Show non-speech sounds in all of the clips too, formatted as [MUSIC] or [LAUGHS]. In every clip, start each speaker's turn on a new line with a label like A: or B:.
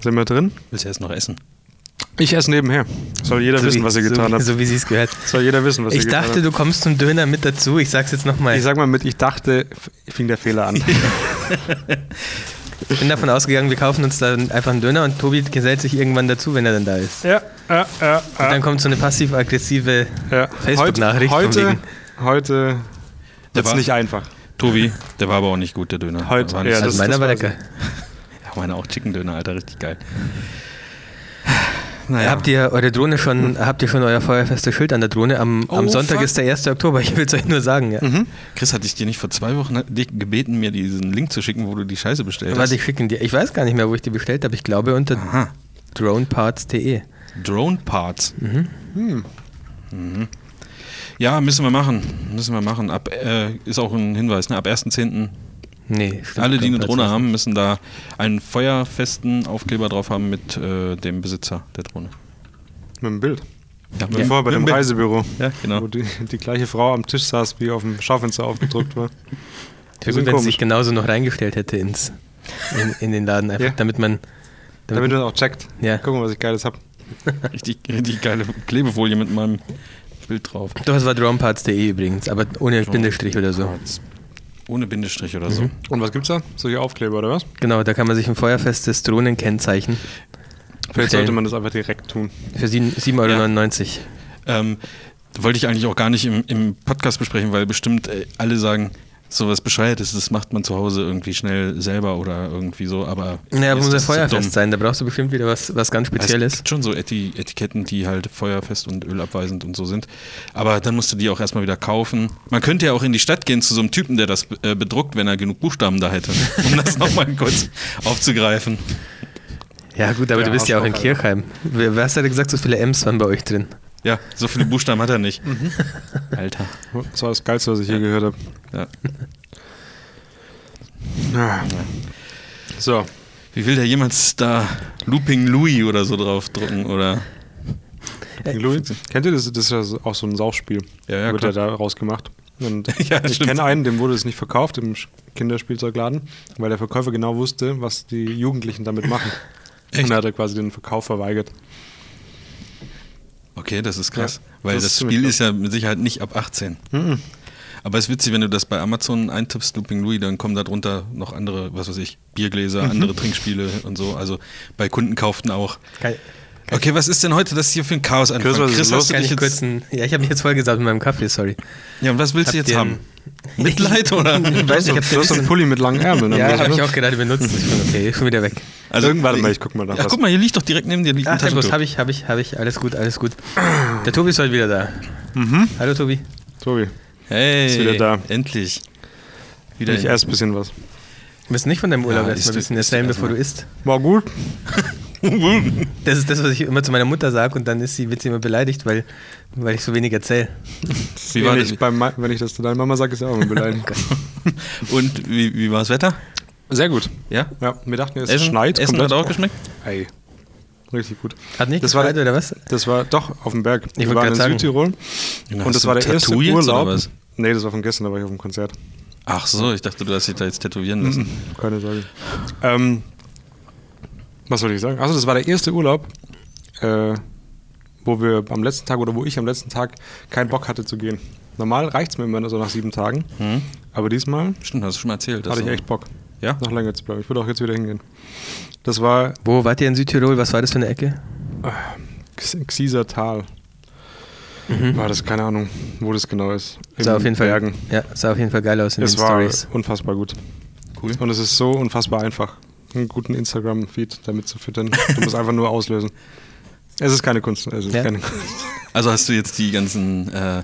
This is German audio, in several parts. A: Sind wir drin?
B: Willst du erst noch essen?
A: Ich esse nebenher. Soll jeder
B: So
A: wissen,
B: wie-
A: was ihr
B: so,
A: getan
B: wie-
A: habt.
B: So wie sie es gehört.
A: Soll jeder wissen, was ihr
B: ich
A: getan
B: dachte,
A: habt.
B: du kommst zum Döner mit dazu. Ich sag's jetzt nochmal.
A: Ich sag mal mit, ich dachte, f- fing der Fehler an.
B: Ich bin davon ausgegangen, wir kaufen uns dann einfach einen Döner und Tobi gesellt sich irgendwann dazu, wenn er dann da ist.
A: [LAUGHS] ja, ja, ja,
B: Und dann kommt so eine passiv-aggressive
A: ja.
B: Facebook-Nachricht von
A: Heute,
B: wegen.
A: heute
C: Der
A: wird's
C: war-
A: nicht einfach.
C: Tobi, der war aber auch nicht gut, der Döner.
A: Heute,
C: Der war nicht
A: ja,
C: so-
B: Also
A: das-
B: meiner war
A: weiß
B: lecker.
C: ja, meine auch Chicken-Döner, Alter, richtig geil.
B: Habt ihr eure Drohne schon,
A: Hm.
B: habt ihr schon euer feuerfestes Schild an der Drohne? Am, am
C: Oh,
B: Sonntag
C: fuck.
B: ist der 1. Oktober, [LAUGHS] ich will es euch nur sagen.
A: Mhm.
B: Ja.
C: Chris, hatte ich dir nicht vor zwei Wochen ne, dich gebeten, mir diesen Link zu schicken, wo du die Scheiße bestellt hast?
B: Warte, ich schicke ihn dir. Ich weiß gar nicht mehr, wo ich die bestellt habe. Ich glaube unter
C: Aha.
B: droneparts.de.
C: Drone Parts. Mhm. Mhm. Ja, müssen wir machen. Müssen wir machen. Ab, äh, ist auch ein Hinweis. Ne? Ab 1.10.
B: Nee, stimmt,
C: alle, die eine
B: Droneparts
C: Drohne
B: heißt-
C: haben, müssen da einen feuerfesten Aufkleber drauf haben mit äh, dem Besitzer der Drohne.
A: Mit dem Bild.
C: Ja,
A: Wie vorher bei dem
C: mit-
A: Reisebüro.
C: Ja, genau.
A: Wo die, die gleiche Frau am Tisch saß, wie auf dem Schaufenster aufgedruckt
B: [LAUGHS]
A: war.
B: Wäre
A: Bisschen
B: gut, wenn es
A: komisch.
B: sich genauso noch reingestellt hätte ins, in, in den Laden, einfach
A: Ja.
B: damit man.
A: Damit man auch checkt.
B: Ja.
A: Guck mal, was ich Geiles hab.
C: Richtig, richtig geile Klebefolie mit meinem Bild drauf.
B: doch, es war droneparts.de übrigens, aber ohne Bindestrich oder so. Mhm.
C: Ohne Bindestrich oder so.
A: Und was gibt's da? Solche Aufkleber oder was?
B: Genau, da kann man sich ein feuerfestes Drohnenkennzeichen
A: Vielleicht
B: Bestellen.
A: sollte man das einfach direkt tun.
B: für sieben- 7,99 Euro.
C: Ähm, wollte ich eigentlich auch gar nicht im, im Podcast besprechen, weil bestimmt äh, alle sagen, sowas Bescheuertes, das macht man zu Hause irgendwie schnell selber oder irgendwie so, aber.
B: Naja,
C: mir
B: aber
C: ist
B: muss ja
C: das zu
B: feuerfest
C: dumm. Also
B: sein, da brauchst du bestimmt wieder was, was ganz
C: Es
B: Spezielles.
C: gibt schon so Eti Etiketten, die halt feuerfest und ölabweisend und so sind. Aber dann musst du die auch erstmal wieder kaufen. Man könnte ja auch in die Stadt gehen zu so einem Typen, der das äh, bedruckt, wenn er genug Buchstaben da hätte, [LAUGHS] um das nochmal kurz aufzugreifen.
B: Ja, gut, aber
A: Ja,
B: du bist ja auch in
A: Arschloch, Alter.
B: Kirchheim. Wer, wer hast du gesagt, so viele M's waren bei euch drin?
C: Ja, so viele Buchstaben hat er nicht.
B: Mhm.
C: Alter.
A: Das war das Geilste, was ich hier gehört
C: Ja.
A: habe. So,
C: Wie will der jemals da Looping Louis oder so draufdrucken oder?
A: Louis, kennt ihr das? Das ist ja so- auch so ein Sauchspiel.
C: Ja, ja,
A: Wird
C: klar.
A: ja da rausgemacht.
B: [LAUGHS]
A: Und
C: Ja,
A: ich
C: stimmt.
A: kenne einen, dem wurde es nicht verkauft im Sch- Kinderspielzeugladen, weil der Verkäufer genau wusste, was die Jugendlichen damit machen.
C: Echt?
A: Und er hat er quasi den Verkauf verweigert.
C: Okay, das ist krass.
A: Ja,
C: Weil
A: das
C: das,
A: ist ziemlich
C: Spiel
A: krass. Mhm.
C: ist ja mit Sicherheit nicht ab 18. Aber es ist witzig, wenn du das bei Amazon eintippst, Looping Louis, dann kommen darunter noch andere, was weiß ich, Biergläser,
A: Mhm.
C: andere Trinkspiele und so. Also bei Kunden kauften auch.
B: Kann,
C: Okay, was ist denn heute das hier für ein Chaos anfang
A: Chris, was ist los?
C: hast du
B: kann
C: dich
B: ich kurz
C: jetzt,
B: ein, Ja, ich habe mich jetzt vollgesaugt mit meinem Kaffee, sorry.
C: Ja, und was willst
B: Habt
C: du jetzt
B: ihr
C: haben?
B: ein-
C: Mitleid oder?
B: [LAUGHS] Ich weiß
A: So,
B: nicht, ich
A: du hast so einen
B: habe
A: Pulli mit langen Ärmeln. ne?
B: ja,
A: oder?
B: hab ich auch gerade benutzt. Ist schon okay, ist schon wieder weg.
C: Also,
A: Irgendwann mal, ich guck mal nach.
C: Ach,
A: was-
C: guck mal, hier liegt doch direkt neben dir liegt
B: Ach,
C: ein
B: kein Bus,
C: Taschentuch.
B: habe ich, habe ich, habe ich. Alles gut, alles gut. Der Tobi ist heute wieder da.
A: Mhm.
B: Hallo Tobi.
A: Tobi,
C: Hey,
A: Ist wieder da.
C: endlich. Wieder
A: ich esse ein bisschen was.
B: Wir müssen nicht von deinem Urlaub
C: Ja,
B: erstmal
C: isst-
B: ein bisschen
C: isst
B: erzählen,
C: erst
B: bevor
C: mal.
B: du isst.
A: War gut.
B: Das ist das, was ich immer zu meiner Mutter sage und dann ist sie, wird sie immer beleidigt, weil, weil ich so wenig erzähle.
C: Wie war
A: wenn,
C: das?
A: ich beim Ma- wenn ich das zu deiner Mama sage, ist ja auch immer
B: [LAUGHS]
A: beleidigt.
C: Und wie, wie war das Wetter?
A: Sehr gut.
C: Ja?
A: Ja, wir dachten, es schneit.
C: Essen
A: komplett.
C: hat auch geschmeckt?
A: Ey, richtig gut.
B: Hat nicht
A: Das war
B: gefallen,
A: der-
B: oder was?
A: Das war doch auf dem Berg.
B: Ich
A: wir
B: wollte
A: waren
B: grad
A: in
B: sagen.
A: Südtirol. und das war der erste Urlaub. Nee, das war von gestern, da war ich auf dem Konzert.
C: Ach so, ich dachte, du hast dich da jetzt tätowieren lassen.
A: Keine Sorge. Ähm, was soll ich sagen? Also das war der erste Urlaub, äh, wo wir am letzten Tag oder wo ich am letzten Tag keinen Bock hatte zu gehen. Normal reicht es mir immer so nach sieben Tagen.
B: Hm.
A: Aber diesmal
C: Stimmt, hast du schon mal erzählt. dass
A: hatte ich
C: du-
A: echt Bock.
C: Ja?
A: Noch länger zu bleiben. Ich würde auch jetzt wieder hingehen. Das war
B: Wo wart ihr in Südtirol? Was war das für eine Ecke?
A: X- Xiesertal. War das keine Ahnung, wo das genau ist.
B: Mhm. Sah
A: In
B: auf jeden Fall,
A: Bergen.
B: ja, sah auf jeden Fall geil aus in
A: Es
B: den
A: war
B: Stories.
A: unfassbar gut.
C: Cool.
A: Und es ist so unfassbar einfach, einen guten Instagram-Feed damit zu füttern. Du musst einfach nur auslösen. Es ist keine Kunst. Es ist
B: Ja.
A: keine Kunst.
C: Also hast du jetzt die ganzen äh,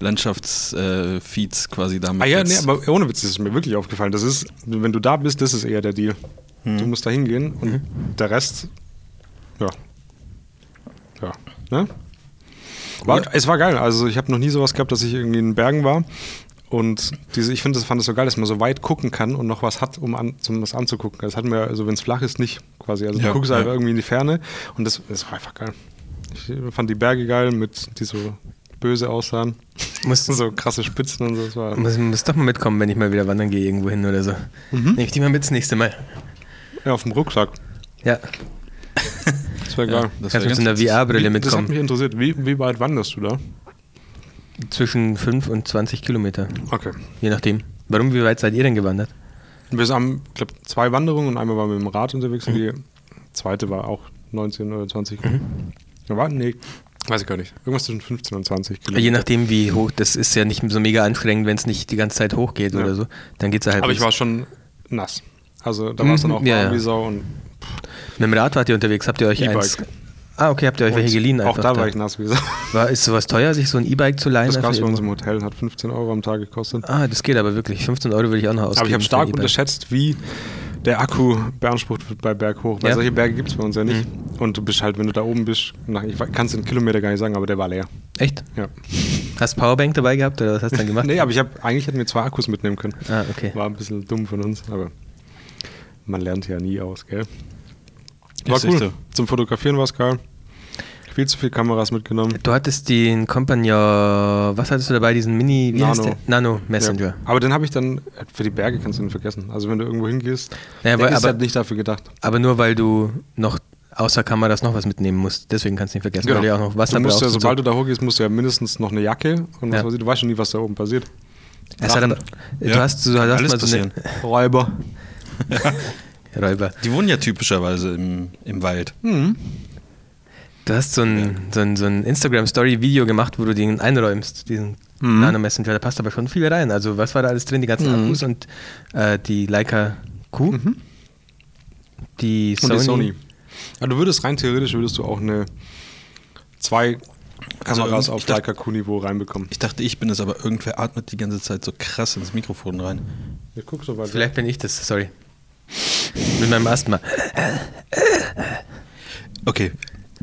C: Landschaftsfeeds äh, Feeds quasi damit.
A: Ah ja, nee,
C: jetzt-
A: aber ohne Witz, das ist mir wirklich aufgefallen. Das ist, wenn du da bist, das ist eher der Deal. Du
C: Hm.
A: musst da hingehen und
C: Mhm.
A: der Rest, ja. Ja. Ne? War, Es war geil. Also ich habe noch nie sowas gehabt, dass ich irgendwie in den Bergen war. Und diese, ich finde, das fand es so geil, dass man so weit gucken kann und noch was hat, um an, zum was anzugucken. Das hatten wir, also wenn es flach ist, nicht quasi. Also
C: Ja,
A: du guckst
C: ja.
A: einfach irgendwie in die Ferne und das, das war einfach geil. Ich fand die Berge geil, mit die so böse aussahen. [LAUGHS]
B: Muss,
A: So krasse Spitzen und so. Das war,
B: muss, muss doch mal mitkommen, wenn ich mal wieder wandern gehe
A: Mhm.
B: irgendwo hin oder so. Nehme ich die mal mit das nächste Mal.
A: ja, auf dem Rucksack.
B: Ja.
A: Das wäre geil.
C: das
B: Kannst du
C: wär
B: mit so einer
C: ganz witzig.
B: VR-Brille
A: Wie, das hat
B: mitkommen.
A: mich interessiert. Wie, wie weit wanderst du da?
B: Zwischen 5 und 20 Kilometer,
A: Okay.
B: je nachdem. Warum, wie weit seid ihr denn gewandert?
A: Wir haben, ich glaube, zwei Wanderungen und einmal waren wir mit dem Rad unterwegs und die zweite war auch 19 oder 20. Ja, war, nee, weiß ich gar nicht. Irgendwas zwischen 15 und 20 Kilometer.
B: Je nachdem, wie hoch, das ist ja nicht so mega anstrengend, wenn es nicht die ganze Zeit hochgeht
A: Ja.
B: oder so. Dann geht es halt.
A: Aber ich
B: bis-
A: war schon nass. Also da war es dann auch
B: Mhm, ja,
A: warm
B: ja.
A: wie Sau und
B: Mit dem Rad wart ihr unterwegs, habt ihr euch
A: E-Bike.
B: eins. Ah, okay, habt ihr euch
A: und
B: welche geliehen
A: Auch
B: einfach.
A: da war ich nass wie Sau.
B: War- ist sowas teuer, sich so ein E-Bike zu leihen?
A: Das gab es
B: einfach
A: bei uns im
B: irgendwo?
A: Hotel, hat 15 Euro am Tag gekostet.
B: ah, das geht aber wirklich. 15 Euro würde ich auch noch ausgeben.
A: Aber ich habe
B: für ein
A: stark
B: E-Bike.
A: unterschätzt, wie der Akku beansprucht wird bei Berghoch. Weil
B: Ja. Mhm.
A: solche Berge gibt es bei uns ja nicht. Und du bist halt, wenn du da oben bist, nach, ich kann es in Kilometer gar nicht sagen, aber der war leer.
B: Echt?
A: Ja.
B: Hast Powerbank dabei gehabt oder was hast du dann
A: [LAUGHS]
B: gemacht?
A: Nee, aber ich habe eigentlich hätten wir zwei Akkus mitnehmen können.
B: Ah, okay.
A: War ein bisschen dumm von uns, aber man lernt ja nie aus, gell?
C: Ist
A: War
C: echt
A: cool.
C: so.
A: Zum Fotografieren war es geil. Viel zu viel Kameras mitgenommen.
B: Du hattest den Compagnon, was hattest du dabei, diesen Mini, wie
A: Nano.
B: heißt der? Nano Messenger.
A: Ja. Aber den habe ich dann, für die Berge kannst du ihn vergessen. Also wenn du irgendwo hingehst,
B: Naja,
A: der
B: aber-
A: ist
B: aber-
A: halt nicht dafür gedacht.
B: Aber nur weil du noch außer Kameras noch was mitnehmen musst. Deswegen kannst du nicht vergessen, weil du ja auch noch was
A: Genau. du
B: dabei
A: musst ja,
B: brauchst und
A: sobald du da hochgehst, musst du ja mindestens noch eine Jacke und was
B: Ja.
A: weiß ich, du weißt schon nie, was da oben passiert.
B: so. Es hat dann, du
C: Ja,
B: hast, du
C: kann
B: hast
C: alles
B: mal so eine [LAUGHS]
A: Räuber.
B: Räuber.
C: Die wohnen ja typischerweise im, im Wald.
A: Hm.
B: Du hast so ein, so ein, so ein Instagram-Story-Video gemacht, wo du den einräumst, diesen
A: Mhm.
B: Nano Messenger. Da passt aber schon viel rein. Also, was war da alles drin? Die ganzen Akkus und äh, die Leica Q.
A: Mhm.
B: Die
A: Und
B: Sony.
A: die Sony. Ja, du würdest rein theoretisch würdest du auch eine zwei Kameras
C: Also irgendwie- ich
A: auf
C: dachte-
A: Leica Q-Niveau reinbekommen.
C: Ich dachte, ich bin es, aber irgendwer atmet die ganze Zeit so krass ins Mikrofon rein.
A: Ich guck so weit.
B: Vielleicht bin ich das, sorry. Mit meinem Asthma.
C: Okay.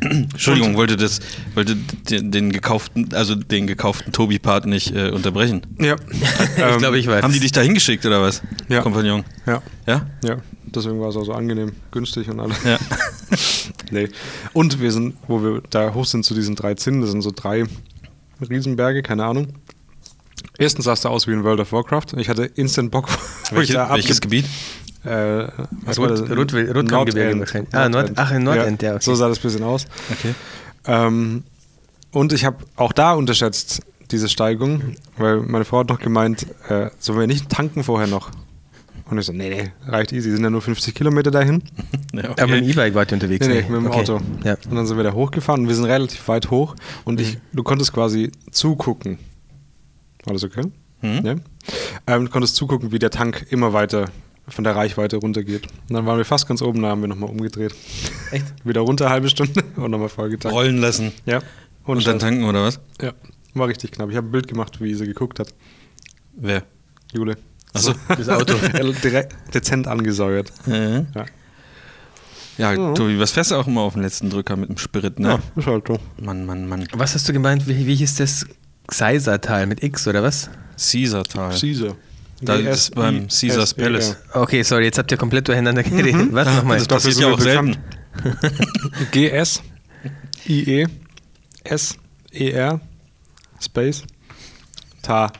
C: Entschuldigung, wollte das, wollte den, den gekauften, also den gekauften Tobi-Part nicht äh, [LAUGHS] unterbrechen.
A: Ja.
B: [LAUGHS] ich glaube, ich weiß.
C: Ähm, Haben die dich da hingeschickt oder was?
A: Ja.
C: Kompagnon.
A: ja.
C: Ja?
A: Ja, deswegen war es auch so angenehm, günstig und alles.
C: [LAUGHS] Ja.
A: [LAUGHS] Nee. Und wir sind, wo wir da hoch sind zu diesen drei Zinnen, das sind so drei Riesenberge, keine Ahnung. Erstens sah es da aus wie in World of Warcraft. Ich hatte instant Bock, [LAUGHS] wo ich
C: Welche,
A: da
C: welches
A: abge-
C: Gebiet?
A: äh, was war
B: Rot-
A: das?
B: Rotwild- Rotkammgebirge
A: Nordend.
B: wahrscheinlich. Ah, Nord- ach, in Nordend, ja, okay.
A: So sah das ein bisschen aus.
C: Okay.
A: Ähm, und ich habe auch da unterschätzt, diese Steigung, weil meine Frau hat noch gemeint, äh, sollen wir nicht tanken vorher noch? Und ich so, nee, nee, reicht easy, sind ja nur 50 Kilometer dahin.
C: [LAUGHS] Ja, okay.
B: Aber mit dem E-Bike wart ihr unterwegs.
A: Nee, nee,
B: ne?
A: mit dem
B: Okay.
A: Auto.
B: Ja.
A: Und dann sind wir da hochgefahren und wir sind relativ weit hoch und
C: Mhm.
A: ich, du konntest quasi zugucken. War das okay?
C: Mhm.
A: Ja? Ähm, du konntest zugucken, wie der Tank immer weiter von der Reichweite runtergeht. Und dann waren wir fast ganz oben, da haben wir nochmal umgedreht.
B: Echt?
A: [LAUGHS] Wieder runter, halbe Stunde [LAUGHS] und nochmal vollgetankt.
C: Rollen lassen
A: Ja.
C: und, dann
A: Scheiß.
C: tanken oder was?
A: Ja, war richtig knapp. Ich habe ein Bild gemacht, wie sie geguckt hat.
C: Wer?
A: Jule. [LAUGHS]
C: Achso.
B: Das Auto.
A: Dire- Dezent angesäuert.
C: Äh.
A: Ja.
C: Ja, Tobi, was fährst du auch immer auf den letzten Drücker mit dem Spirit, ne?
A: ist halt so.
C: Mann, Mann, Mann.
B: Was hast du gemeint? Wie, wie hieß das Xaisertal mit X oder was?
C: Caesartal.
A: Caesar.
C: Da ist beim
A: E
C: Caesar's Palace.
B: Okay, sorry, jetzt habt ihr
A: Mhm.
B: komplett durcheinander geredet. Was nochmal?
C: Das passiert ja auch selten.
A: GS IE E, S ER Space Ta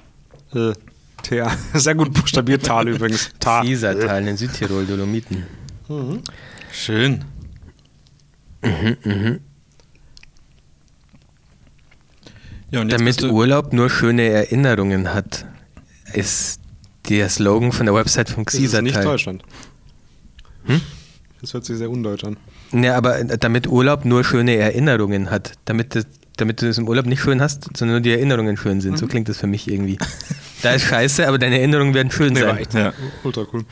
A: L TA. [LAUGHS] Sehr gut buchstabiert Tal übrigens. Mhm. Ta.
B: Caesartal in Südtirol, Dolomiten.
C: [LAUGHS] Schön.
A: Mhm,
C: Ja, und jetzt bist
B: Damit
C: du-
B: Urlaub nur schöne Erinnerungen hat, ist der Slogan von der Website vom
A: Das ist nicht
B: Caesartal.
A: Deutschland. Das hört sich sehr undeutsch an.
B: Ja, aber äh, damit Urlaub nur schöne Erinnerungen hat. Damit, das- damit du es im Urlaub nicht schön hast, sondern nur die Erinnerungen schön sind.
A: Mhm.
B: So klingt das für mich irgendwie. Da ist scheiße, aber deine Erinnerungen werden schön
A: war
B: sein.
A: echt
C: Ja.
A: Ultra cool.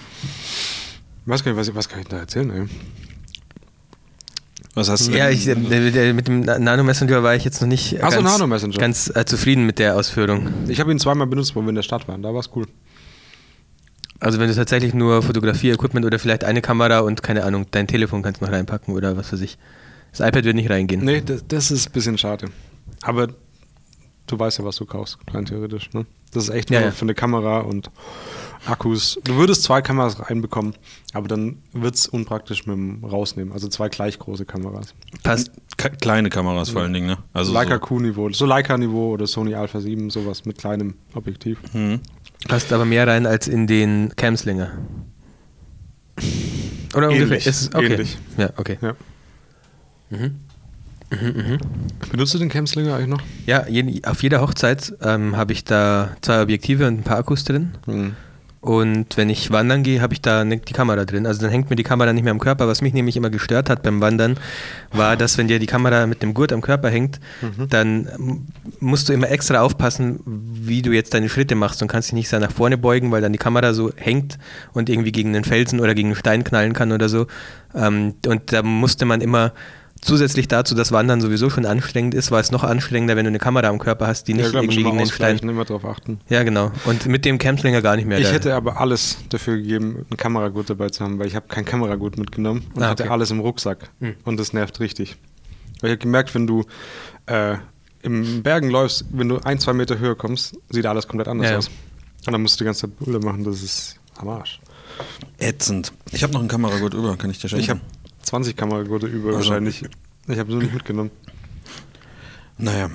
A: Was kann, ich, was, was kann ich da erzählen, ey?
C: Was hast du
B: Ja, ich, äh, äh, mit dem Na- Nano Messenger war ich jetzt noch nicht äh,
A: Ach
B: ganz,
A: so, Nano Messenger.
B: ganz äh, zufrieden mit der Ausführung.
A: Ich habe ihn zweimal benutzt, wo wir in der Stadt waren. Da war es cool.
B: Also wenn du tatsächlich nur Fotografie-Equipment oder vielleicht eine Kamera und keine Ahnung, dein Telefon kannst du noch reinpacken oder was weiß ich. Das iPad wird nicht reingehen.
A: Nee, das, das ist ein bisschen schade. Aber du weißt ja, was du kaufst, rein theoretisch. Ne? Das ist echt
B: Ja,
A: nur
B: ja.
A: für eine Kamera und Akkus. Du würdest zwei Kameras reinbekommen, aber dann wird es unpraktisch mit dem Rausnehmen. Also zwei gleich große Kameras.
B: Passt.
C: Ke- kleine Kameras vor allen Dingen, ne? Also
A: Leica
C: so.
A: Q-Niveau, so Leica-Niveau oder Sony Alpha 7, sowas mit kleinem Objektiv.
B: Hm. Passt aber mehr rein als in den Camslinger. Oder
A: Ähnlich,
B: ungefähr. Ist, okay.
A: ähnlich.
B: Ja, okay.
A: Ja. Mhm, Benutzt du den Camslinger eigentlich noch?
B: Ja, je, auf jeder Hochzeit ähm, habe ich da zwei Objektive und ein paar Akkus drin. Und wenn ich wandern gehe, habe ich da ne, die Kamera drin. Also dann hängt mir die Kamera nicht mehr am Körper. Was mich nämlich immer gestört hat beim Wandern, war, dass wenn dir die Kamera mit dem Gurt am Körper hängt,
A: Mhm.
B: dann ähm, musst du immer extra aufpassen, wie du jetzt deine Schritte machst und kannst dich nicht sehr nach vorne beugen, weil dann die Kamera so hängt und irgendwie gegen den Felsen oder gegen einen Stein knallen kann oder so. Ähm, und da musste man immer zusätzlich dazu, dass Wandern sowieso schon anstrengend ist, war es noch anstrengender, wenn du eine Kamera am Körper hast, die nicht
A: glaub,
B: irgendwie
A: schon mal
B: gegen den Stein
A: ausgleichen, immer drauf achten.
B: ja, genau. Und mit dem Campslinger gar nicht mehr.
A: Ich
B: Da-
A: hätte aber alles dafür gegeben, einen Kameragurt dabei zu haben, weil ich habe kein Kameragurt mitgenommen und
B: Ah,
A: hatte
B: okay.
A: alles im Rucksack.
C: Hm.
A: Und das nervt richtig. Weil ich habe gemerkt, wenn du äh, im Bergen läufst, wenn du ein, zwei Meter höher kommst, sieht alles komplett anders
B: Ja.
A: aus. Und dann musst du die ganze Zeit Brille machen, das ist am Arsch.
C: Ätzend. Ich habe noch einen Kameragurt über, kann ich dir schenken?
A: Ich habe 20 Kameragurte über
C: Also-
A: wahrscheinlich. Ich habe so nicht mitgenommen.
C: Naja.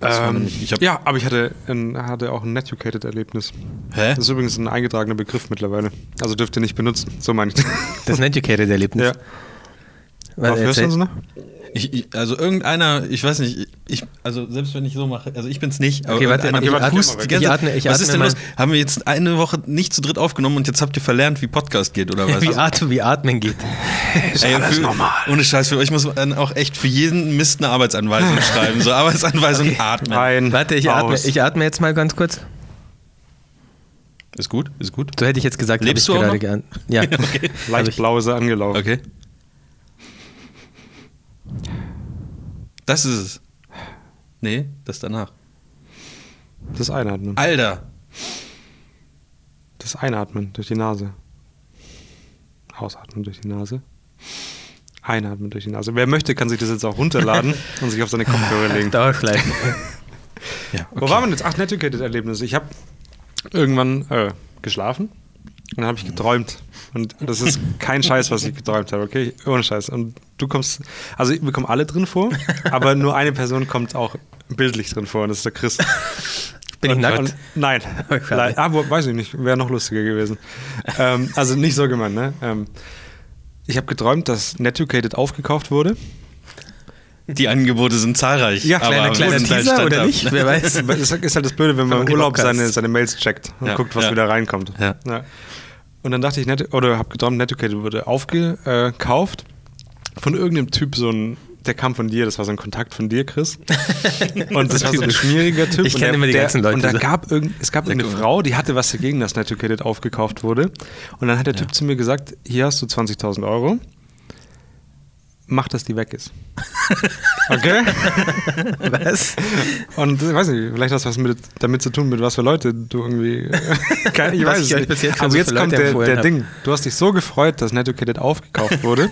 C: Das war
A: Ähm,
C: nämlich- ich hab,
A: ja, aber ich hatte, ein, hatte auch ein Netucated-Erlebnis.
C: Hä?
A: Das ist übrigens ein eingetragener Begriff mittlerweile. Also dürft ihr nicht benutzen, so meine
C: [LAUGHS]
A: ich.
B: Das nennt ihr Erlebnis.
A: ja.
B: Was,
A: hörst du uns
B: erzähl,
C: ne?
A: noch?
C: Ich, ich, also irgendeiner, ich weiß nicht, ich, also selbst wenn ich so mache, also ich bin's nicht, aber
B: Okay, warte,
C: irgendeiner
B: ich
C: macht
B: atme-
C: Hust die ganze
B: ich
C: Zeit.
B: atme- ich
C: was
B: atme
C: ist denn
B: mal.
C: los? Haben wir jetzt eine Woche nicht zu dritt aufgenommen und jetzt habt ihr verlernt, wie Podcast geht oder was?
B: [LAUGHS] wie, atmen, wie Atmen geht.
C: Ey, für, Ohne Scheiß, für euch muss man dann auch echt für jeden Mist eine
B: [LAUGHS]
C: Arbeitsanweisung schreiben. So Arbeitsanweisung atmen.
A: Ein,
B: Warte, ich atme,
A: aus.
B: ich atme jetzt mal ganz kurz.
C: Ist gut, ist gut.
B: So hätte ich jetzt gesagt, hab
C: Lebst
B: ich
C: du auch
B: gerade
C: noch?
B: gean-
C: [LAUGHS]
B: Ja.
C: Okay.
B: Hab
A: Leicht
B: ich-
A: blause angelaufen.
C: Okay. Das ist es. Nee, das danach.
A: Das Einatmen.
C: Alter.
A: Das Einatmen durch die Nase. Ausatmen durch die Nase. Einatmen durch die Nase. Wer möchte, kann sich das jetzt auch
B: [LAUGHS]
A: runterladen und sich auf seine Kopfhörer legen.
B: Dauerschleife.
C: [LAUGHS] Ja,
A: Wo waren wir denn jetzt? Ach, Netucated-Erlebnis. Ich habe irgendwann äh, geschlafen und dann habe ich geträumt. Und das ist
B: [LAUGHS]
A: kein Scheiß, was ich geträumt habe, okay? Ohne Scheiß. Und du kommst, also wir kommen alle drin vor, aber nur eine Person kommt auch bildlich drin vor und das ist der Chris.
B: Bin ich
A: Und-
B: nackt?
A: und- Nein.
B: [LAUGHS] Okay.
A: Lei- Ah, wo, weiß ich nicht. Wäre noch lustiger gewesen. ähm, also nicht so gemeint, ne? Ähm, ich habe geträumt, dass Netucated aufgekauft wurde.
C: Die Angebote sind zahlreich.
A: Ja,
C: aber
A: kleiner-
C: am
A: kleiner
C: größten Teil
B: Teaser
C: stand
B: oder
C: ab.
B: nicht?
C: [LAUGHS]
B: Wer weiß.
A: Das ist ist halt das Blöde, wenn man
B: man
A: im Urlaub
B: Bock hat.
A: seine, seine Mails checkt und
C: Ja,
A: guckt, was
C: ja.
A: wieder reinkommt.
C: Ja.
A: Und dann dachte ich, net, oder habe geträumt, Netucated wurde aufgekauft von irgendeinem Typ, so ein, der kam von dir, das war so ein Kontakt von dir,
B: [LAUGHS]
A: Chris. Und das war so ein schmieriger Typ.
B: Ich
A: Und
B: kenne
A: der-
B: immer die
A: der,
B: ganzen Leute
A: Und da
B: so.
A: gab irgend, es gab irgendeine
C: cool.
A: Frau, die hatte was dagegen, dass Netucated aufgekauft wurde. Und dann hat der Typ zu mir gesagt, hier hast du 20.000 Euro, mach, dass die weg
B: [LAUGHS]
A: ist. Okay?
B: Was?
A: Und ich weiß nicht, vielleicht hast du was mit, damit zu tun, mit was für Leute du
B: [LAUGHS]
A: irgendwie. Keine, ich
B: Was
A: weiß
B: ich
A: es
B: euch
A: nicht.
B: bis jetzt für
A: Aber
B: so
A: jetzt
B: viele
A: kommt
B: Leute
A: der,
B: empfohlen
A: der
B: hab.
A: Ding. Du hast dich so gefreut, dass Netocadet aufgekauft
B: [LAUGHS]
A: wurde.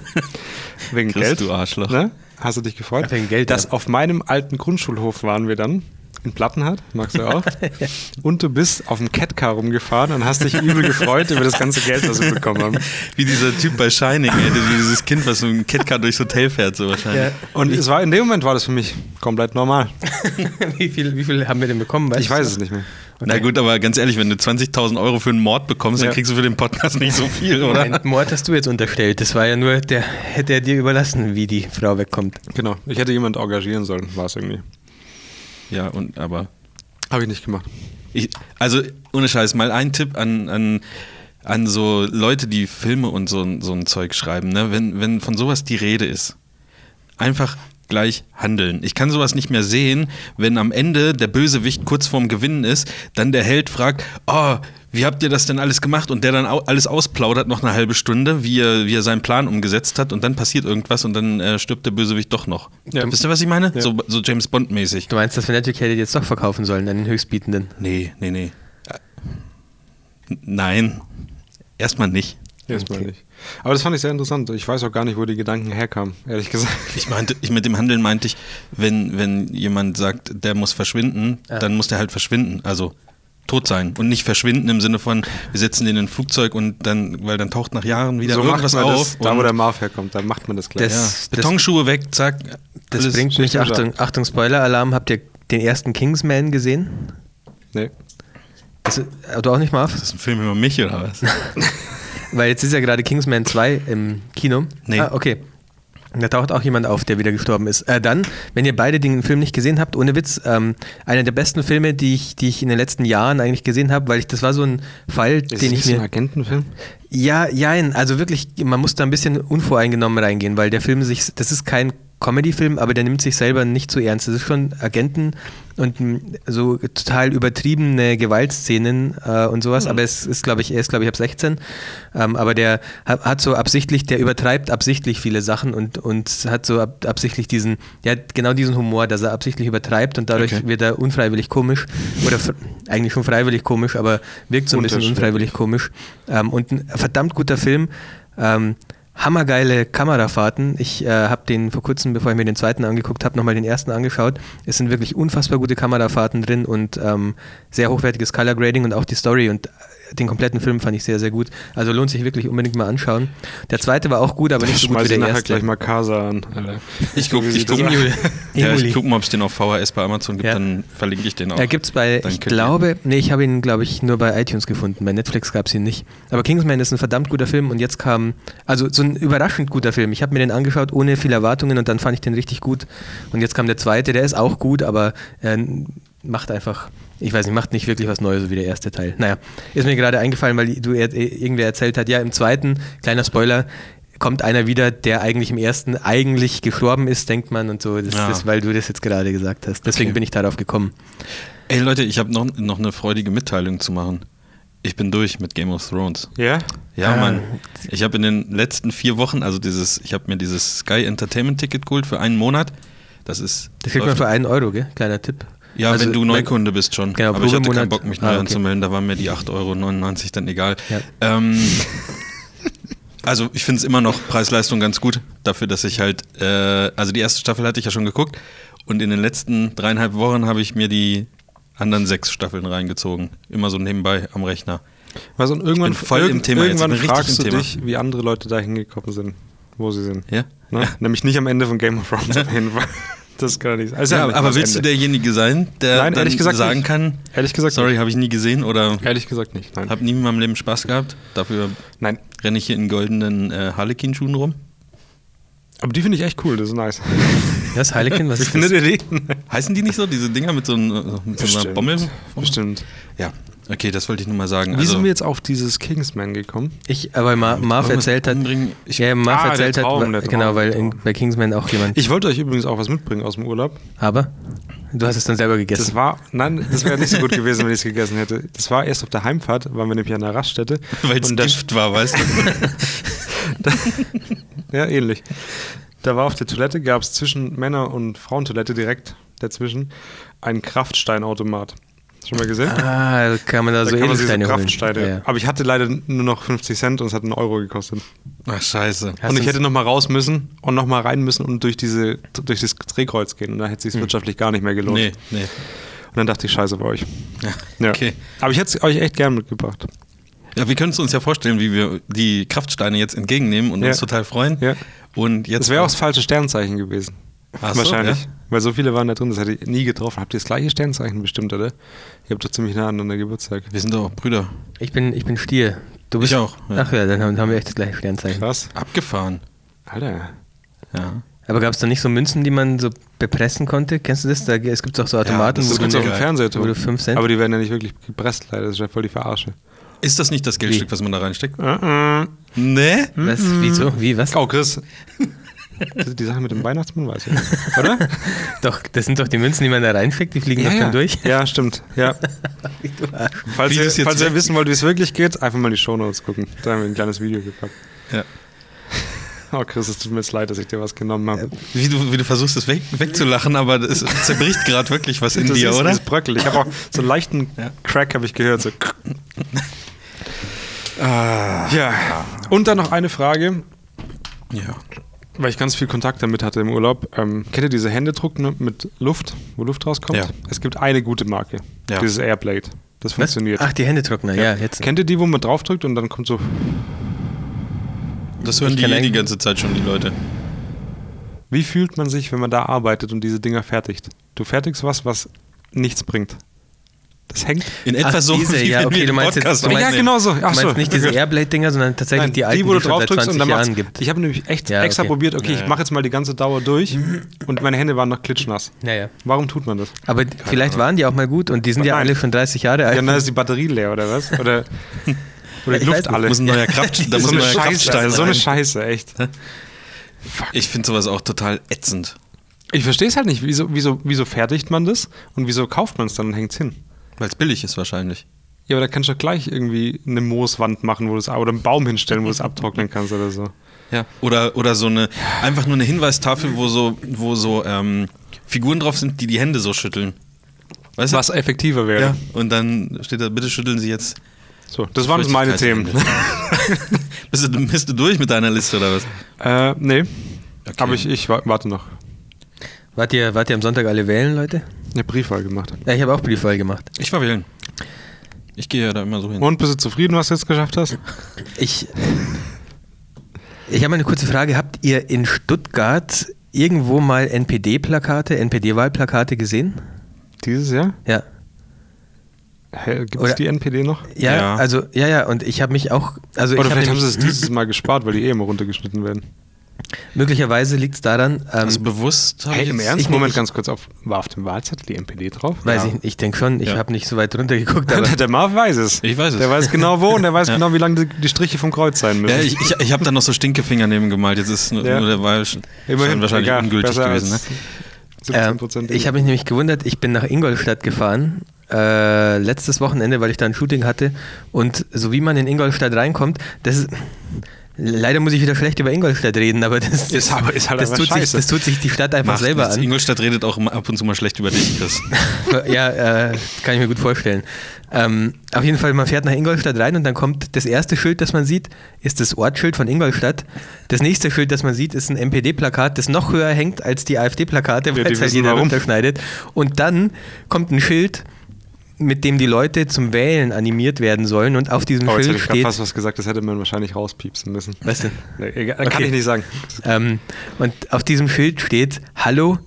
A: wegen
C: Chris,
A: Geld.
C: du Arschloch.
A: Ne? Hast du dich gefreut?
B: Wegen Geld,
A: Dass
B: ja.
A: auf meinem alten Grundschulhof waren wir dann. In Plattenhardt, magst du auch.
B: [LAUGHS]
A: Und du bist auf dem Catcar rumgefahren und hast dich übel gefreut über das ganze Geld, was wir bekommen haben.
C: [LAUGHS] Wie dieser Typ bei Shining, ey, dieses Kind, was mit dem Catcar durchs Hotel fährt, so wahrscheinlich.
A: Und es war, in dem Moment war das für mich komplett normal.
B: [LAUGHS] Wie viel, wie viel haben wir denn bekommen?
A: Ich weiß es nicht mehr.
C: Na gut, aber ganz ehrlich, wenn du 20.000 Euro für einen Mord bekommst,
A: Ja.
C: dann kriegst du für den Podcast nicht so viel, oder?
B: Nein, Mord hast du jetzt unterstellt. Das war ja nur, der hätte er dir überlassen, wie die Frau wegkommt.
A: Genau. Ich hätte jemanden engagieren sollen, war es irgendwie.
C: Ja, und aber
A: Habe ich nicht gemacht.
C: Ich, also, ohne Scheiß, mal ein Tipp an, an, an so Leute, die Filme und so, ein- so ein Zeug schreiben. Ne? Wenn, wenn von sowas die Rede ist, einfach gleich handeln. Ich kann sowas nicht mehr sehen, wenn am Ende der Bösewicht kurz vorm Gewinnen ist, dann der Held fragt, oh, wie habt ihr das denn alles gemacht? Und der dann au alles ausplaudert, noch eine halbe Stunde, wie er, wie er seinen Plan umgesetzt hat und dann passiert irgendwas und dann äh, stirbt der Bösewicht doch noch.
A: Ja.
C: Wisst ihr, was ich meine? So, so James Bond-mäßig.
B: Du meinst, dass wir Educated jetzt doch verkaufen sollen an den Höchstbietenden?
C: Nee, nee, nee. N- Nein. Erstmal nicht.
A: Erstmal nicht. Aber das fand ich sehr interessant. Ich weiß auch gar nicht, wo die Gedanken herkamen, ehrlich gesagt.
C: Ich meinte, ich mit dem Handeln meinte ich, wenn, wenn jemand sagt, der muss verschwinden,
B: Ja.
C: dann muss der halt verschwinden. Also tot sein und nicht verschwinden im Sinne von, wir setzen den in ein Flugzeug und dann, weil dann taucht nach Jahren [LAUGHS] wieder irgendwas auf.
A: das, da wo
C: und,
A: der Marv herkommt, da macht man das gleich.
B: Das-
C: ja,
B: das-
C: Betonschuhe weg, zack.
B: Das
C: alles-
B: bringt mich,
A: Schicht im
B: Achtung, Achtung, Spoiler-Alarm, habt ihr den ersten Kingsman gesehen?
A: Nee.
B: Das, du auch nicht mal auf?
C: Das ist ein Film über
A: [LAUGHS]
C: mich oder was?
B: Weil jetzt ist ja gerade Kingsman 2 im Kino.
C: Nee.
B: Ah, okay. Da taucht auch jemand auf, der wieder gestorben ist. Äh, dann, wenn ihr beide den Film nicht gesehen habt, ohne Witz, ähm, einer der besten Filme, die ich, die ich in den letzten Jahren eigentlich gesehen habe, weil ich, das war so ein Fall,
A: Ist
B: den ich
A: das ein
C: [LAUGHS]
B: mir.
A: Agentenfilm?
B: Ja, jein, also wirklich, man muss da ein bisschen unvoreingenommen reingehen, weil der Film sich, das ist kein Comedy-Film, aber der nimmt sich selber nicht so ernst. Das ist schon Agenten und mh, so total übertriebene Gewaltszenen äh, und sowas, aber es ist, glaube ich, er ist, glaube ich, ab 16. Ähm, aber der ha- hat so absichtlich, der übertreibt absichtlich viele Sachen und, und hat so ab, absichtlich diesen, ja, genau diesen Humor, dass er absichtlich übertreibt und dadurch
C: Okay.
B: wird er unfreiwillig komisch oder fr- eigentlich schon freiwillig komisch, aber wirkt so ein bisschen
A: Unterschwellig.
B: unfreiwillig komisch. Ähm, und ein verdammt guter Film. Ähm, hammergeile Kamerafahrten. Ich äh, habe den vor kurzem, bevor ich mir den zweiten angeguckt habe, nochmal den ersten angeschaut. Es sind wirklich unfassbar gute Kamerafahrten drin und ähm, sehr hochwertiges Color Grading und auch die Story und äh, den kompletten Film fand ich sehr, sehr gut. Also lohnt sich wirklich unbedingt mal anschauen. Der zweite war auch gut, aber nicht so gut wie
A: Schmeiß ich
B: der
A: nachher
B: erste.
A: gleich mal Casa an. Alter.
C: Ich guck,
A: Wie
C: ich
A: sieht das
C: guck.
A: aus?
C: Ja, ich
B: Emuli.
C: gucke mal, ob es den auf VHS bei Amazon gibt,
B: Ja.
C: dann verlinke ich den auch.
B: Er gibt's bei,
C: Genau. Dann
B: ich
C: könnt ihr-
B: glaube, nee, ich habe ihn, glaube ich, nur bei iTunes gefunden. Bei Netflix gab's ihn nicht. Aber Kingsman ist ein verdammt guter Film und jetzt kam, also so ein überraschend guter Film. Ich habe mir den angeschaut ohne viele Erwartungen und dann fand ich den richtig gut. Und jetzt kam der zweite, der ist auch gut, aber äh, macht einfach, ich weiß nicht, macht nicht wirklich was Neues so wie der erste Teil. Naja, ist mir gerade eingefallen, weil du er, äh, irgendwer erzählt hat, ja, im zweiten, kleiner Spoiler, kommt einer wieder, der eigentlich im ersten eigentlich gestorben ist, denkt man und so. Das
C: Ja.
B: ist, weil du das jetzt gerade gesagt hast. Deswegen
C: Okay.
B: bin ich darauf gekommen.
C: Ey Leute, ich habe noch, noch eine freudige Mitteilung zu machen. Ich bin durch mit Game of Thrones.
A: Ja?
C: Ja,
B: Ah.
C: Mann. Ich habe in den letzten vier Wochen, also dieses, ich habe mir dieses Sky Entertainment Ticket geholt für einen Monat. Das ist.
B: Das kriegt man
C: läuft-
B: für einen Euro, gell? Kleiner Tipp.
C: ja,
B: Also,
C: wenn du Neukunde bist schon.
B: Genau,
C: Aber ich hatte keinen
B: Probemonat.
C: Bock, mich neu
B: Ah, okay.
C: anzumelden. Da waren mir die 8,99 Euro dann egal.
B: Ja. [LAUGHS]
C: Ähm, also ich finde es immer noch Preis-Leistung ganz gut dafür, dass ich halt, äh, also die erste Staffel hatte ich ja schon geguckt und in den letzten dreieinhalb Wochen habe ich mir die anderen sechs Staffeln reingezogen. Immer so nebenbei am Rechner.
A: Weißt, du, und irgendwann,
C: Ich bin voll im Thema jetzt, ich
A: irgendwann
C: bin richtig
A: fragst
C: im
A: du
C: Thema.
A: dich, wie andere Leute da hingekommen sind, wo sie sind.
C: Ja?
A: Ne? Nämlich nicht am Ende von Game of Thrones auf jeden Fall. [LAUGHS] Das kann ja nicht sein. Also
C: Ja,
A: nicht
C: aber
A: das
C: willst du
A: Ende.
C: derjenige sein, der
A: Nein,
C: dann
A: ehrlich gesagt
C: sagen
A: nicht.
C: kann,
A: Ehrlich gesagt
C: sorry, habe ich nie gesehen oder
A: Ehrlich gesagt nicht. Nein.
C: habe nie in meinem Leben Spaß gehabt, dafür
A: Nein.
C: renne ich hier in goldenen äh,
A: [LAUGHS]
C: Harlequin-Schuhen rum?
A: Aber die finde ich echt cool, das ist nice.
B: Das Heilekind, was ist das?
A: ihr die? [LAUGHS]
C: Heißen die nicht so, diese Dinger mit so, ein- mit so einer Bommel?
A: Bestimmt.
C: Ja, okay, das wollte ich nur mal sagen.
A: Wie
C: also,
A: sind wir jetzt auf dieses Kingsman gekommen?
B: Ich, aber Ma Marv
C: irgendwas
B: erzählt hat,
C: umbringen? Ich-
B: ja, Marv
A: Ah, der
B: erzählt
A: Traum,
B: hat,
A: der
B: wa-
A: Traum,
B: genau, weil
A: der
B: in,
A: Traum.
B: bei Kingsman auch jemand,
A: Ich wollte euch übrigens auch was mitbringen aus dem Urlaub.
B: aber du hast es dann selber gegessen.
A: Das war, nein, das wäre nicht so gut gewesen, wenn ich es gegessen hätte. Das war erst auf der Heimfahrt, waren wir nämlich an der
B: [LAUGHS]
A: Raststätte.
C: [LAUGHS] weil es
A: Und da-
C: Gift war, weißt du?
A: Ja, ähnlich. Da war auf der Toilette, gab es zwischen Männer- und Frauentoilette direkt dazwischen einen Kraftsteinautomat. Schon mal gesehen?
B: ah, da kann man da,
A: da
B: so
A: kann man sich so
B: Edelsteine holen.
A: Kraftsteine.
B: Ja, ja.
A: Aber ich hatte leider nur noch 50 Cent und es hat einen Euro gekostet.
C: Ach, scheiße.
B: Hast
A: und ich
B: du's-
A: hätte noch mal raus müssen und noch mal rein müssen und durch diese durch das Drehkreuz gehen und da hätte es sich wirtschaftlich gar nicht mehr gelohnt.
C: Hm. Nee, nee.
A: Und dann dachte ich Scheiße bei euch.
C: Ja,
A: Ja.
C: okay.
A: Aber ich hätte es euch echt gern mitgebracht.
C: Ja, wir können es uns ja vorstellen, wie wir die Kraftsteine jetzt entgegennehmen und
A: Ja.
C: uns total freuen.
A: Ja.
C: Und jetzt
A: Das wäre auch das falsche Sternzeichen gewesen.
C: Ach so,
A: Wahrscheinlich.
C: ja.
A: Weil so viele waren da drin, das hätte ich nie getroffen. Habt ihr das gleiche Sternzeichen bestimmt, oder? Ihr habt doch ziemlich nah aneinander Geburtstag.
C: [LAUGHS] Wir sind doch auch Brüder.
B: Ich, bin, ich bin Stier. Du bist
C: Ich auch, ja.
B: Ach ja, dann haben, haben wir echt das gleiche Sternzeichen.
A: Krass.
C: Abgefahren.
A: Alter.
C: Ja.
B: Aber gab es da nicht so Münzen, die man so bepressen konnte? Kennst du das? Da, es gibt auch so Automaten,
C: das
B: wo
A: Das
C: ist
B: du
A: gibt's
C: ganz
A: auf
B: eine-
A: dem
C: geil.
A: Fernseher
B: wo du fünf Cent-
A: Aber die werden ja nicht wirklich gepresst, leider. Das ist ja voll die Verarsche.
C: Ist das nicht das Geldstück,
B: Wie?
C: was man da reinsteckt? Nee?
A: Hm?
B: was, wieso? Wie, was?
A: Oh, Chris. Die die Sache mit dem Weihnachtsmann weiß ich nicht. Oder?
C: [LAUGHS]
B: Doch, das sind doch die Münzen, die man da reinschickt, die fliegen doch dann durch.
A: ja, stimmt.
C: [LAUGHS]
A: Ja. falls
C: Wie
A: ihr,
C: das jetzt
A: falls ihr
C: [LAUGHS] weg-
A: wissen wollt, wie es wirklich geht, einfach mal die Shownotes gucken. Da haben wir ein kleines Video gepackt.
C: Ja.
A: Oh, Chris, es tut mir jetzt leid, dass ich dir was genommen habe.
C: Wie du, wie du versuchst, es weg, wegzulachen, aber es zerbricht gerade wirklich was in
A: das
C: dir,
A: ist,
C: oder?
A: Das bröckelt. Ich habe auch so einen leichten
C: Ja.
A: Crack, habe ich gehört.
C: [LAUGHS]
A: So. Ah. Ja. Und dann noch eine Frage,
C: Ja.
A: weil ich ganz viel Kontakt damit hatte im Urlaub. Ähm, kennt ihr diese Händedruck ne, mit Luft, wo Luft rauskommt?
C: Ja.
A: Es gibt eine gute Marke,
C: Ja.
A: dieses Airblade. Das
B: Was?
A: funktioniert.
B: Ach, die Händetrockner, ja, jetzt.
A: Kennt ihr die, wo man draufdrückt und dann kommt so,
C: Das hören
B: Ich
C: die
B: kann
C: eh die
B: eigentlich-
C: ganze Zeit schon, die Leute.
A: wie fühlt man sich, wenn man da arbeitet und diese Dinger fertigt? Du fertigst was, was nichts bringt. Das hängt.
C: In etwa
B: Ach,
C: so
B: diese,
C: wie
B: ja,
C: wenn
B: okay,
C: wir
B: du
C: den
B: meinst jetzt-
C: Podcast
B: du meinst-
A: Ja,
C: aufnehmen.
A: genau so.
B: Du
A: Ach so.
B: meinst nicht diese Airblade-Dinger, sondern tatsächlich
A: Nein,
B: die alten,
A: die, wo du
B: schon
A: drauf
B: seit
A: drückst und
B: 20
A: dann
B: Jahren
A: macht's.
B: gibt.
A: Ich habe nämlich echt
B: Ja,
A: extra
B: okay.
A: probiert, okay,
C: Ja.
A: ich mache jetzt mal die ganze Dauer
B: [CLEARS THROAT]
A: durch und meine Hände waren noch klitschnass.
B: Naja.
A: Warum tut man das?
B: Aber vielleicht waren die auch mal gut und die sind ja
A: Nein.
B: alle schon 30 Jahre alt.
A: Ja, ne- dann ist die Batterie leer oder was?
B: [LAUGHS]
A: Oder, oder die
B: Ich weiß
A: Luft
B: nicht.
A: alle.
C: Da muss ein neuer Kraft, da
A: so,
C: muss ein
A: eine
C: neuer
A: Scheiße,
C: Kraftstein
A: so eine
C: sein.
A: Scheiße, echt.
C: Ich finde sowas auch total ätzend.
A: Ich verstehe es halt nicht. Wieso, wieso, wieso fertigt man das und wieso kauft man es dann und hängt es hin?
C: Weil es billig ist wahrscheinlich.
A: Ja, aber da kannst du doch gleich irgendwie eine Mooswand machen, wo du es oder einen Baum hinstellen,
C: [LAUGHS]
A: wo du es abtrocknen kannst oder so.
C: Ja. Oder, oder so eine, einfach nur eine Hinweistafel, wo so, wo so ähm, Figuren drauf sind, die die Hände so schütteln. Weißt du?
A: Was effektiver wäre.
C: Ja. Und dann steht da, bitte schütteln Sie jetzt.
A: So, das waren meine Themen.
C: bist, du, bist du durch mit deiner Liste oder was?
A: [LAUGHS] äh, nee. Aber ich, ich wa- warte noch.
B: Wart, ihr, wart ihr am Sonntag alle wählen, Leute?
A: Eine Briefwahl gemacht.
B: Ja, ich habe auch Briefwahl gemacht.
C: Ich war wählen. Ich gehe ja da immer so hin.
A: Und bist du zufrieden, was du jetzt geschafft
C: [LAUGHS]
A: hast?
B: Ich, ich habe eine kurze Frage. Habt ihr in Stuttgart irgendwo mal NPD-Plakate, NPD-Wahlplakate gesehen?
A: Dieses Jahr?
B: Ja.
A: Gibt
B: Oder-
A: es die NPD noch?
B: Ja,
C: Ja.
B: also, ja, ja, und ich habe mich auch, also
A: Oder
B: ich
A: vielleicht
B: hab
A: haben sie es
C: [LAUGHS]
B: nämlich-
A: dieses Mal gespart, weil die eh immer runtergeschnitten werden.
B: möglicherweise liegt es daran, ähm,
C: Also bewusst habe ich jetzt-
B: Ernst?
A: Moment,
B: ich-
A: ganz kurz auf. War auf dem Wahlzettel die NPD drauf?
B: weiß ich, ich denke schon, ich
C: Ja.
B: habe nicht so weit runtergeguckt,
A: [LAUGHS]
B: aber
A: Der, der Marv weiß es.
C: Ich weiß es.
A: Der weiß genau wo und der weiß
C: [LAUGHS] Ja.
A: genau, wie lang die, die Striche vom Kreuz sein müssen.
C: Ja, ich, ich, ich habe da noch so Stinkefinger neben gemalt. Jetzt ist nur,
A: Ja.
C: nur der Wahl schon wahrscheinlich
A: egal,
C: ungültig
A: besser
C: gewesen. Ne?
A: als
B: äh,
A: 17%
B: ich habe mich nämlich gewundert, ich bin nach Ingolstadt gefahren, äh, letztes Wochenende, weil ich da ein Shooting hatte und so wie man in Ingolstadt reinkommt, das ist, leider muss ich wieder schlecht über Ingolstadt reden, aber das,
A: Ist aber- ist halt
B: das,
A: einfach
B: tut, sich,
A: scheiße.
B: das tut sich die Stadt einfach
C: Macht
B: selber
C: nichts.
B: an.
C: Ingolstadt redet auch immer ab und zu mal schlecht über dich, Chris.
B: ja, äh, kann ich mir gut vorstellen. Ähm, auf jeden Fall, man fährt nach Ingolstadt rein und dann kommt das erste Schild, das man sieht, ist das Ortsschild von Ingolstadt. Das nächste Schild, das man sieht, ist ein MPD-Plakat, das noch höher hängt als die AfD-Plakate, weil
A: die
B: es halt
A: wissen
B: jeder
A: warum.
B: runterschneidet. Und dann kommt ein Schild, mit dem die Leute zum Wählen animiert werden sollen und auf diesem
A: Oh, jetzt hätte
B: Schild
A: ich gerade
B: steht...
A: fast was gesagt, das hätte man wahrscheinlich rauspiepsen müssen.
B: Was denn?
A: [LAUGHS] Nee, egal, Kann
B: Okay.
A: ich nicht sagen.
B: Ähm, und auf diesem Schild steht Hallo,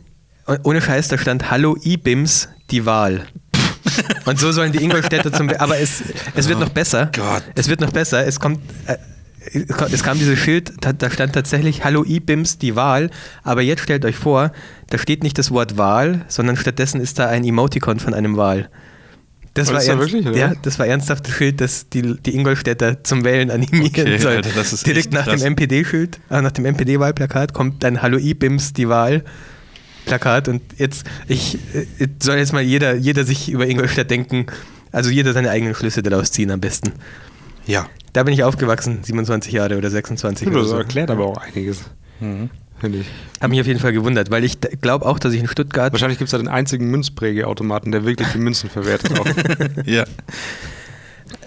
B: ohne Scheiß, da stand Hallo IBIMS, die Wahl. [LAUGHS] und so sollen die Ingolstädter zum. Aber es, es
A: Oh
B: wird noch besser.
C: Gott.
B: Es wird noch besser. Es kommt. Äh, es kam dieses Schild, da- da stand tatsächlich Hallo IBIMS, die Wahl. Aber jetzt stellt euch vor, da steht nicht das Wort Wahl, sondern stattdessen ist da ein Emoticon von einem Wal. Das
A: Oh,
B: war,
A: ist da
B: ernst,
A: wirklich, oder
B: ja,
A: was?
B: das war ernsthaft das Schild, das die, die Ingolstädter zum Wählen animieren
C: Okay,
B: soll.
C: Alter, das ist
B: Genau, Direkt
C: echt
B: nach
C: krass.
B: dem MPD-Schild, äh, nach dem MPD-Wahlplakat kommt dann Hallo IBIMS, die Wahl. Plakat und jetzt, ich, äh, jetzt soll jetzt mal jeder, jeder sich über Ingolstadt denken, also jeder seine eigenen Schlüsse daraus ziehen am besten.
C: Ja.
B: Da bin ich aufgewachsen, 27 Jahre oder 26 oder
A: Das
B: so.
A: erklärt aber auch einiges. Mhm. Finde ich.
B: Hab mich auf jeden Fall gewundert, weil ich glaube auch, dass ich in Stuttgart
A: Wahrscheinlich gibt es da den einzigen Münzprägeautomaten, der wirklich die Münzen
B: [LAUGHS]
A: verwertet. Auch.
C: ja.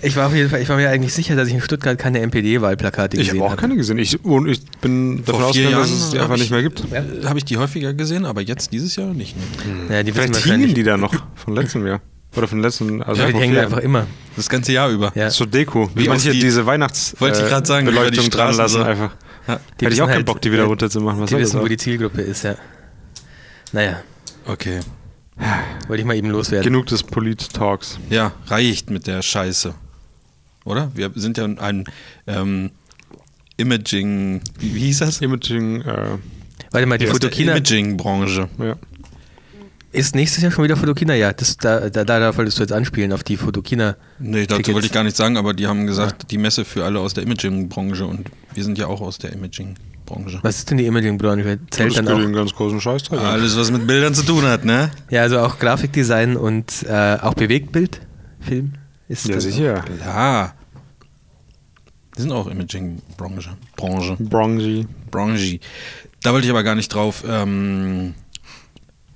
B: Ich war auf jeden Fall, ich war mir eigentlich sicher, dass ich in Stuttgart keine NPD-Wahlplakate
A: Ich
B: gesehen
A: habe auch keine gesehen. Ich, und ich bin davon
C: vier
A: ausgegangen, dass
C: Jahren
A: es die
C: hab
A: einfach
C: ich-
A: nicht mehr gibt.
C: Habe ich die häufiger gesehen, aber jetzt dieses Jahr nicht. Ne?
B: Ja, die wissen
A: Vielleicht hingen
B: wahrscheinlich.
A: die da noch von letztem Jahr. Oder von letzten, also
B: Ja, die
A: vor
B: hängen
A: vier
B: einfach
A: Jahren.
B: immer.
C: Das ganze Jahr über.
B: Ja.
A: zur Deko.
C: Wie
A: Wie manche
C: auf die-
A: diese Weihnachts äh,
C: Wollte ich gerade sagen, über die
A: Beleuchtung dran
C: Straßen
A: lassen
C: so.
A: einfach.
C: Ja.
B: Die
A: Hätte ich auch
B: wissen
A: keinen Bock, die wieder
B: äh,
A: runterzumachen. Was
B: die
A: soll das
B: wissen, wo
A: auch?
B: die Zielgruppe ist, ja. Naja,
C: Okay.
B: wollte ich mal eben loswerden.
A: Genug des Polit-Talks.
C: Ja, reicht mit der Scheiße. Oder? Wir sind ja ein ähm, Imaging, wie, wie hieß das?
A: Imaging, äh,
B: Warte mal, die
C: Aus der
B: Fotokina
C: Imaging-Branche.
A: ja.
B: ist nächstes Jahr schon wieder Fotokina, ja. Das, da, da, darauf wolltest du jetzt anspielen, auf die Fotokina.
C: Nee, dazu
B: Tickets.
C: wollte ich gar nicht sagen, aber die haben gesagt, die Messe für alle aus der Imaging-Branche und wir sind ja auch aus der Imaging-Branche.
B: Was ist denn die Imaging-Branche?
A: Das
B: Zählt
A: für
B: dann auch.
A: den ganz großen Scheiß
C: Alles, was mit Bildern zu tun hat, ne?
B: Ja, also auch Grafikdesign und äh, auch Bewegtbild, Film. Ist
A: Ja,
B: das
A: sicher.
C: Klar. Die sind auch Imaging-Branche. Branche.
A: Bronzy.
C: Branche. Da wollte ich aber gar nicht drauf ähm,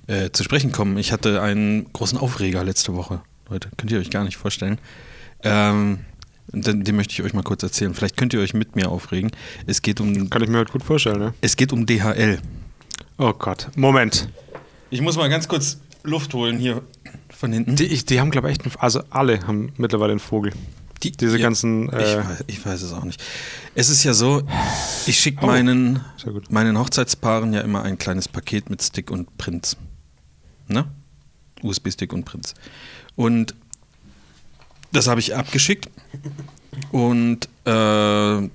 C: äh, zu sprechen kommen. Ich hatte einen großen Aufreger letzte Woche, Leute. Könnt ihr euch gar nicht vorstellen. Ähm, und den, den möchte ich euch mal kurz erzählen. Vielleicht könnt ihr euch mit mir aufregen. Es geht um,
A: Kann ich mir halt gut vorstellen, ne?
C: es geht um DHL.
A: Oh Gott. Moment.
C: Ich muss mal ganz kurz Luft holen hier von hinten.
A: Die, ich, die haben, glaube ich, echt einen, also alle haben mittlerweile einen Vogel.
C: Die-
A: diese ganzen, äh,
C: ich, weiß, ich weiß es auch nicht. Es ist ja so, ich schicke
A: Oh,
C: meinen,
A: sehr gut.
C: meinen Hochzeitspaaren ja immer ein kleines Paket mit Stick und Prints. Ne? USB-Stick und Prints. Und Das habe ich abgeschickt. Und äh,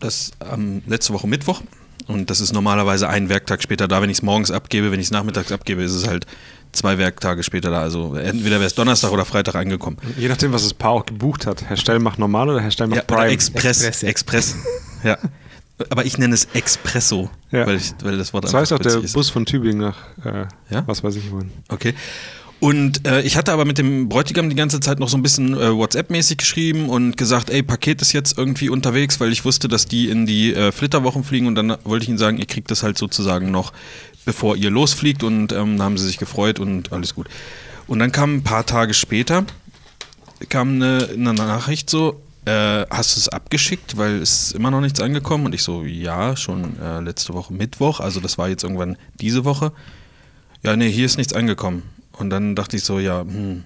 C: das am letzte Woche Mittwoch. Und das ist normalerweise ein Werktag später da. Wenn ich es morgens abgebe, wenn ich es nachmittags abgebe, ist es halt zwei Werktage später da. Also entweder wäre es Donnerstag oder Freitag angekommen.
A: Je nachdem, was das Paar auch gebucht hat. Herr Stell macht normal oder Herr Stell macht
C: Ja, oder
A: Prime.
C: Express. Express. ja. Aber ich nenne es Expresso,
A: Ja.
C: weil, ich, weil das Wort
A: Das heißt auch der
C: witzig ist.
A: Bus von Tübingen nach äh,
C: Ja?
A: was weiß ich wohin.
C: Okay. Und äh, ich hatte aber mit dem Bräutigam die ganze Zeit noch so ein bisschen äh, WhatsApp-mäßig geschrieben und gesagt, ey, Paket ist jetzt irgendwie unterwegs, weil ich wusste, dass die in die äh, Flitterwochen fliegen und dann wollte ich ihnen sagen, ihr kriegt das halt sozusagen noch, bevor ihr losfliegt und ähm, da haben sie sich gefreut und alles gut. Und dann kam ein paar Tage später, kam eine, eine Nachricht so, äh, hast du es abgeschickt, weil es ist immer noch nichts angekommen? Und ich so, ja, schon äh, letzte Woche Mittwoch, also das war jetzt irgendwann diese Woche. Ja, nee, hier ist nichts angekommen. Und dann dachte ich so, ja, hm,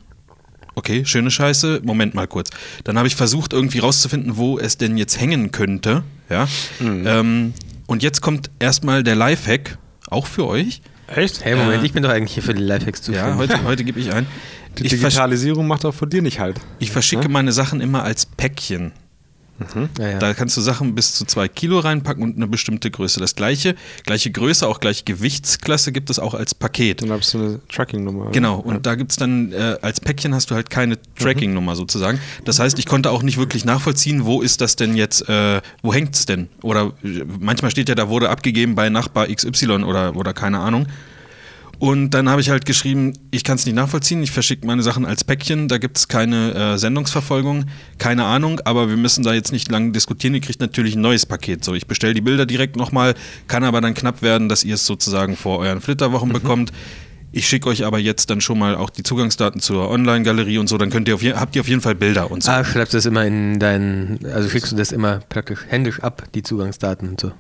C: okay, schöne Scheiße, Moment mal kurz. Dann habe ich versucht, irgendwie rauszufinden, wo es denn jetzt hängen könnte. Ja? Ähm, und jetzt kommt erstmal der Lifehack, auch für euch.
A: Echt?
B: Hey, Moment,
C: Äh.
B: ich bin doch eigentlich hier für die
C: Ja,
B: Lifehacks zuständig.
C: heute, heute gebe ich ein.
A: Die
C: Ich, versch
A: Digitalisierung macht auch von dir nicht halt.
C: ich verschicke
A: Ja?
C: meine Sachen immer als Päckchen.
B: Ja, ja.
C: Da kannst du Sachen bis zu zwei Kilo reinpacken und eine bestimmte Größe. Das gleiche, gleiche Größe, auch gleiche Gewichtsklasse gibt es auch als Paket.
A: Dann hast du eine Tracking-Nummer.
C: Genau, und da gibt es dann, äh, als Päckchen hast du halt keine Tracking-Nummer sozusagen. Das heißt, ich konnte auch nicht wirklich nachvollziehen, wo ist das denn jetzt, äh, wo hängt es denn? Oder äh, manchmal steht ja, da wurde abgegeben bei Nachbar XY oder, oder keine Ahnung. Und dann habe ich halt geschrieben, ich kann es nicht nachvollziehen, ich verschicke meine Sachen als Päckchen, da gibt es keine äh, Sendungsverfolgung, keine Ahnung, aber wir müssen da jetzt nicht lange diskutieren, ihr kriegt natürlich ein neues Paket. So, ich bestelle die Bilder direkt nochmal, kann aber dann knapp werden, dass ihr es sozusagen vor euren Flitterwochen
A: Mhm.
C: bekommt. Ich schicke euch aber jetzt dann schon mal auch die Zugangsdaten zur Online-Galerie und so, dann könnt ihr auf je, habt ihr auf jeden Fall Bilder und so.
B: Ah, schreibst du das immer in deinen, also schickst du das immer praktisch händisch ab, die Zugangsdaten und so.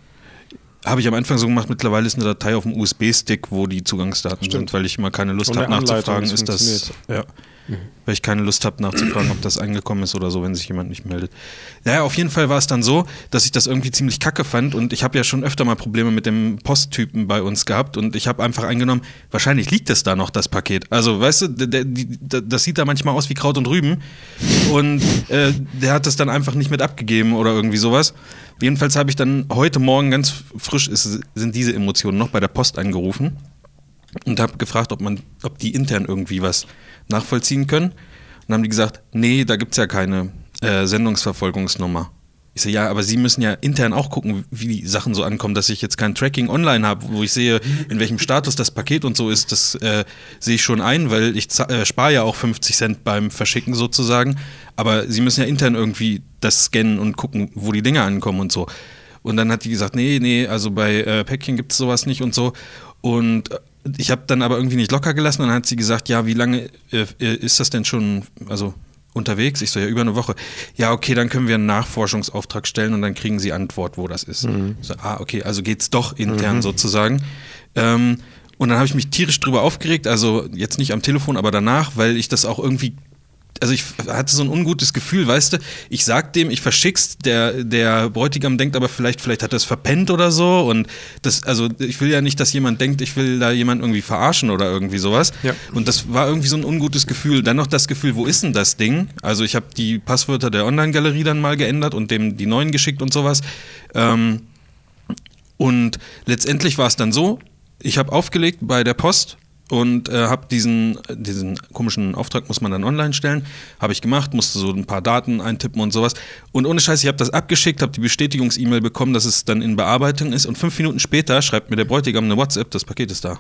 C: Habe ich am Anfang so gemacht, mittlerweile ist eine Datei auf dem USB-Stick, wo die Zugangsdaten
A: Stimmt.
C: sind, weil ich immer keine Lust
A: Und
C: habe
A: eine Anleitung,
C: nachzufragen,
A: das
C: ist das. Ja. Weil ich keine Lust habe nachzufragen, ob das angekommen ist oder so, wenn sich jemand nicht meldet. Naja, auf jeden Fall war es dann so, dass ich das irgendwie ziemlich kacke fand und ich habe ja schon öfter mal Probleme mit dem Posttypen bei uns gehabt und ich habe einfach eingenommen, wahrscheinlich liegt es da noch, das Paket. Also, weißt du, der, der, die, da- das sieht da manchmal aus wie Kraut und Rüben und äh, der hat das dann einfach nicht mit abgegeben oder irgendwie sowas. Jedenfalls habe ich dann heute Morgen ganz frisch, ist, sind diese Emotionen noch bei der Post angerufen und habe gefragt, ob man, ob die intern irgendwie was nachvollziehen können. Und dann haben die gesagt, nee, da gibt es ja keine äh, Sendungsverfolgungsnummer. Ich so, ja, aber Sie müssen ja intern auch gucken, wie die Sachen so ankommen, dass ich jetzt kein Tracking online habe, wo ich sehe, in welchem Status das Paket und so ist, das äh, sehe ich schon ein, weil ich za- äh, spare ja auch 50 Cent beim Verschicken sozusagen. Aber Sie müssen ja intern irgendwie das scannen und gucken, wo die Dinge ankommen und so. Und dann hat die gesagt, nee, nee, also bei äh, Päckchen gibt es sowas nicht und so. Und äh, ich habe dann aber irgendwie nicht locker gelassen und dann hat sie gesagt, ja, wie lange äh, äh, ist das denn schon, also unterwegs? Ich so, ja, über eine Woche. Ja, okay, dann können wir einen Nachforschungsauftrag stellen und dann kriegen sie Antwort, wo das ist. Ich So, ah, okay, also geht's doch intern sozusagen. Ähm, und dann habe ich mich tierisch drüber aufgeregt, also jetzt nicht am Telefon, aber danach, weil ich das auch irgendwie also ich hatte so ein ungutes Gefühl, weißt du, ich sag dem, ich verschick's, der, der Bräutigam denkt aber vielleicht, vielleicht hat er es verpennt oder so und das, also ich will ja nicht, dass jemand denkt, ich will da jemanden irgendwie verarschen oder irgendwie sowas
A: Ja.
C: und das war irgendwie so ein ungutes Gefühl. Dann noch das Gefühl, wo ist denn das Ding? Also ich habe die Passwörter der Online-Galerie dann mal geändert und dem die neuen geschickt und sowas. Ähm, und letztendlich war es dann so, ich habe aufgelegt bei der Post und äh, habe diesen, diesen komischen Auftrag, muss man dann online stellen, habe ich gemacht, musste so ein paar Daten eintippen und sowas. Und ohne Scheiß, ich habe das abgeschickt, habe die Bestätigungs-E-Mail bekommen, dass es dann in Bearbeitung ist. Und fünf Minuten später schreibt mir der Bräutigam eine WhatsApp, das Paket ist da.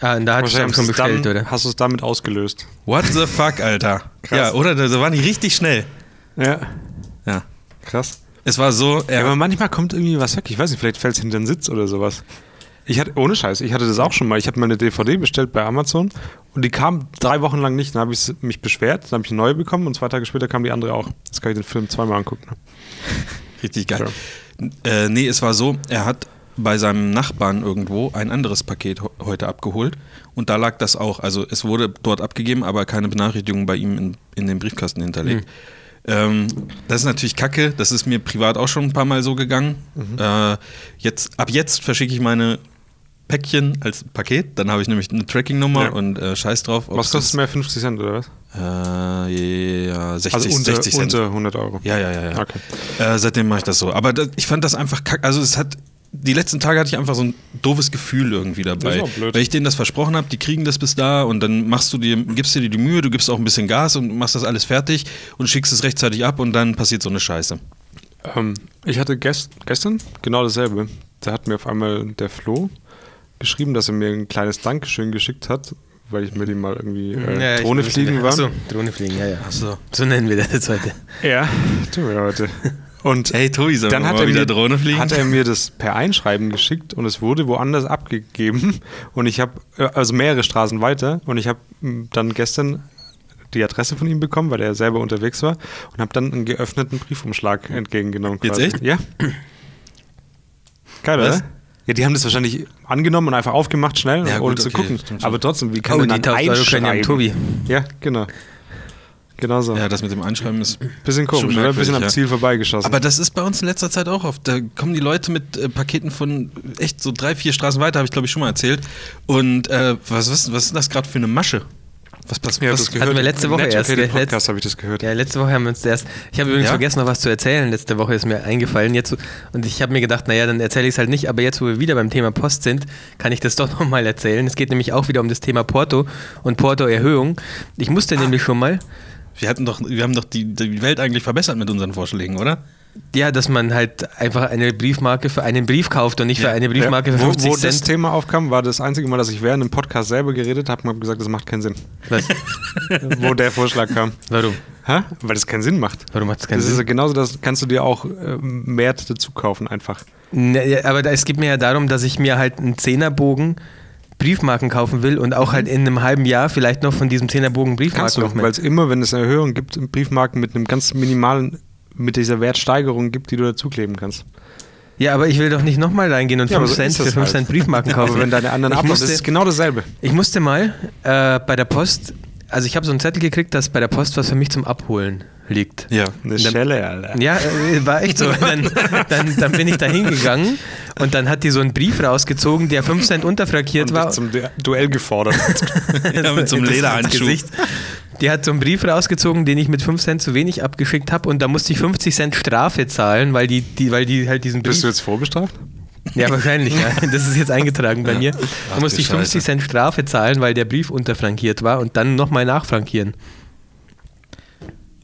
B: Ah, und da hat
A: Wahrscheinlich
B: es schon
A: hast du es
B: bestellt,
A: dann,
B: oder?
A: Hast du es damit ausgelöst?
C: What the fuck, Alter?
A: Krass.
C: Ja, oder? Da waren die richtig schnell.
A: Ja.
C: Ja.
A: Krass.
C: Es war so,
A: Ja,
C: ja,
A: aber manchmal kommt irgendwie was weg. Ich weiß nicht, vielleicht fällt es hinter den Sitz oder sowas. Ich hatte, ohne Scheiß, ich hatte das auch schon mal. Ich habe meine DVD bestellt bei Amazon und die kam drei Wochen lang nicht. Dann habe ich mich beschwert, dann habe ich eine neue bekommen und zwei Tage später kam die andere auch. Jetzt kann ich den Film zweimal angucken.
C: richtig geil. Äh, nee, es war so, er hat bei seinem Nachbarn irgendwo ein anderes Paket ho- heute abgeholt und da lag das auch. Also es wurde dort abgegeben, aber keine Benachrichtigung bei ihm in, in den Briefkasten hinterlegt.
A: Hm.
C: Ähm, das ist natürlich kacke, das ist
A: Mhm.
C: mir privat auch schon ein paar Mal so gegangen. Äh, jetzt, ab jetzt verschicke ich meine Päckchen als Paket. Dann habe ich nämlich eine Tracking-Nummer
A: Ja.
C: und äh, Scheiß drauf. ob
A: Was kostet
C: es-
A: mehr? 50 Cent oder was?
C: Äh, ja, 60,
A: also unter,
C: 60 Cent.
A: unter 100 Euro.
C: Ja, ja, ja. ja.
A: Okay.
C: Äh, seitdem mache ich das so. Aber das, ich fand das einfach kack. Also es hat. Die letzten Tage hatte ich einfach so ein doofes Gefühl irgendwie dabei.
A: Ist auch blöd.
C: Weil ich denen das versprochen habe, die kriegen das bis da und dann machst du dir, gibst dir die Mühe, du gibst auch ein bisschen Gas und machst das alles fertig und schickst es rechtzeitig ab und dann passiert so eine Scheiße.
A: Ähm, ich hatte gest gestern genau dasselbe. Da hat mir auf einmal der Flo geschrieben, dass er mir ein kleines Dankeschön geschickt hat, weil ich mit ihm mal irgendwie äh,
B: ich
A: Drohne
B: muss-
A: fliegen war.
B: Achso, Drohne fliegen, ja, ja.
C: Achso.
B: So nennen wir das jetzt heute.
A: Ja, tun wir heute. Und
C: Hey Tobi, sollen
A: dann
C: wir
A: hat
C: mal
A: er,
C: wieder
A: mir,
C: Drohne fliegen?
A: hat er mir das per Einschreiben geschickt und es wurde woanders abgegeben und ich habe, also mehrere Straßen weiter und ich habe dann gestern die Adresse von ihm bekommen, weil er selber unterwegs war und habe dann einen geöffneten Briefumschlag entgegengenommen.
C: Jetzt echt?
A: Ja. Geil,
C: Was?
A: oder? Ja, die haben das wahrscheinlich angenommen und einfach aufgemacht schnell,
C: Ja,
A: ohne
C: gut,
A: zu
C: okay,
A: gucken.
C: stimmt schon.
A: Aber trotzdem, wie kann
B: Oh,
A: man
B: die
A: dann
B: 1000 Euro können ja
A: einschreiben?
B: Tobi.
A: Ja, genau. Genau so.
C: ja, das mit dem Einschreiben ist.
A: Bisschen
C: Schon
A: komisch, oder?
C: merkwürdig,
A: Bisschen am
C: ja.
A: Ziel vorbeigeschossen.
C: Aber das ist bei uns in letzter Zeit auch oft. Da kommen die Leute mit äh, Paketen von echt so drei, vier Straßen weiter, habe ich glaube ich schon mal erzählt. Und äh, was, was, was ist das gerade für eine Masche? Was passiert?
A: Ja,
C: was,
A: das gehört.
B: wir letzte Woche
A: Im
B: erst,
A: Natural
B: gell?
A: Podcast
B: Letzt-
A: habe ich das gehört.
B: Ja, letzte Woche haben wir uns erst. Ich habe übrigens
C: Ja?
B: vergessen, noch was zu erzählen. Letzte Woche ist mir eingefallen. Jetzt, und ich habe mir gedacht, naja, dann erzähle ich es halt nicht. Aber jetzt, wo wir wieder beim Thema Post sind, kann ich das doch [LAUGHS] nochmal erzählen. Es geht nämlich auch wieder um das Thema Porto und Porto-Erhöhung. Ich musste
A: Ah.
B: nämlich schon mal,
C: Wir, hatten doch, wir haben doch die, die Welt eigentlich verbessert mit unseren Vorschlägen, oder?
B: ja, dass man halt einfach eine Briefmarke für einen Brief kauft und nicht für eine Briefmarke für
A: wo,
B: 50
A: wo das
B: Cent.
A: Thema aufkam, war das einzige Mal, dass ich während dem Podcast selber geredet habe und habe gesagt, das macht keinen Sinn.
B: Was?
A: wo der Vorschlag kam.
B: Warum?
A: Hä? Weil das keinen Sinn macht.
B: Warum hat es keinen
A: Das
B: Sinn?
A: ist ja genauso, das kannst du dir auch äh, mehr dazu kaufen einfach.
B: Naja, aber da- es geht mir Ne, ja darum, dass ich mir halt einen Zehnerbogen Briefmarken kaufen will und auch halt in einem halben Jahr vielleicht noch von diesem Zehnerbogen
A: Mhm. Kannst
B: Briefmarken
A: du, weil es immer, wenn es eine Erhöhung gibt, Briefmarken mit einem ganz minimalen, mit dieser Wertsteigerung gibt, die du dazukleben kannst.
B: Ja, aber ich will doch nicht nochmal reingehen und
A: Ja, aber
B: 5
A: so
B: Cent
A: ist das
B: für 5
A: halt.
B: Cent Briefmarken kaufen.
A: Aber wenn deine anderen
B: also ich
A: abmachst, ist es
B: musste,
A: genau dasselbe.
B: ich musste mal äh, bei der Post, also ich habe so einen Zettel gekriegt, dass bei der Post was für mich zum Abholen liegt.
C: Ja.
A: Eine Schelle, Alter.
B: Ja, äh, war echt so.
A: [LAUGHS]
B: Dann, dann, dann bin ich da hingegangen und dann hat die so einen Brief rausgezogen, der 5 Cent unterfrankiert
A: Und
B: war.
A: dich zum Du- Duell
B: [LAUGHS]
A: gefordert.
C: ja mit so einem
B: Das
C: Lederhandschuh.
B: Gesicht. Die hat so einen Brief rausgezogen, den ich mit 5 Cent zu wenig abgeschickt habe und da musste ich 50 Cent Strafe zahlen, weil die, die, weil die halt diesen Brief.
A: Bist du jetzt vorbestraft?
B: ja, wahrscheinlich,
C: [LAUGHS]
B: ja. Das ist jetzt eingetragen bei mir. Da
C: Ach,
B: musste
C: du
B: ich 50
C: Scheiße.
B: Cent Strafe zahlen, weil der Brief unterfrankiert war und dann nochmal nachfrankieren.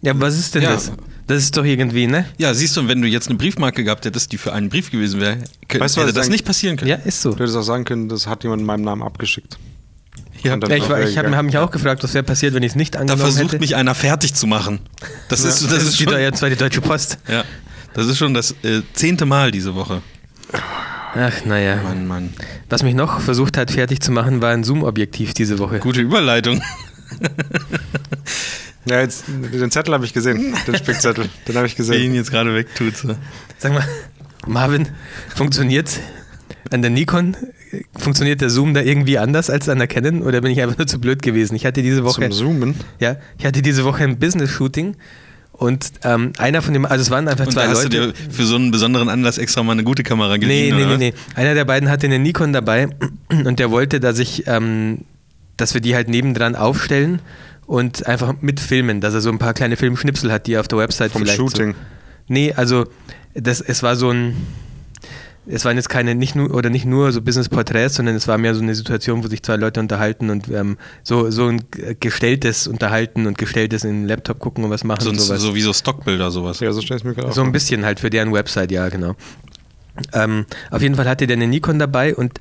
B: Ja, was ist denn
C: Ja.
B: das? Das ist doch irgendwie, ne?
C: Ja, siehst du, und wenn du jetzt eine Briefmarke gehabt hättest, die für einen Brief gewesen wäre, könnte
A: Weißt du, was
C: hätte
A: ich
C: das
A: sagen-
C: nicht passieren können.
B: Ja, ist so.
A: Du hättest auch sagen können, das hat jemand in meinem Namen abgeschickt.
C: Ja,
A: Und dann
B: Ja, ich
A: auch
B: war- ich habe
A: weggegangen.
B: hab mich auch gefragt, was wäre passiert, wenn ich es nicht
C: Da
A: genau,
B: angenommen
C: versucht
B: hätte.
C: mich einer fertig zu machen. Das ist, das ist [LAUGHS]
B: die,
C: schon, ja.
B: Deu- zweite Deutsche Post.
C: das ist schon das äh, zehnte Mal diese Woche.
B: Ach, naja.
C: Mann, Mann.
B: Was mich noch versucht hat, fertig zu machen, war ein Zoom-Objektiv diese Woche.
C: Gute Überleitung.
A: Ja, jetzt, den Zettel habe ich gesehen, den Spickzettel. Den habe ich
C: Wer ihn
A: gesehen.
C: jetzt gerade wegtut. So.
B: Sag mal, Marvin, funktioniert an der Nikon, äh, funktioniert der Zoom da irgendwie anders als an der Canon oder bin ich einfach nur zu blöd gewesen? Ich hatte diese Woche,
A: Zum Zoomen.
B: ja, ich hatte diese Woche ein Business-Shooting und ähm, einer von dem, also es waren einfach
C: Und
B: zwei
C: da hast
B: Leute.
C: du dir für so einen besonderen Anlass extra mal eine gute Kamera
B: Nee,
C: geliehen,
B: nee, nee,
C: oder?
B: nee. Einer der beiden hatte eine Nikon dabei [CLEARS THROAT] und der wollte, dass ich, ähm, dass wir die halt nebendran aufstellen und einfach mitfilmen, dass er so ein paar kleine Filmschnipsel hat, die er auf der Website
A: Vom
B: vielleicht So
A: Shooting.
B: Nee, also das, es war so ein, es waren jetzt keine, nicht nur, oder nicht nur so Business-Porträts, sondern es war mehr so eine Situation, wo sich zwei Leute unterhalten und ähm, so, so ein g- gestelltes Unterhalten und gestelltes in den Laptop gucken und was machen
C: So,
B: und sowas.
C: so wie so Stockbilder, sowas.
A: Ja, so stelle ich mir gerade
B: So ein
A: vor.
B: bisschen halt für deren Website, ja, genau. Ähm, auf jeden Fall hatte der eine Nikon dabei und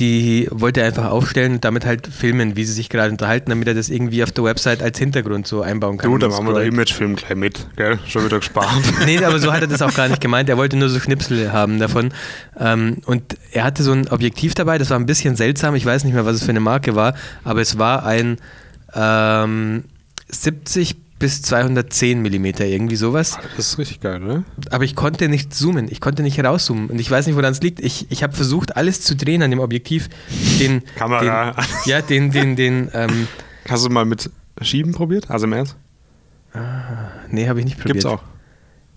B: die wollte er einfach aufstellen und damit halt filmen, wie sie sich gerade unterhalten, damit er das irgendwie auf der Website als Hintergrund so einbauen kann.
A: Du, dann machen wir da
B: Scrollen.
A: Imagefilm gleich mit, gell? Schon wieder gespart.
B: [LAUGHS] Nee, aber so hat er das auch gar nicht gemeint. Er wollte nur so Schnipsel haben davon. Ähm, und er hatte so ein Objektiv dabei, das war ein bisschen seltsam. Ich weiß nicht mehr, was es für eine Marke war, aber es war ein ähm, 70 bis 210 Millimeter, irgendwie sowas.
A: Das ist richtig geil, ne?
B: Aber ich konnte nicht zoomen, ich konnte nicht herauszoomen. Und ich weiß nicht, woran es liegt. Ich, ich habe versucht, alles zu drehen an dem Objektiv. Den,
A: Kamera.
B: Den, ja, den, den, den, ähm,
A: Hast du mal mit Schieben probiert? Also im Ernst?
B: nee, habe ich nicht probiert.
A: Gibt's auch.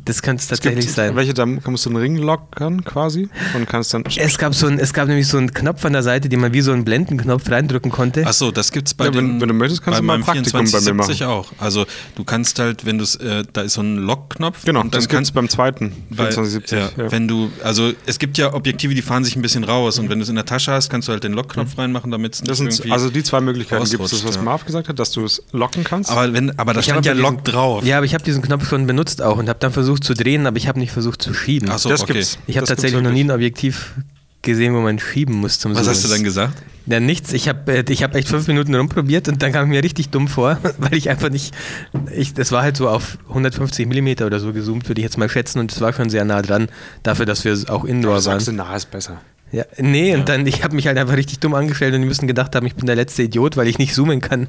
B: Das kann es tatsächlich
A: es gibt
B: sein.
A: Welche, da kannst du einen Ring lockern quasi und kannst dann.
B: Es gab, so ein, es gab nämlich so einen Knopf an der Seite, den man wie so einen Blendenknopf reindrücken konnte.
C: Achso, das gibt's bei
A: Ja, wenn-
C: dem,
A: wenn du möchtest, kannst
C: bei
A: du mal ein
C: meinem
A: Praktikum bei mir machen.
C: 2470 auch. Also du kannst halt, wenn du es, äh, da ist so ein Lockknopf.
A: genau,
C: und dann
A: das gibt es
C: kannst-
A: beim zweiten
C: Weil,
A: 2470.
C: ja, Wenn du, also es gibt ja Objektive, die fahren sich ein bisschen raus und wenn du es in der Tasche hast, kannst du halt den Lockknopf reinmachen, damit es nicht
A: Mhm. Das
C: irgendwie-
A: sind also die zwei Möglichkeiten. Gibt es das,
C: ausrutscht,
A: was
C: ja.
A: Marv gesagt hat, dass du es locken kannst?
C: aber, wenn, aber da
B: Ich hab
C: stand ja
B: aber
C: Lock
B: diesen-
C: drauf.
B: Ja, aber ich habe diesen Knopf schon benutzt auch und habe dann versucht zu drehen, aber ich habe nicht versucht zu schieben.
C: Ach so,
A: das
C: okay.
A: gibt's.
B: ich habe
A: Das gibt's
B: tatsächlich noch nie
A: wirklich.
B: ein Objektiv gesehen, wo man schieben muss zum
C: Was hast du
B: Suchen.
C: dann gesagt?
B: Ja, nichts. Ich habe äh, ich hab echt fünf Minuten rumprobiert und dann kam ich mir richtig dumm vor, [LAUGHS] weil ich einfach nicht. Ich, das war halt so auf 150 Millimeter oder so gezoomt, würde ich jetzt mal schätzen, und es war schon sehr nah dran, dafür, dass wir auch indoor
A: Aber sagst du,
B: waren.
A: nah ist besser.
B: Ja, nee, und dann, ich habe mich halt einfach richtig dumm angestellt und die müssen gedacht haben, ich bin der letzte Idiot, weil ich nicht zoomen kann.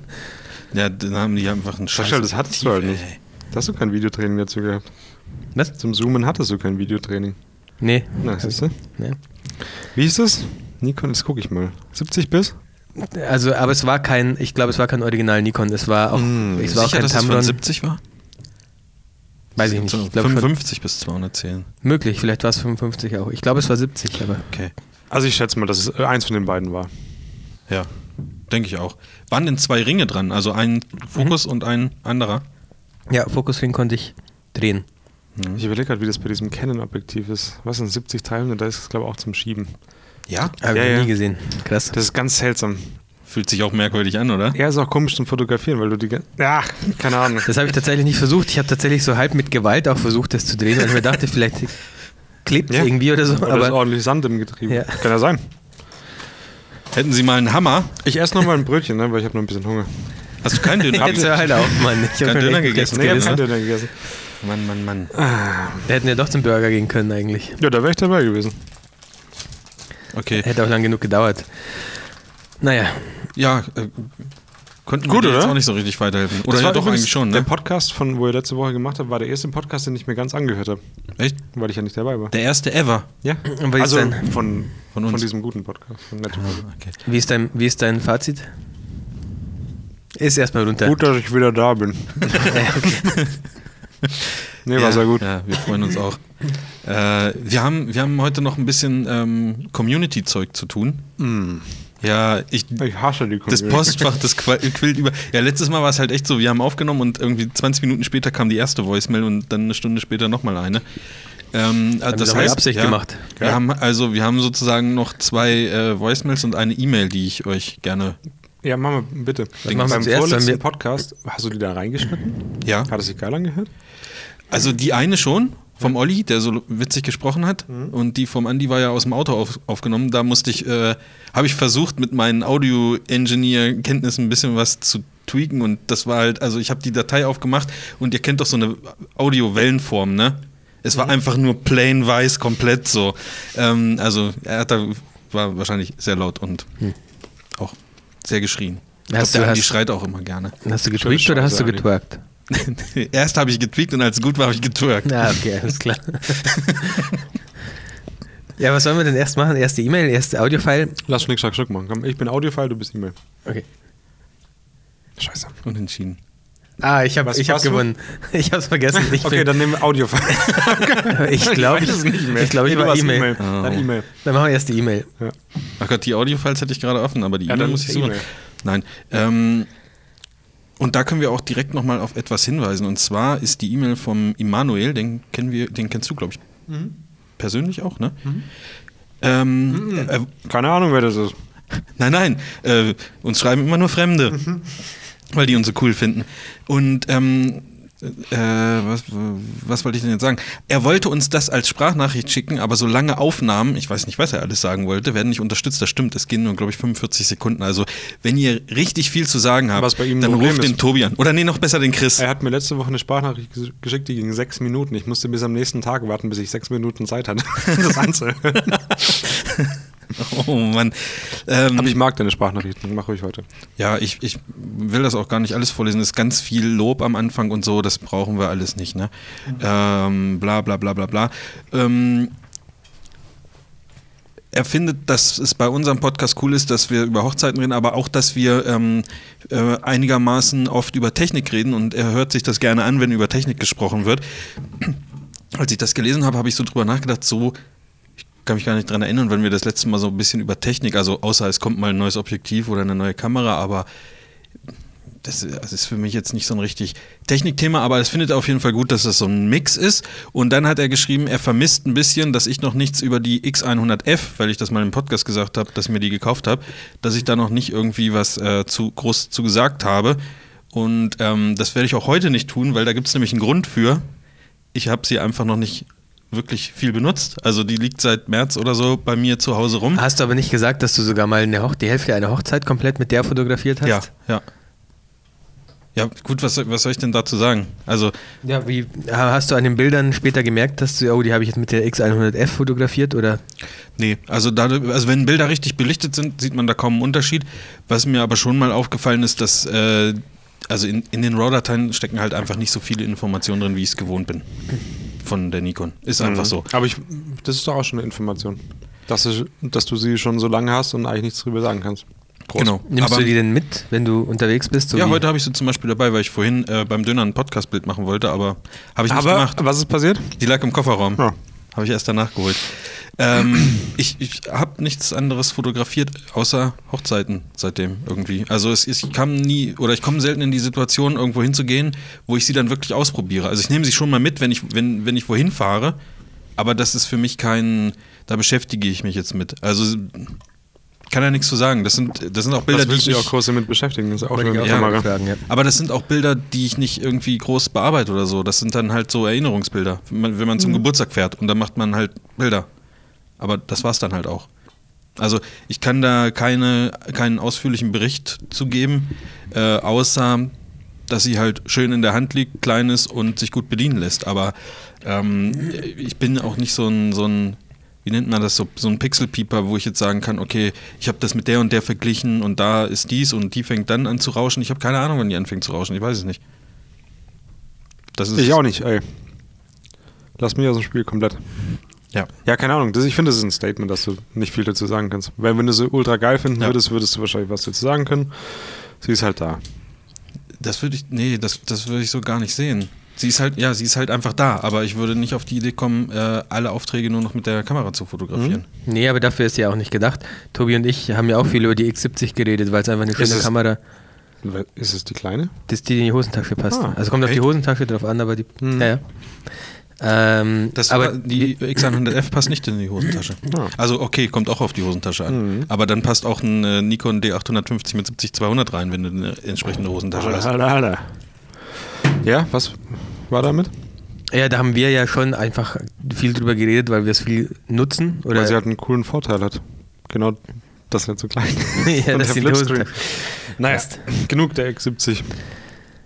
C: Ja, dann haben die einfach einen Scheiß.
A: Sascha, das hattest du halt nicht. Da hast du kein Videotraining dazu gehabt.
B: Was?
A: Zum Zoomen hattest du kein Videotraining.
B: Nee.
A: Na, siehst du?
B: nee.
A: Wie ist das? Nikon, jetzt gucke ich mal. 70 bis?
B: Also, aber es war kein, ich glaube, es war kein Original Nikon, es war auch,
A: Hm.
B: es war auch
C: Sicher,
B: kein
C: dass es von
B: Tamron,
C: 70 war?
B: weiß ich nicht,
C: So
B: ich glaube schon,
C: 55 bis 210.
B: möglich, vielleicht war es 55 auch, ich glaube, es war 70, aber
C: Okay.
A: Also ich schätze mal, dass es eins von den beiden war.
C: Ja, denke ich auch. Waren denn zwei Ringe dran? Also ein Fokus und ein anderer?
B: ja, Fokusring konnte ich drehen.
A: Ich überlege gerade, wie das bei diesem Canon-Objektiv ist. Was sind 70 Teilen? Da ist es, glaube ich, auch zum Schieben.
C: Ja.
B: Habe
A: Ja,
B: ich noch
A: ja.
B: nie gesehen. Krass.
A: Das ist ganz seltsam.
C: Fühlt sich auch merkwürdig an, oder?
A: Er ist auch komisch zum Fotografieren, weil du die... gan- Ja, keine Ahnung.
B: [LAUGHS] Das habe ich tatsächlich nicht versucht. Ich habe tatsächlich so halb mit Gewalt auch versucht, das zu drehen, weil ich mir
A: [LAUGHS]
B: dachte, vielleicht klebt es
A: Ja.
B: irgendwie oder so.
A: Oder ist
B: aber
A: ordentlich Sand im Getriebe.
B: Ja.
A: Kann ja sein.
C: Hätten sie mal einen Hammer.
A: Ich esse nochmal ein Brötchen, ne, weil ich habe noch ein bisschen Hunger.
C: Hast du
B: [LAUGHS]
C: keinen Döner
B: [LAUGHS] jetzt hör halt auf, Mann. Ich hab
C: Kein
B: schon
C: Döner
B: echt
C: gegessen,
A: Nee,
B: schlecht
A: ich
C: gell?
A: habe keinen
B: gewissen.
A: Döner gegessen.
C: Mann, Mann, Mann.
B: Da hätten wir doch zum Burger gehen können eigentlich.
A: Ja, da wäre ich dabei gewesen.
C: Okay.
B: Hätte auch lang genug gedauert. Naja,
C: Ja, äh, konnten
A: Gut,
C: wir dir jetzt
A: oder?
C: auch nicht so richtig weiterhelfen. Oder
A: Das
C: ja,
A: war
C: doch
A: übrigens
C: eigentlich schon,
A: Der
C: ne?
A: Podcast, von wo ihr letzte Woche gemacht habt, war der erste Podcast, den ich mir ganz angehört habe,
C: Echt?
A: weil ich ja nicht dabei war.
C: Der erste ever.
A: Ja,
B: Und was
A: also
B: ist denn?
A: von, von,
C: Von uns.
A: diesem guten Podcast. Von Netto.
C: Okay.
B: wie ist dein, wie ist dein Fazit? Ist erstmal runter.
A: Gut, dass ich wieder da bin.
C: [LAUGHS]
A: nee, war
C: ja,
A: sehr gut.
C: Ja, wir freuen uns auch. äh, wir, haben, wir haben heute noch ein bisschen ähm, Community-Zeug zu tun. Ja, ich,
A: Ich hasse die
C: das
A: Mhm. Community.
C: Postfach, das qual- quillt über. Ja, letztes Mal war es halt echt so, wir haben aufgenommen und irgendwie 20 Minuten später kam die erste Voicemail und dann eine Stunde später nochmal eine. Ähm, äh,
B: wir
C: das
B: doch mit
C: heißt,
B: Absicht
C: ja,
B: gemacht.
C: Wir
A: Ja.
C: haben also, wir haben sozusagen noch zwei äh, Voicemails und eine E-Mail, die ich euch gerne.
A: Ja, mach mal bitte.
B: Dann machen wir
A: Beim
B: zuerst, sollen wir-
A: vorletzten Podcast, hast du die da reingeschnitten?
C: Ja.
A: Hat es sich geil angehört?
C: Also die eine schon vom Olli, der so witzig gesprochen hat,
B: Mhm.
C: und die vom Andi war ja aus dem Auto auf, aufgenommen. Da musste ich, äh, habe ich versucht, mit meinen Audio-Engineer-Kenntnissen ein bisschen was zu tweaken und das war halt, also ich habe die Datei aufgemacht und ihr kennt doch so eine Audio-Wellenform, ne? Es
B: Mhm.
C: war einfach nur plain weiß komplett so. Ähm, also er hat da, war wahrscheinlich sehr laut und auch sehr geschrien. Ich
B: Hm. Hast
C: glaub, der
B: du-
C: Andi
B: hast-
C: schreit auch immer gerne. [LAUGHS]
B: Hast du getweakt
A: Scheiße,
B: oder hast du
A: Alter.
B: getwerkt?
C: Erst habe ich getweakt und als es gut war, habe ich getwerkt.
B: Ja, okay, alles klar. [LAUGHS] ja, was sollen wir denn erst machen? Erste E-Mail, erste Audiofile?
A: Lass Schnick, Schnack, Schnuck machen. Komm, ich bin Audiofile, du bist E-Mail.
B: Okay.
A: Scheiße.
C: Unentschieden.
B: Ah, ich habe
A: Was
B: ich hab
A: warst du?
B: gewonnen. Ich hab's vergessen. Also
A: [LAUGHS]
B: Ich
A: okay,
B: bin-
A: dann nehmen wir Audiofile.
B: [LAUGHS] ich glaube, ich,
A: weiß es nicht mehr.
B: ich, glaub, ich
A: Nee, du
B: war
A: warst
B: E-Mail. Oh.
A: Dann E-Mail.
B: Dann machen wir erst die E-Mail.
C: Ach Gott, die Audiofiles hätte ich gerade offen, aber die
A: Ja,
C: E-Mail
A: dann
C: muss ich
A: die
C: suchen.
A: E-Mail.
C: Nein. Ähm, und da können wir auch direkt nochmal auf etwas hinweisen. Und zwar ist die E-Mail vom Immanuel, den kennen wir, den kennst du, glaube ich.
A: Mhm.
C: Persönlich auch, ne?
A: Mhm.
C: Ähm, äh,
A: Keine Ahnung, wer das ist.
C: Nein, nein, äh, uns schreiben immer nur Fremde,
A: Mhm.
C: weil die uns so cool finden. Und ähm, äh, was, was wollte ich denn jetzt sagen? Er wollte uns das als Sprachnachricht schicken, aber so lange Aufnahmen, ich weiß nicht, was er alles sagen wollte, werden nicht unterstützt. Das stimmt, es gehen nur, glaube ich, 45 Sekunden. Also, wenn ihr richtig viel zu sagen habt,
A: Was bei ihm ein
C: dann
A: Problem
C: ruft
A: ist.
C: den Tobi an. Oder nee, noch besser den Chris.
A: Er hat mir letzte Woche eine Sprachnachricht ges- geschickt, die ging sechs Minuten. Ich musste bis am nächsten Tag warten, bis ich sechs Minuten Zeit hatte, [LAUGHS] das anzuhören.
C: Oh Mann. Ähm,
A: Aber ich mag deine Sprachnachrichten, mach ruhig heute.
C: Ja, ich, ich will das auch gar nicht alles vorlesen. Es ist ganz viel Lob am Anfang und so, das brauchen wir alles nicht. Ne? Ähm, bla bla bla bla bla. Ähm, er findet, dass es bei unserem Podcast cool ist, dass wir über Hochzeiten reden, aber auch, dass wir ähm, äh, einigermaßen oft über Technik reden und er hört sich das gerne an, wenn über Technik gesprochen wird. als ich das gelesen habe, habe ich so drüber nachgedacht, so, ich kann mich gar nicht dran erinnern, wenn wir das letzte Mal so ein bisschen über Technik, also außer es kommt mal ein neues Objektiv oder eine neue Kamera, aber das, das ist für mich jetzt nicht so ein richtig Technikthema, aber es findet er auf jeden Fall gut, dass das so ein Mix ist. Und dann hat er geschrieben, er vermisst ein bisschen, dass ich noch nichts über die X100F, weil ich das mal im Podcast gesagt habe, dass ich mir die gekauft habe, dass ich da noch nicht irgendwie was äh, zu groß zu gesagt habe. Und ähm, das werde ich auch heute nicht tun, weil da gibt es nämlich einen Grund für. Ich habe sie einfach noch nicht wirklich viel benutzt. Also die liegt seit März oder so bei mir zu Hause rum.
B: Hast du aber nicht gesagt, dass du sogar mal eine Hoch die Hälfte einer Hochzeit komplett mit der fotografiert hast?
C: Ja, ja. Ja, gut, was, soll- was soll ich denn dazu sagen? Also,
B: Ja, wie ha- hast du an den Bildern später gemerkt, dass du, oh, die habe ich jetzt mit der X100F fotografiert oder?
C: nee, also, da, also wenn Bilder richtig belichtet sind, sieht man da kaum einen Unterschied. Was mir aber schon mal aufgefallen ist, dass, äh, also in, in den RAW-Dateien stecken halt einfach nicht so viele Informationen drin, wie ich es gewohnt bin. Von der Nikon.
B: Mhm.
C: Ist einfach so.
A: Aber ich, das ist doch auch schon eine Information. Dass, du- dass du sie schon so lange hast und eigentlich nichts drüber sagen kannst. Groß.
C: Genau.
B: Nimmst
C: aber,
B: du die denn mit, wenn du unterwegs bist? So
C: ja,
B: wie-
C: heute habe ich sie zum Beispiel dabei, weil ich vorhin äh, beim Döner ein Podcast-Bild machen wollte, aber habe ich nicht
A: Aber
C: gemacht.
A: was ist passiert?
C: Die lag im Kofferraum.
A: Ja.
C: Habe ich erst danach geholt. Ähm, ich ich habe nichts anderes fotografiert, außer Hochzeiten seitdem irgendwie. Also es, es- ich kam nie oder ich komme selten in die Situation, irgendwo hinzugehen, wo ich sie dann wirklich ausprobiere. Also ich nehme sie schon mal mit, wenn ich, wenn, wenn ich wohin fahre, aber das ist für mich kein, da beschäftige ich mich jetzt mit. Also kann ja nichts zu sagen. Das sind, das sind auch Bilder,
A: Das
C: die
A: willst
C: ich
A: du ja auch
C: nicht,
A: groß damit beschäftigen. Das ist auch
B: Wollte
A: eine
B: ich auch
C: Ja.
A: Kamera.
B: fragen, ja.
C: aber das sind auch Bilder, die ich nicht irgendwie groß bearbeite oder so. Das sind dann halt so Erinnerungsbilder, wenn man, wenn man zum Geburtstag fährt und dann macht man halt Bilder. Aber das war's dann halt auch. Also ich kann da keine, keinen ausführlichen Bericht zu geben, äh, außer dass sie halt schön in der Hand liegt, klein ist und sich gut bedienen lässt. Aber ähm, ich bin auch nicht so ein, so ein wie nennt man das, so, so ein Pixelpieper, wo ich jetzt sagen kann, okay, ich habe das mit der und der verglichen und da ist dies und die fängt dann an zu rauschen. Ich habe keine Ahnung, wann die anfängt zu rauschen, ich weiß es nicht. Das ist
A: Ich auch nicht, ey. Lass mich aus dem Spiel komplett.
C: Ja.
A: Ja, keine Ahnung. Das, ich finde, das ist ein Statement, dass du nicht viel dazu sagen kannst. Weil wenn du sie ultra geil finden
C: Ja.
A: würdest, würdest du wahrscheinlich was dazu sagen können. Sie ist halt da.
C: Das würde ich, nee, das, das würde ich so gar nicht sehen. Sie ist halt, ja, sie ist halt einfach da, aber ich würde nicht auf die Idee kommen, äh, alle Aufträge nur noch mit der Kamera zu fotografieren.
B: Nee, aber dafür ist ja auch nicht gedacht. Tobi und ich haben ja auch viel über die X70 geredet, weil es einfach eine
C: Ist
B: schöne
C: es-
B: Kamera
A: Ist es die Kleine?
B: ist, die in die Hosentasche passt.
A: Ah,
B: also kommt auf die
C: echt? Hm.
B: Hosentasche drauf an, aber die. Ja, ja. Ähm,
C: Das
B: aber
C: aber die X100F passt nicht in die Hosentasche. Also okay, kommt auch auf die Hosentasche an. Aber dann passt auch ein äh, Nikon D850 mit 70-200 rein, wenn du eine entsprechende Hosentasche hast.
A: Alter, alter. Ja, was war damit?
B: ja, da haben wir ja schon einfach viel drüber geredet, weil wir es viel nutzen. Oder
A: Weil sie halt einen coolen Vorteil hat. Genau, das ist halt so
C: [LAUGHS]
A: klein.
B: [LAUGHS] ja,
A: Und
B: das
A: der
B: sind die
A: Flipscreen.
B: Hosentasche.
A: Naja, genug der X70.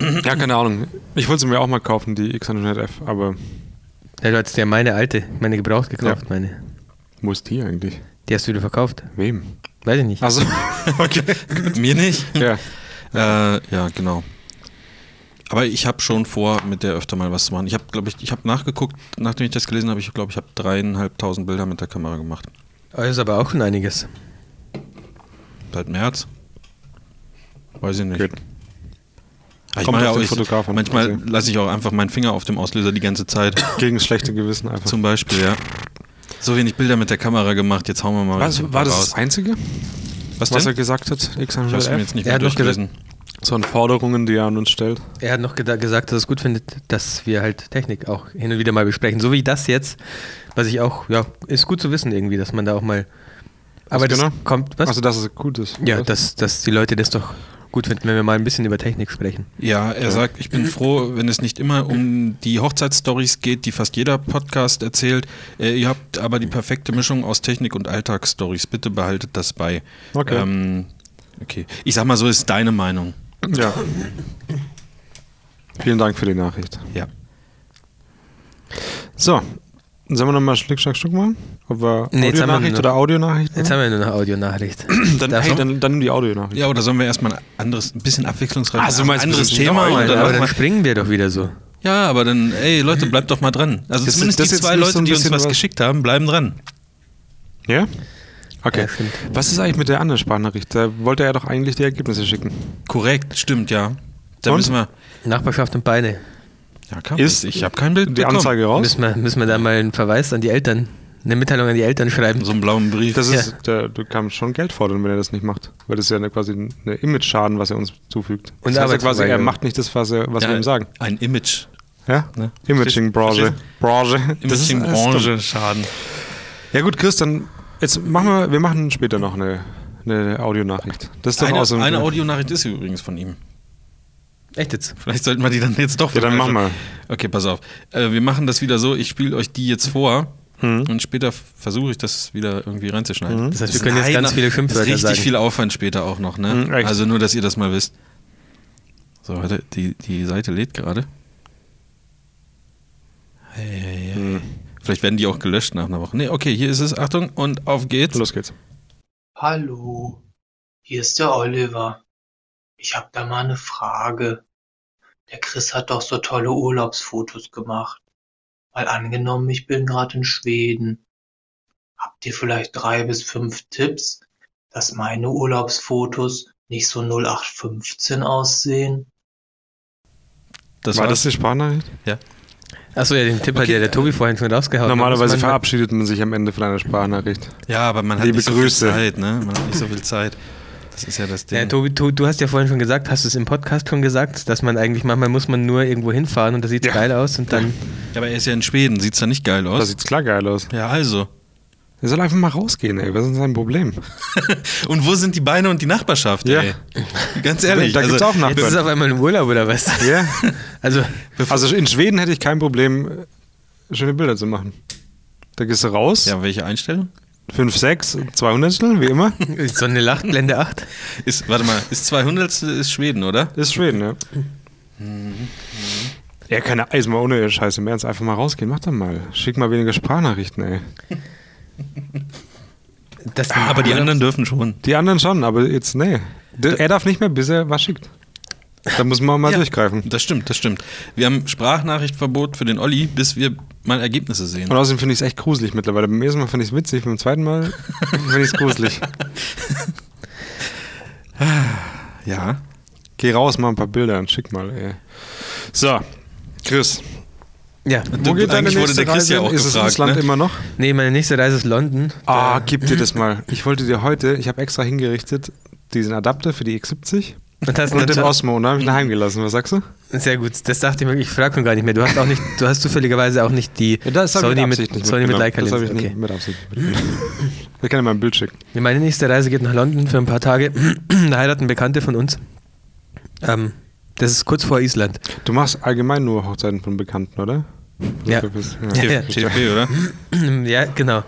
A: Ja, keine Ahnung. Ich wollte sie mir auch mal kaufen, die X100F, aber
B: Ja, du hattest ja meine alte, meine gebraucht gekauft, meine.
A: wo ist die eigentlich?
B: Die hast du wieder verkauft.
A: Wem?
B: Weiß ich nicht.
A: Also,
C: [LAUGHS] okay. Mir nicht.
A: ja.
C: Äh, ja, genau. Aber ich habe schon vor, mit der öfter mal was zu machen. Ich habe, glaube ich, ich habe nachgeguckt, nachdem ich das gelesen habe, ich glaube, ich habe dreieinhalbtausend Bilder mit der Kamera gemacht.
B: Das ist aber auch schon einiges.
C: Seit März? Weiß ich nicht.
A: Gut.
C: Ah, Ich
A: Kommt
C: mache ja
A: auf
C: auch,
A: den
C: ich,
A: Fotograf an.
C: manchmal
A: Also-
C: lasse ich auch einfach meinen Finger auf dem Auslöser die ganze Zeit. [LAUGHS]
A: Gegen das schlechte Gewissen einfach.
C: Zum Beispiel, ja. So wenig Bilder mit der Kamera gemacht, jetzt hauen wir mal ein
A: was,
C: paar
A: war das
C: raus.
A: das Einzige,
C: Was
A: was er
C: denn?
A: gesagt hat?
C: Ich habe mir jetzt
A: X100F?
C: nicht
B: Er
C: mehr
B: hat noch
C: durchgelesen.
A: So an Forderungen, die er an uns stellt.
B: Er hat noch geda- gesagt, dass er es gut findet, dass wir halt Technik auch hin und wieder mal besprechen. So wie das jetzt, was ich auch, ja, ist gut zu wissen irgendwie, dass man da auch mal. Aber das
A: genau?
B: kommt, was?
A: Also, dass es gut ist.
B: ja, dass, dass die Leute das doch gut finden, wenn wir mal ein bisschen über Technik sprechen.
C: Ja, er sagt, ich bin froh, wenn es nicht immer um die Hochzeitsstories geht, die fast jeder Podcast erzählt. Äh, ihr habt aber die perfekte Mischung aus Technik und Alltagsstories. Bitte behaltet das bei.
A: Okay.
C: Ähm, okay. Ich sag mal, so ist deine Meinung.
A: Ja. Vielen Dank für die Nachricht.
C: Ja.
A: So, sollen wir nochmal Schnick, Schnack, Schnuck machen? Ob wir
B: Nee, jetzt haben wir
A: Audionachricht
B: nur-
A: oder Audionachricht
B: Jetzt
A: machen?
B: haben wir nur
A: [CLEARS THROAT]
B: noch Audionachricht.
A: Mhm. Dann,
B: Darf
A: hey,
B: ich-
A: dann, dann nimm die Audionachricht.
C: Ja, oder sollen wir erstmal ein anderes, ein bisschen abwechslungsreich
A: Ah, so
C: ein
A: meinst du,
C: anderes
A: ein bisschen
C: Thema?
A: schlauer,
C: Und
B: aber
C: dann
A: Alter.
C: auch
B: dann
C: mal,
B: springen wir doch wieder so.
C: ja, aber dann, ey Leute, bleibt doch mal dran. Also
A: Das-
C: zumindest
A: das
C: die
A: jetzt
C: zwei
A: nicht
C: Leute,
A: so ein
C: die uns
A: bisschen
C: was
A: was-
C: geschickt haben, bleiben dran.
A: Ja? Okay.
B: Ja, stimmt.
A: Was ist eigentlich mit der anderen Sprachnachricht? Da wollte er doch eigentlich die Ergebnisse schicken.
C: Korrekt, stimmt, ja. Da
A: Und?
C: müssen wir.
B: Nachbarschaft und Beine.
C: Ja, kann
A: Ist-
C: ich habe kein Bild
A: Die Anzeige raus.
B: Müssen wir, müssen wir da mal einen Verweis an die Eltern, eine Mitteilung an die Eltern schreiben.
C: So einen blauen Brief.
A: Das ist, der, du kannst schon Geld fordern, wenn er das nicht macht. Weil das ist ja eine, quasi ein eine Image-Schaden, was er uns zufügt.
B: Und
A: das heißt ja quasi, er
B: Arbeitsverweigerung.
A: macht nicht das, was, er, was wir ihm sagen.
C: Ein Image.
A: Ja?
C: Ne?
A: Imaging-Branche. Branche. Das ist- das ist dumm.
C: Imaging-Branche schaden.
A: Ja gut, Chris, dann jetzt machen wir, wir machen später noch eine, eine Audionachricht. Das ist doch
C: Eine,
A: awesome.
C: eine Audionachricht ist übrigens von ihm.
B: Echt jetzt?
C: Vielleicht sollten wir die dann jetzt doch
A: Ja, dann machen wir.
C: Okay, pass auf. Äh, wir machen das wieder so, ich spiele euch die jetzt vor
A: Hm.
C: und später f- versuche ich das wieder irgendwie reinzuschneiden.
B: Das heißt, wir
C: ist
B: können jetzt
C: ein
B: ganz
C: heiner-
B: viele Schimpfwörter
C: das ist Richtig
B: sagen.
C: viel Aufwand später auch noch, ne?
A: Mhm, echt.
C: also nur, dass ihr das mal wisst. So, warte, die, die Seite lädt gerade. Hey, hey, hey.
A: Hm.
C: Vielleicht werden die auch gelöscht nach einer Woche. Nee, okay, hier ist es. Achtung und auf geht's.
A: Los geht's.
D: Hallo, hier ist der Oliver. Ich hab da mal eine Frage. Der Chris hat doch so tolle Urlaubsfotos gemacht. Mal angenommen, ich bin gerade in Schweden. Habt ihr vielleicht drei bis fünf Tipps, dass meine Urlaubsfotos nicht so 0815 aussehen?
C: Das
A: War
C: war's.
A: das die Sprachnachricht?
B: Achso, ja, den Tipp hat ja der Tobi vorhin schon rausgehauen.
A: Normalerweise
B: Muss man-
A: verabschiedet man sich am Ende von einer Sprachnachricht.
C: Ja, aber man hat
A: Liebe
C: nicht so
A: Grüße.
C: viel Zeit, ne? Man hat nicht so viel Zeit. Das ist ja das Ding.
B: Ja, Tobi, du, du hast ja vorhin schon gesagt, hast du es im Podcast schon gesagt, dass man eigentlich manchmal muss man nur irgendwo hinfahren und das sieht geil aus
A: [LAUGHS]
B: und dann
C: Ja, aber er ist ja in Schweden. Sieht's da nicht geil
A: Da
C: aus?
A: sieht's klar geil aus.
C: Ja, also.
A: Er soll einfach mal rausgehen, ey. Was ist denn sein Problem?
C: Und wo sind die Beine und die Nachbarschaft,
A: Ja.
C: ey? Ganz ehrlich. also
A: Da gibt's auch
B: jetzt ist es
A: Nachbarn.
B: auf einmal im Urlaub oder was?
A: Ja.
B: Also
A: [LAUGHS] Also in Schweden hätte ich kein Problem, äh, schöne Bilder zu machen. Da gehst du raus,
C: Ja, welche Einstellung?
A: 5, 6, 200, wie immer.
B: so eine Lacht, Blende 8.
C: Ist, warte mal, ist 200. ist Schweden, oder?
A: Ist Schweden, ja.
C: Mhm.
A: Ja, keine Eis, mal ohne Scheiße. Im Ernst, einfach mal rausgehen. Mach doch mal. Schick mal weniger Sprachnachrichten, ey.
B: Das
A: Ah,
C: Aber die anderen dürfen schon.
A: Die anderen schon, aber jetzt, nee. Der, er darf nicht mehr, bis er was schickt. Da muss man [LAUGHS] mal
C: Ja,
A: durchgreifen.
C: Das stimmt, das stimmt. Wir haben Sprachnachrichtverbot für den Olli, bis wir mal Ergebnisse sehen.
A: Und außerdem finde ich es echt gruselig mittlerweile. Beim ersten Mal finde ich es witzig, beim zweiten [LAUGHS] Mal finde ich es gruselig.
C: Ja.
A: Geh raus, mach ein paar Bilder und schick mal, ey. So, Chris.
B: Ja.
A: Wo
C: Du-
A: geht deine
C: eigentlich wurde
A: nächste
C: der Chris
A: Reise
C: ja
A: hin?
C: auch
A: Ist es
C: gefragt,
A: ins Land
C: ne?
A: immer noch?
B: Nee, meine nächste Reise ist London.
A: Ah, gib dir das mal. Ich wollte dir heute, ich habe extra hingerichtet, diesen Adapter für die X70
B: Und das
A: und den
B: natürlich-
A: Osmo und da habe ich ihn daheim gelassen. Was sagst du?
B: Sehr gut, das dachte ich mir, ich frage schon gar nicht mehr. Du hast auch nicht, du hast zufälligerweise auch nicht die Sony mit, Sony mit Leica
A: Das habe ich
B: Linse.
A: nicht
B: Okay.
A: mit Absicht nicht [LAUGHS] mitgenommen. Ich kann dir mal ein Bild schicken.
B: Ja, Meine nächste Reise geht nach London für ein paar Tage. [CLEARS THROAT] da heiraten Bekannte von uns. Ähm, das ist kurz vor Island.
A: Du machst allgemein nur Hochzeiten von Bekannten, oder?
B: Ja.
A: Du bist-
B: Ja, ja.
C: TFP, oder?
B: [CLEARS THROAT] ja, genau.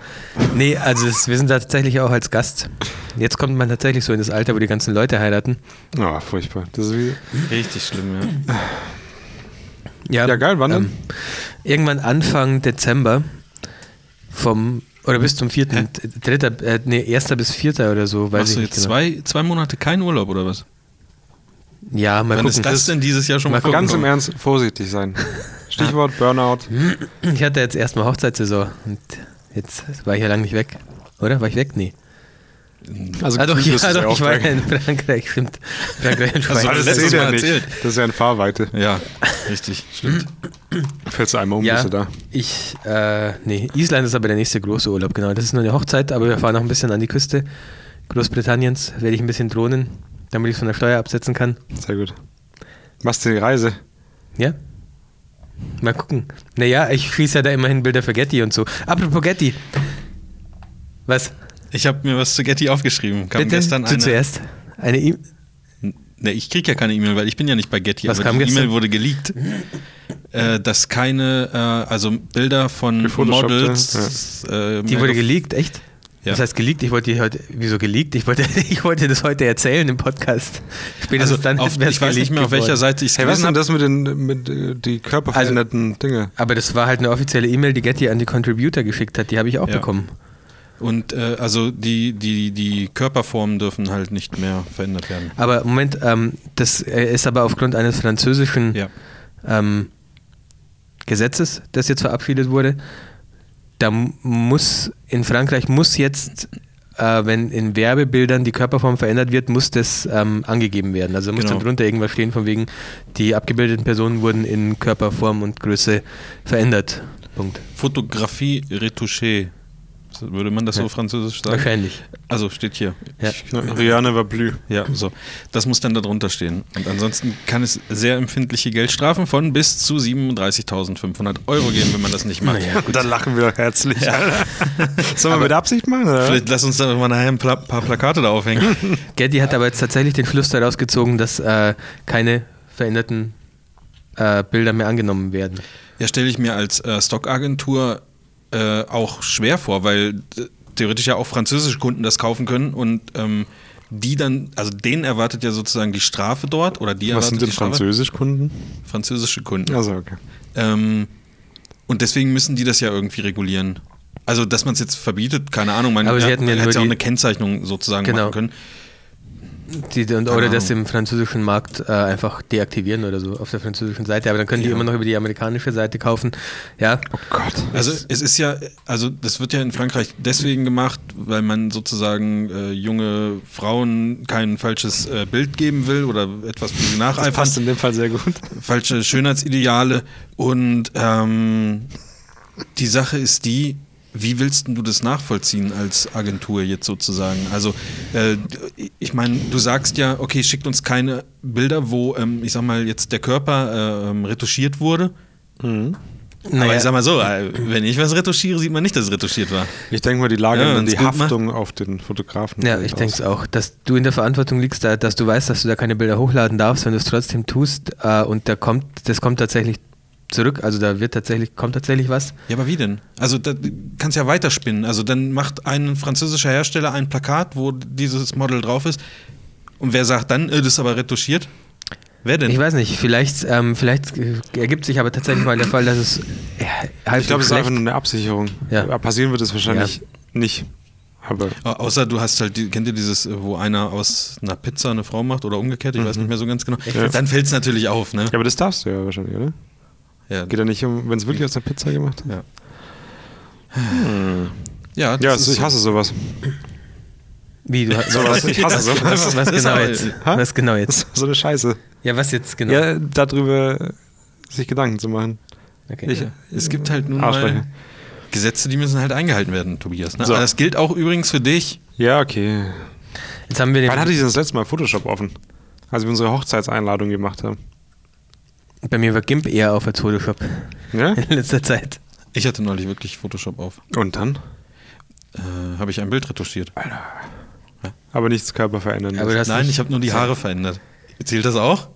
B: Nee, also es, wir sind da tatsächlich auch als Gast. Jetzt kommt man tatsächlich so in das Alter, wo die ganzen Leute heiraten.
A: Oh, furchtbar. Das ist wie,
C: Richtig schlimm, ja.
A: ja, geil, wann denn?
B: ähm, Irgendwann Anfang Dezember vom oder bis zum 4. dritter, äh, nee, 1. bis 4. oder so, weiß
C: Machst
B: ich
C: du
B: nicht
C: jetzt zwei, zwei Monate keinen Urlaub, oder was?
B: genau. Ja, mal
C: Wann
B: gucken.
C: ist das denn dieses Jahr schon
B: Mal
A: Ganz im
C: vorgekommen?
A: Ernst, vorsichtig sein. Stichwort Burnout.
B: Ich hatte jetzt erstmal Hochzeitssaison und jetzt war ich ja lange nicht weg. Oder? War ich weg? Nee.
A: Also
B: ah, doch,
A: gefühlt
B: ja,
A: ist das
B: doch, ich war
A: Auftrag.
B: ja in Frankreich, stimmt. Frankreich und
C: Also
A: Das
B: Schweiz.
C: alles- letztes
A: seht ihr
C: Mal
A: nicht.
C: erzählt.
A: Das ist ja in Fahrweite.
B: [LAUGHS]
C: Ja, richtig, stimmt.
A: Fällst du einmal um,
B: Ja,
A: bist du da.
B: ich, äh, nee, Island ist aber der nächste große Urlaub, genau. Das ist nur eine Hochzeit, aber wir fahren noch ein bisschen an die Küste Großbritanniens, werde ich ein bisschen drohnen, damit ich es von der Steuer absetzen kann.
A: Sehr gut. Machst du die Reise?
B: Ja? Mal gucken. Naja, ich schieße ja da immerhin Bilder für Getty und so. Apropos Getty. Was?
C: Ich habe mir was zu Getty aufgeschrieben. Kam
B: Bitte?
C: gestern
B: du
C: eine,
B: zuerst. Eine e
C: Ne, ich krieg ja keine E-Mail, weil ich bin ja nicht bei Getty.
B: Was
C: aber
B: kam
C: die
B: gestern?
C: E-Mail wurde geleakt, äh, dass keine, äh, also Bilder von
A: Gefotoshoppte,
C: Models. Äh,
B: Die
C: mehr
B: wurde
C: gef-
B: geleakt, echt?
C: Ja.
B: Das heißt geleakt, ich wollte die heute, wieso geleakt? Ich wollte, [LAUGHS] ich wollte das heute erzählen im Podcast. Spätestens
C: Also
B: dann
C: auf,
B: wär's
C: ich weiß nicht
B: geleakt
C: mehr, auf welcher
B: geworden.
C: Seite ich es
A: Hey, was ist
C: gelesen
A: denn
C: habe.
A: das mit den mit, äh, die körperveränderten Dinge?
B: Aber das war halt eine offizielle E-Mail, die Getty an die Contributor geschickt hat. Die habe ich auch
C: Ja.
B: bekommen.
C: Und äh, also die, die, die Körperformen dürfen halt nicht mehr verändert werden.
B: Aber Moment, ähm, das äh, ist aber aufgrund eines französischen
C: Ja.
B: ähm, Gesetzes, das jetzt verabschiedet wurde. Da mu- muss in Frankreich muss jetzt äh, wenn in Werbebildern die Körperform verändert wird, muss das ähm, angegeben werden. Also muss
C: Genau.
B: da drunter irgendwas stehen, von wegen, die abgebildeten Personen wurden in Körperform und Größe verändert. Punkt.
C: Fotografie retouché. Würde man das so
B: Ja.
C: französisch sagen?
B: Wahrscheinlich.
C: Also steht hier.
B: Ja.
A: Ja, Rihanna war blü.
C: Ja,
A: [CLEARS THROAT]
C: so. Das muss dann darunter stehen. Und ansonsten kann es sehr empfindliche Geldstrafen von bis zu 37.500 Euro geben, wenn man das nicht macht.
A: [LAUGHS] Und dann lachen wir doch herzlich. Alter. Sollen wir mit Absicht machen? Oder?
C: Vielleicht lass uns da mal nachher ein pla- paar Plakate da aufhängen.
A: [LAUGHS]
B: Getty hat aber jetzt tatsächlich den Schluss daraus gezogen, dass äh, keine veränderten äh, Bilder mehr angenommen werden.
C: Ja, stelle ich mir als äh, Stockagentur äh, auch schwer vor, weil d- theoretisch ja auch französische Kunden das kaufen können und ähm, die dann, also denen erwartet ja sozusagen die Strafe dort oder die
A: Was
C: erwartet
A: sind denn
C: die Strafe?
A: Französischkunden?
C: französische Kunden.
A: Also, okay.
C: Ähm, und deswegen müssen die das ja irgendwie regulieren. Also, dass man es jetzt verbietet, keine Ahnung. Man
B: Aber sie
C: ja,
B: hätten ja
C: hätte
B: nur
C: ja auch
B: die-
C: eine Kennzeichnung sozusagen
B: Genau.
C: machen können.
B: Die, und, oder das
C: Ahnung.
B: im französischen Markt äh, einfach deaktivieren oder so auf der französischen Seite. Aber dann können die
C: Ja.
B: immer noch über die amerikanische Seite kaufen. Ja,
A: Gott.
C: Also es ist ja, also das wird ja in Frankreich deswegen gemacht, weil man sozusagen äh, junge Frauen kein falsches äh, Bild geben will oder etwas wo sie
A: Das
C: nacheifern,
A: passt in dem Fall sehr gut.
C: falsche Schönheitsideale. Und ähm, die Sache ist die, wie willst denn du das nachvollziehen als Agentur jetzt sozusagen? Also äh, ich meine, du sagst ja, okay, schickt uns keine Bilder, wo, ähm, ich sag mal, jetzt der Körper äh, ähm, retuschiert wurde. Aber
B: naja,
C: ich sag mal so, äh, wenn ich was retuschiere, sieht man nicht, dass es retuschiert war.
A: Ich denke mal, die Lage
C: Ja,
A: und dann
C: wenn's
A: die
C: gut macht.
A: Haftung auf den Fotografen.
B: ne? ja ich denke es auch, dass du in der Verantwortung liegst, da, dass du weißt, dass du da keine Bilder hochladen darfst, wenn du es trotzdem tust. Äh, und da kommt, das kommt tatsächlich zurück. Also da wird tatsächlich, kommt tatsächlich was.
C: Ja, aber wie denn? Also da kannst ja weiterspinnen. Also dann macht ein französischer Hersteller ein Plakat, wo dieses Model drauf ist. Und wer sagt dann, äh, das ist aber retuschiert? Wer denn?
B: Ich weiß nicht, vielleicht, ähm, vielleicht äh, ergibt sich aber tatsächlich mal der Fall, dass es äh, halb
A: Ich glaube, es ist einfach
B: schlecht-
A: nur eine Absicherung.
B: Ja.
A: Passieren wird es wahrscheinlich nicht. Aber
C: Au- Außer du hast halt, die- kennt ihr dieses, äh, wo einer aus einer Pizza eine Frau macht oder umgekehrt, ich
B: Mhm.
C: weiß nicht mehr so ganz genau.
A: Ja.
C: Dann fällt es natürlich auf, ne?
A: Ja, aber das darfst du ja wahrscheinlich, oder?
C: Ja,
B: Genau.
A: Geht ja nicht um, wenn es wirklich aus der Pizza gemacht ist.
C: Ja. ja, das
A: Ja,
C: ist
A: ich hasse
B: [LAUGHS]
A: sowas.
B: Wie, du
C: [LAUGHS]
B: hast
A: sowas. Ich hasse sowas.
B: [LAUGHS] was, was
C: Das ist
B: genau
C: aber-
B: jetzt?
A: Hä?
B: Was genau
A: Das
B: jetzt?
A: ist so eine Scheiße.
B: Ja, was jetzt genau?
A: Ja, darüber sich Gedanken zu machen.
B: okay.
A: ich-
C: Es gibt halt nun
A: Arschlöcher.
C: mal Gesetze, die müssen halt eingehalten werden, Tobias. Ne?
A: So.
C: Aber das gilt auch übrigens für dich.
A: Ja, okay.
B: jetzt haben wir den,
A: Wann hatte ich das letzte Mal Photoshop offen? Als wir unsere Hochzeitseinladung gemacht haben.
B: bei mir war GIMP eher auf als Photoshop
A: Ja?
B: [LAUGHS] in letzter Zeit.
C: Ich hatte neulich wirklich Photoshop auf.
A: Und dann?
C: Äh, habe ich ein Bild retuschiert.
A: Aber nichts körperveränderndes.
B: Aber du hast
C: Nein,
B: nicht-
C: ich habe nur die Haare verändert. Zählt das auch?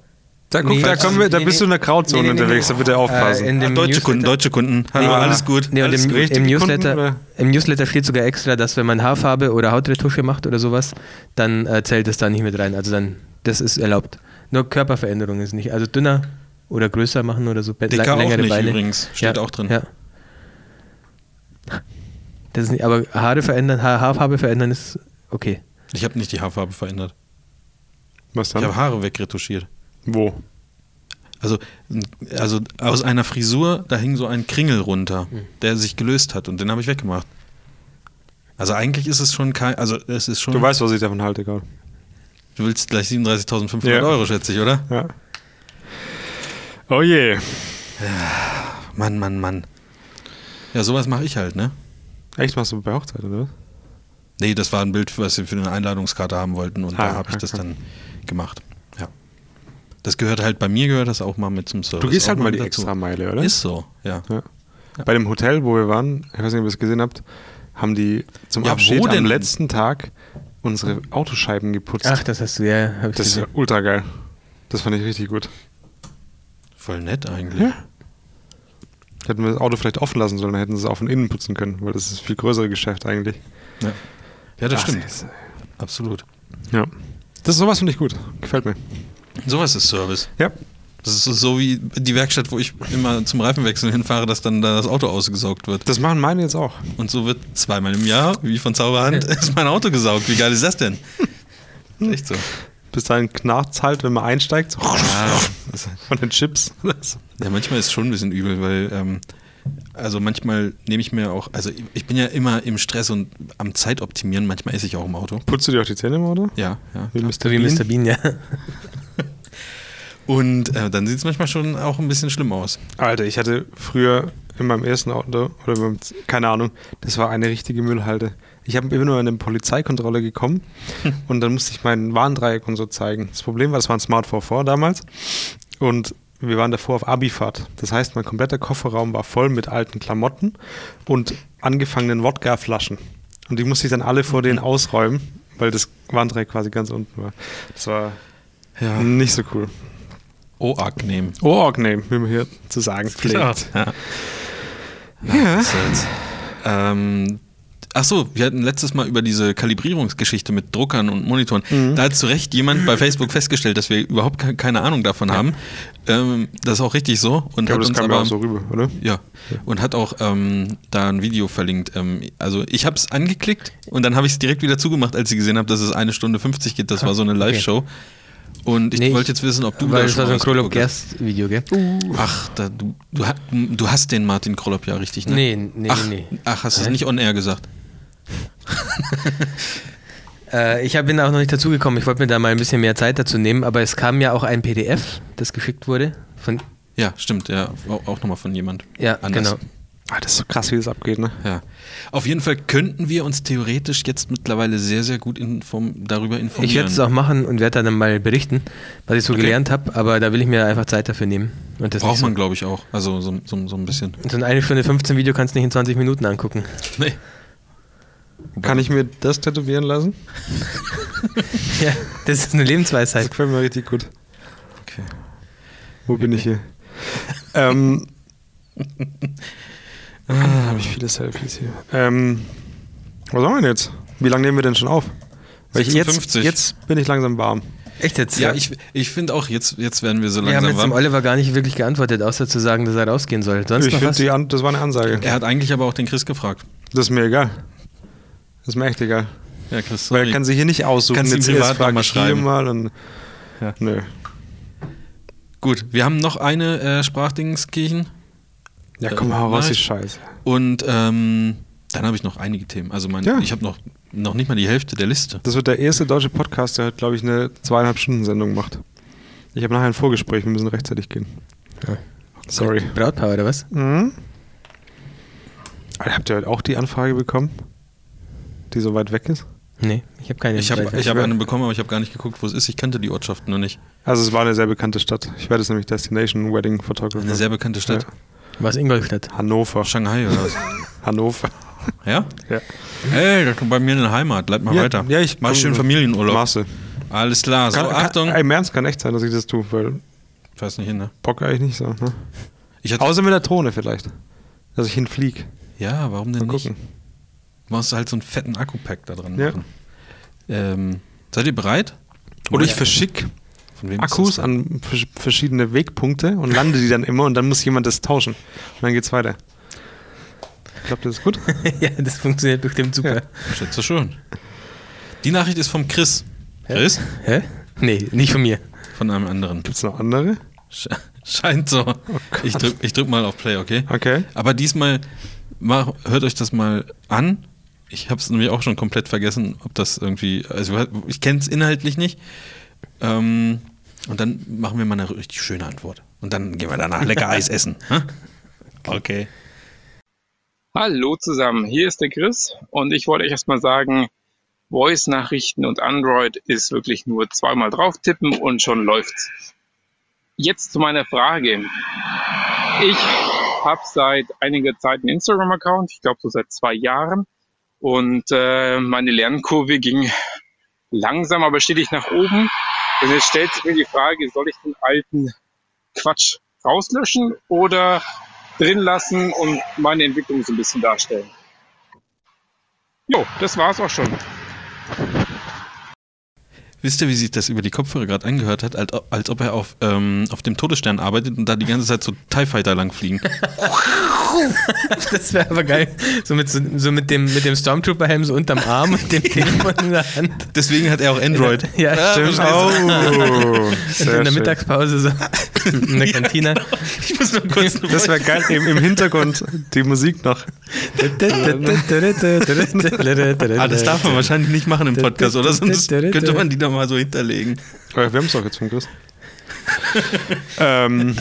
A: da, guck,
B: Nee,
A: da, kommen wir, da
B: nee,
A: bist
B: nee.
A: du in der Grauzone
B: Nee, nee, nee,
A: unterwegs,
B: nee.
A: da bitte aufpassen.
B: Äh, in dem
C: Ach, deutsche
B: Newsletter-
C: Kunden, deutsche Kunden. Hallo,
A: Nee.
C: alles gut.
B: Nee, und
A: Alles
B: im,
A: richtig,
B: im,
A: die Kunden,
B: Newsletter,
A: oder?
B: Im Newsletter steht sogar extra, dass wenn man Haarfarbe oder Hautretusche macht oder sowas, dann äh, zählt das da nicht mit rein. Also dann, das ist erlaubt. Nur Körperveränderung ist nicht. Also dünner oder größer machen oder so. Bett-
C: Dicker auch
B: längere
C: nicht
B: Beine.
C: übrigens. Steht auch drin.
B: Ja. Das ist nicht, aber Haare verändern, Haar, Haarfarbe verändern ist okay.
C: Ich habe nicht die Haarfarbe verändert.
A: Was
C: Ich habe
A: dann?
C: Haare wegretuschiert.
A: Wo?
C: Also, also aus einer Frisur, da hing so ein Kringel runter,
B: Hm.
C: der sich gelöst hat und den habe ich weggemacht. Also eigentlich ist es schon kein, also es ist schon,
A: Du weißt, was ich davon halte, gerade.
C: du willst gleich 37.500
A: Ja.
C: Euro, schätze ich, oder?
A: Ja. Oh je.
C: Mann, Mann, Mann. Ja, sowas mache ich halt, ne?
A: Echt, machst du bei Hochzeit, oder? was?
C: Nee, das war ein Bild, was wir für eine Einladungskarte haben wollten und
A: Ah,
C: da habe ich das
A: okay.
C: dann gemacht. Ja. Das gehört halt, bei mir gehört das auch mal mit zum Service.
A: Du gehst halt
C: auch
A: mal die
C: dazu.
A: Extrameile, oder?
C: Ist so, ja.
A: Ja. Bei dem Hotel, wo wir waren, ich weiß nicht, ob ihr es gesehen habt, haben die zum
C: Ja, wo
A: Abschied am
C: denn?
A: letzten Tag unsere Autoscheiben geputzt.
B: Ach, das hast du, ja, ja, hab ich
A: das ist ja
B: gesehen.
A: ultra geil. Das fand ich richtig gut.
C: Voll nett eigentlich.
A: Ja. Hätten wir das Auto vielleicht offen lassen sollen, dann hätten sie es auch von innen putzen können, weil das ist ein viel größeres Geschäft eigentlich.
C: Ja, ja das
A: Ach,
C: stimmt.
A: ist-
C: Absolut.
A: Ja. Das sowas finde ich gut. Gefällt mir.
C: Sowas ist Service.
A: Ja.
C: Das ist so wie die Werkstatt, wo ich immer zum Reifenwechsel hinfahre, dass dann da das Auto ausgesaugt wird.
A: Das machen meine jetzt auch.
C: Und so wird zweimal im Jahr, wie von Zauberhand, [LAUGHS] ist mein Auto gesaugt. Wie geil ist
A: [LAUGHS]
C: das denn? Ist Echt so.
A: Bis dahin knarrt es halt, wenn man einsteigt, so
C: Ja, das,
A: [LAUGHS] von den Chips. [LAUGHS] Das-
C: ja, manchmal ist es schon ein bisschen übel, weil ähm, Also manchmal nehme ich mir auch, also ich bin ja immer im Stress und am Zeitoptimieren, manchmal esse ich auch im Auto.
A: Putzt du dir auch die Zähne im Auto?
C: Ja, ja.
A: Wie
C: klar.
A: Mr.
B: So wie
A: Bean?
B: Mr. Bean, ja.
C: Und äh, dann sieht es manchmal schon auch ein bisschen schlimm aus.
A: Alter, ich hatte früher in meinem ersten Auto, oder beim, keine Ahnung, das war eine richtige Müllhalde. Ich habe immer nur an eine Polizeikontrolle gekommen und dann musste ich meinen Warndreieck und so zeigen. Das Problem war, das war ein Smart 44 damals und wir waren davor auf Abifahrt. Das heißt, mein kompletter Kofferraum war voll mit alten Klamotten und angefangenen Wodkaflaschen. Und die musste ich dann alle vor denen ausräumen, weil das Warndreieck quasi ganz unten war. Das war
C: Ja.
A: nicht so cool.
C: Oh, arg nehmen.
A: Oh, nee, wie man hier zu sagen pflegt.
C: Ja. ja. Ähm, ach so, wir hatten letztes Mal über diese Kalibrierungsgeschichte mit Druckern und Monitoren.
A: Mhm.
C: Da hat zu Recht jemand bei Facebook festgestellt, dass wir überhaupt ke- keine Ahnung davon haben. Ähm, das ist auch richtig so. Und
A: Ich glaube,
C: hat
A: das
C: uns
A: kam
C: aber,
A: ja auch so rüber, oder?
C: Ja, und hat auch ähm, da ein Video verlinkt. Ähm, also ich habe es angeklickt und dann habe ich es direkt wieder zugemacht, als ich gesehen habe, dass es eine Stunde 50 geht. Das war so eine Live-Show. Und ich
B: Nee,
C: wollte jetzt wissen, ob du
B: Weil
C: da
B: das war
C: schon Uh.
B: so ein
C: mal was
B: Krolop
C: geguckt hast.
B: Gerst-Video, gell?
C: Ach, da, du, du, ha- du hast den Martin Krolop ja richtig, ne?
B: Nee, nee,
C: ach,
B: nee.
C: Ach, hast du es nicht on air gesagt?
B: Äh, ich hab- bin da auch noch nicht dazugekommen. Ich wollte mir da mal ein bisschen mehr Zeit dazu nehmen, aber es kam ja auch ein PDF, das geschickt wurde. Von,
C: Ja, stimmt, ja. Auch, auch nochmal von jemand.
B: ja,
C: anders.
B: genau.
A: Ah, das ist so krass, wie das abgeht, ne?
C: Ja. Auf jeden Fall könnten wir uns theoretisch jetzt mittlerweile sehr, sehr gut inform darüber informieren.
B: Ich werde es auch machen und werde dann mal berichten, was ich so
C: Okay.
B: gelernt habe, aber da will ich mir einfach Zeit dafür nehmen. Und das
C: Braucht
B: nicht
C: man, glaube ich, auch. Also so, so, so ein bisschen.
B: so, so ein 1 Stunde 15 Video kannst du nicht in 20
C: [LAUGHS]
B: Minuten angucken.
C: Nee.
A: Kann ich mir das tätowieren lassen?
B: Ja, das ist eine
A: Das
B: Lebensweisheit.
A: gefällt mir richtig gut.
C: Okay.
A: Wo bin [LAUGHS] ich hier? ähm. Da habe Ah, ich viele Selfies hier. Ähm, was sagen wir denn jetzt? Wie lange nehmen wir denn schon auf? Weil ich jetzt,
C: 56.
A: jetzt bin ich langsam warm.
B: Echt jetzt?
C: Ja, ich, ich finde auch, jetzt, jetzt werden wir so
B: wir haben
C: langsam
B: jetzt dem
C: warm.
B: Oliver gar nicht wirklich geantwortet, außer zu sagen, dass er rausgehen soll. Sonst
A: Ich
B: noch
A: finde,
B: was?
A: die An- das war eine Ansage.
C: Er hat eigentlich aber auch den Chris gefragt.
A: Das ist mir egal. Das ist mir echt egal.
C: Ja, Chris,
A: Weil
C: sorry.
A: er kann sich hier nicht aussuchen.
C: Kannst ihm
A: erst
C: privat
A: frag
C: noch mal
A: ich hier
C: schreiben.
A: mal und
C: Ja.
A: Nö.
C: Gut, wir haben noch eine äh, Sprachdingskirchen.
A: Ja,
C: Äh,
A: komm, hau raus,
C: mach
A: die
C: ich.
A: Scheiße.
C: Und ähm, dann habe ich noch einige Themen. Also mein,
A: Ja.
C: ich habe noch, noch nicht mal die Hälfte der Liste.
A: Das wird der erste deutsche Podcast, der heute, glaube ich, eine zweieinhalb Stunden Sendung macht. Ich habe nachher ein Vorgespräch, wir müssen rechtzeitig gehen.
B: Ja.
A: Sorry.
B: Ah. Brautpaar oder was?
C: Hm.
A: Mhm. Alter, habt ihr heute auch die Anfrage bekommen? Die so weit weg ist?
B: Nee, ich habe keine.
C: Ich habe ich hab eine bekommen, aber ich habe gar nicht geguckt, wo es ist. Ich kannte die Ortschaft noch nicht.
A: Also es war eine sehr bekannte Stadt. Ich werde es nämlich Destination Wedding Photographer.
C: Eine sehr bekannte Stadt. [LAUGHS]
B: Was Ingolstadt?
A: Hannover.
C: Shanghai oder was?
A: [LAUGHS] Hannover.
C: ja?
A: Ja.
C: Ey, das ist bei mir in der Heimat. Bleib mal
A: Ja,
C: weiter.
A: ja, ich-
C: Mach schön Familienurlaub.
A: Maße.
C: Alles klar. So,
A: Kann,
C: Also Achtung.
A: Kann, Im Ernst kann echt sein, dass ich das tue, weil
C: ich weiß nicht hin, ne?
A: Bock eigentlich nicht so. Ne?
C: Ich hatte,
A: Außer mit der Drohne vielleicht. Dass ich hinflieg.
C: ja, warum
A: Mal
C: denn nicht?
A: gucken.
C: Du musst halt so einen fetten Akku-Pack da dran
A: Ja.
C: machen. Ähm, seid ihr bereit?
A: Oder ich verschicke
C: Von wem ist das
A: Akkus
C: denn?
A: an versch- verschiedene Wegpunkte und lande die dann immer und dann muss jemand das tauschen. Und dann geht's weiter. Ich glaube, das ist gut.
B: ja, das funktioniert bestimmt super.
A: Ja.
C: Schätze schon. Die Nachricht ist vom Chris. Chris?
B: Hä? Nee, nicht von mir.
C: Von einem anderen.
A: Gibt's noch andere?
C: Sche- Scheint so. ich, drück, ich drück mal auf Play, okay?
A: Okay.
C: Aber diesmal mach, hört euch das mal an. Ich habe es nämlich auch schon komplett vergessen, ob das irgendwie. Also ich kenne es inhaltlich nicht. Ähm, und dann machen wir mal eine richtig schöne Antwort. Und dann gehen wir danach lecker Eis essen. hä? Okay.
E: Hallo zusammen, hier ist der Chris und ich wollte euch erstmal sagen, Voice-Nachrichten und Android ist wirklich nur zweimal drauf tippen und schon läuft's. Jetzt zu meiner Frage. Ich habe seit einiger Zeit einen Instagram-Account, ich glaube so seit zwei Jahren und äh, meine Lernkurve ging langsam, aber stetig nach oben. Und jetzt stellt sich mir die Frage, soll ich den alten Quatsch rauslöschen oder drin lassen und meine Entwicklung so ein bisschen darstellen. Jo, das war's auch schon.
C: Wisst ihr, wie sich das über die Kopfhörer gerade angehört hat, als, als ob er auf, ähm, auf dem Todesstern arbeitet und da die ganze Zeit so TIE
A: [LAUGHS]
C: Fighter langfliegen?
B: [LAUGHS] Das wäre aber geil. So mit, so, so mit dem, mit dem Stormtrooper-Helm so unterm Arm und dem Telefon in der Hand.
A: [LAUGHS]
C: Deswegen hat er auch Android.
B: Ja, stimmt.
A: Oh,
B: Und in
A: sehr
B: der
A: schön.
B: Mittagspause so. [LAUGHS] in der Kantine.
C: Ich muss nur
B: [LAUGHS]
C: kurz eine
A: Das wäre geil, im, im Hintergrund die Musik noch.
C: Ah, das darf man wahrscheinlich nicht machen im Podcast, oder? Sonst könnte man die da mal so hinterlegen.
A: Aber Oh, wir haben es doch jetzt von Chris. ähm,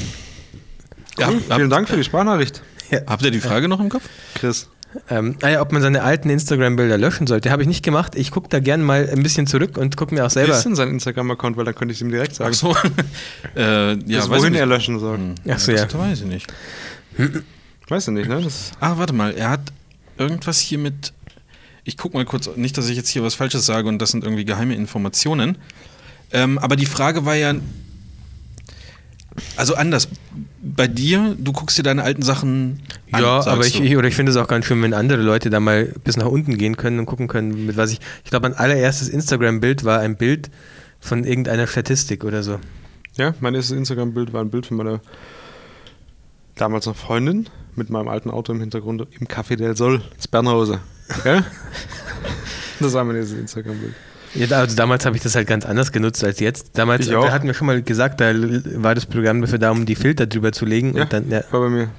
C: Ja,
A: cool, vielen
C: habt,
A: Dank für die Sprachnachricht,
C: habt ihr die Frage noch im Kopf?
A: Chris.
B: Ähm, ah ja, ob man seine alten Instagram-Bilder löschen sollte, habe ich nicht gemacht. Ich gucke da gern mal ein bisschen zurück und gucke mir auch
A: Wer
B: selber.
A: ist denn sein Instagram-Account? Weil dann könnte ich es ihm direkt sagen.
C: so. [LAUGHS] äh, ja,
A: das
C: weiß ich
A: wohin
C: nicht. Hm.
A: er löschen soll.
B: Ach so, ja.
C: Das weiß ich nicht.
A: Weißt du nicht, ne? Das,
C: Ah, warte mal, er hat irgendwas hier mit. Ich guck mal kurz, nicht, dass ich jetzt hier was Falsches sage und das sind irgendwie geheime Informationen. Ähm, aber die Frage war ja. Also anders. Bei dir, du guckst dir deine alten Sachen an.
B: Ja,
C: sagst
B: aber ich,
C: du.
B: ich, oder ich finde es auch ganz schön, wenn andere Leute da mal bis nach unten gehen können und gucken können, mit was ich. Ich glaube, mein allererstes Instagram-Bild war ein Bild von irgendeiner Statistik oder so.
A: ja, mein erstes Instagram-Bild war ein Bild von meiner damals noch Freundin mit meinem alten Auto im Hintergrund im Café del Sol, ins Bernhause. Gell? das war mein erstes Instagram-Bild.
B: Ja, da- also damals habe ich das halt ganz anders genutzt als jetzt. Damals
A: Ich auch.
B: da hatten wir schon mal gesagt, da l- war das Programm dafür da, um die Filter drüber zu legen
A: Ja,
B: und dann ja,
A: war bei mir.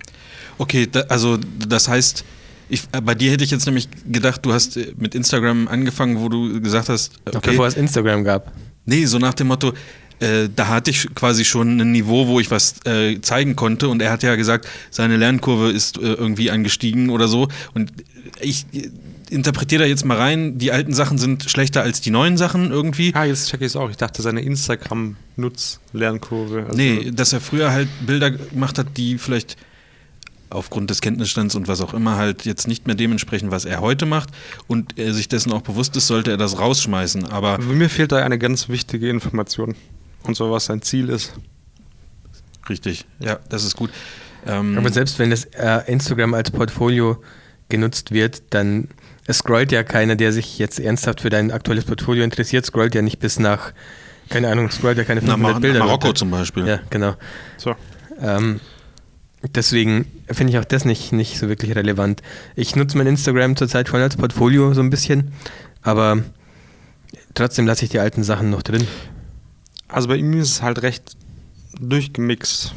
C: Okay, da, also das heißt, ich, äh, bei dir hätte ich jetzt nämlich gedacht, du hast äh, mit Instagram angefangen, wo du gesagt hast, äh,
B: noch
C: okay,
B: bevor es Instagram gab.
C: nee, so nach dem Motto, äh, da hatte ich quasi schon ein Niveau, wo ich was äh, zeigen konnte und er hat ja gesagt, seine Lernkurve ist äh, irgendwie angestiegen oder so und ich äh, interpretiere da jetzt mal rein, die alten Sachen sind schlechter als die neuen Sachen irgendwie.
A: Ah, jetzt checke ich es auch. Ich dachte, seine Instagram-Nutz-Lernkurve. Also
C: Nee, dass er früher halt Bilder gemacht hat, die vielleicht aufgrund des Kenntnisstands und was auch immer halt jetzt nicht mehr dementsprechend, was er heute macht und er sich dessen auch bewusst ist, sollte er das rausschmeißen. Aber
A: Aber mir fehlt da eine ganz wichtige Information. Und zwar, was sein Ziel ist.
C: richtig, ja, das ist gut. Ähm,
B: Aber selbst wenn das äh, Instagram als Portfolio genutzt wird, dann es scrollt ja keiner, der sich jetzt ernsthaft für dein aktuelles Portfolio interessiert, scrollt ja nicht bis nach, keine Ahnung, scrollt ja keine
C: nach,
B: 500
C: Mar nach
B: Bilder.
C: Marokko
B: runter.
C: zum Beispiel.
B: Ja, genau.
A: So.
B: Ähm, deswegen finde ich auch das nicht, nicht so wirklich relevant. Ich nutze mein Instagram zurzeit schon als Portfolio so ein bisschen, aber trotzdem lasse ich die alten Sachen noch drin.
A: Also bei ihm ist es halt recht durchgemixt.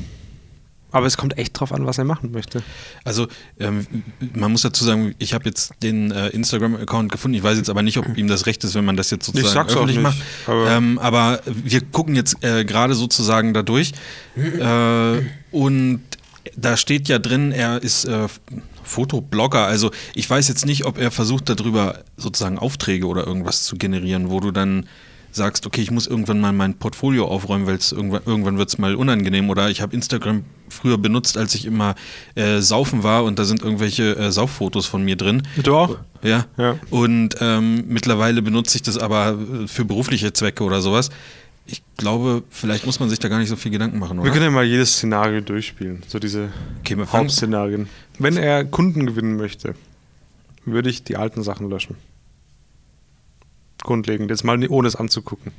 A: Aber es kommt echt drauf an, was er machen möchte.
C: Also ähm, man muss dazu sagen, ich habe jetzt den äh, Instagram-Account gefunden. Ich weiß jetzt aber nicht, ob ihm das recht ist, wenn man das jetzt sozusagen
A: sag's auch
C: öffentlich
A: nicht,
C: macht.
A: aber-
C: Aber, ähm, aber wir gucken jetzt äh, gerade sozusagen da durch. Äh, und da steht ja drin, er ist äh, Fotoblogger. Also ich weiß jetzt nicht, ob er versucht, darüber sozusagen Aufträge oder irgendwas zu generieren, wo du dann sagst, okay, ich muss irgendwann mal mein Portfolio aufräumen, weil es irgendwann, irgendwann wird es mal unangenehm. Oder ich habe Instagram früher benutzt, als ich immer äh, saufen war und da sind irgendwelche äh, Sauffotos von mir drin.
A: Du auch?
C: Ja.
A: Ja.
C: Und ähm, mittlerweile benutze ich das aber äh, für berufliche Zwecke oder sowas. Ich glaube, vielleicht muss man sich da gar nicht so viel Gedanken machen,
A: Wir
C: oder?
A: können ja mal jedes Szenario durchspielen. So diese
C: Okay, wir fangen-
A: Hauptszenarien. Wenn er Kunden gewinnen möchte, würde ich die alten Sachen löschen. Grundlegend. Jetzt mal ohne es anzugucken.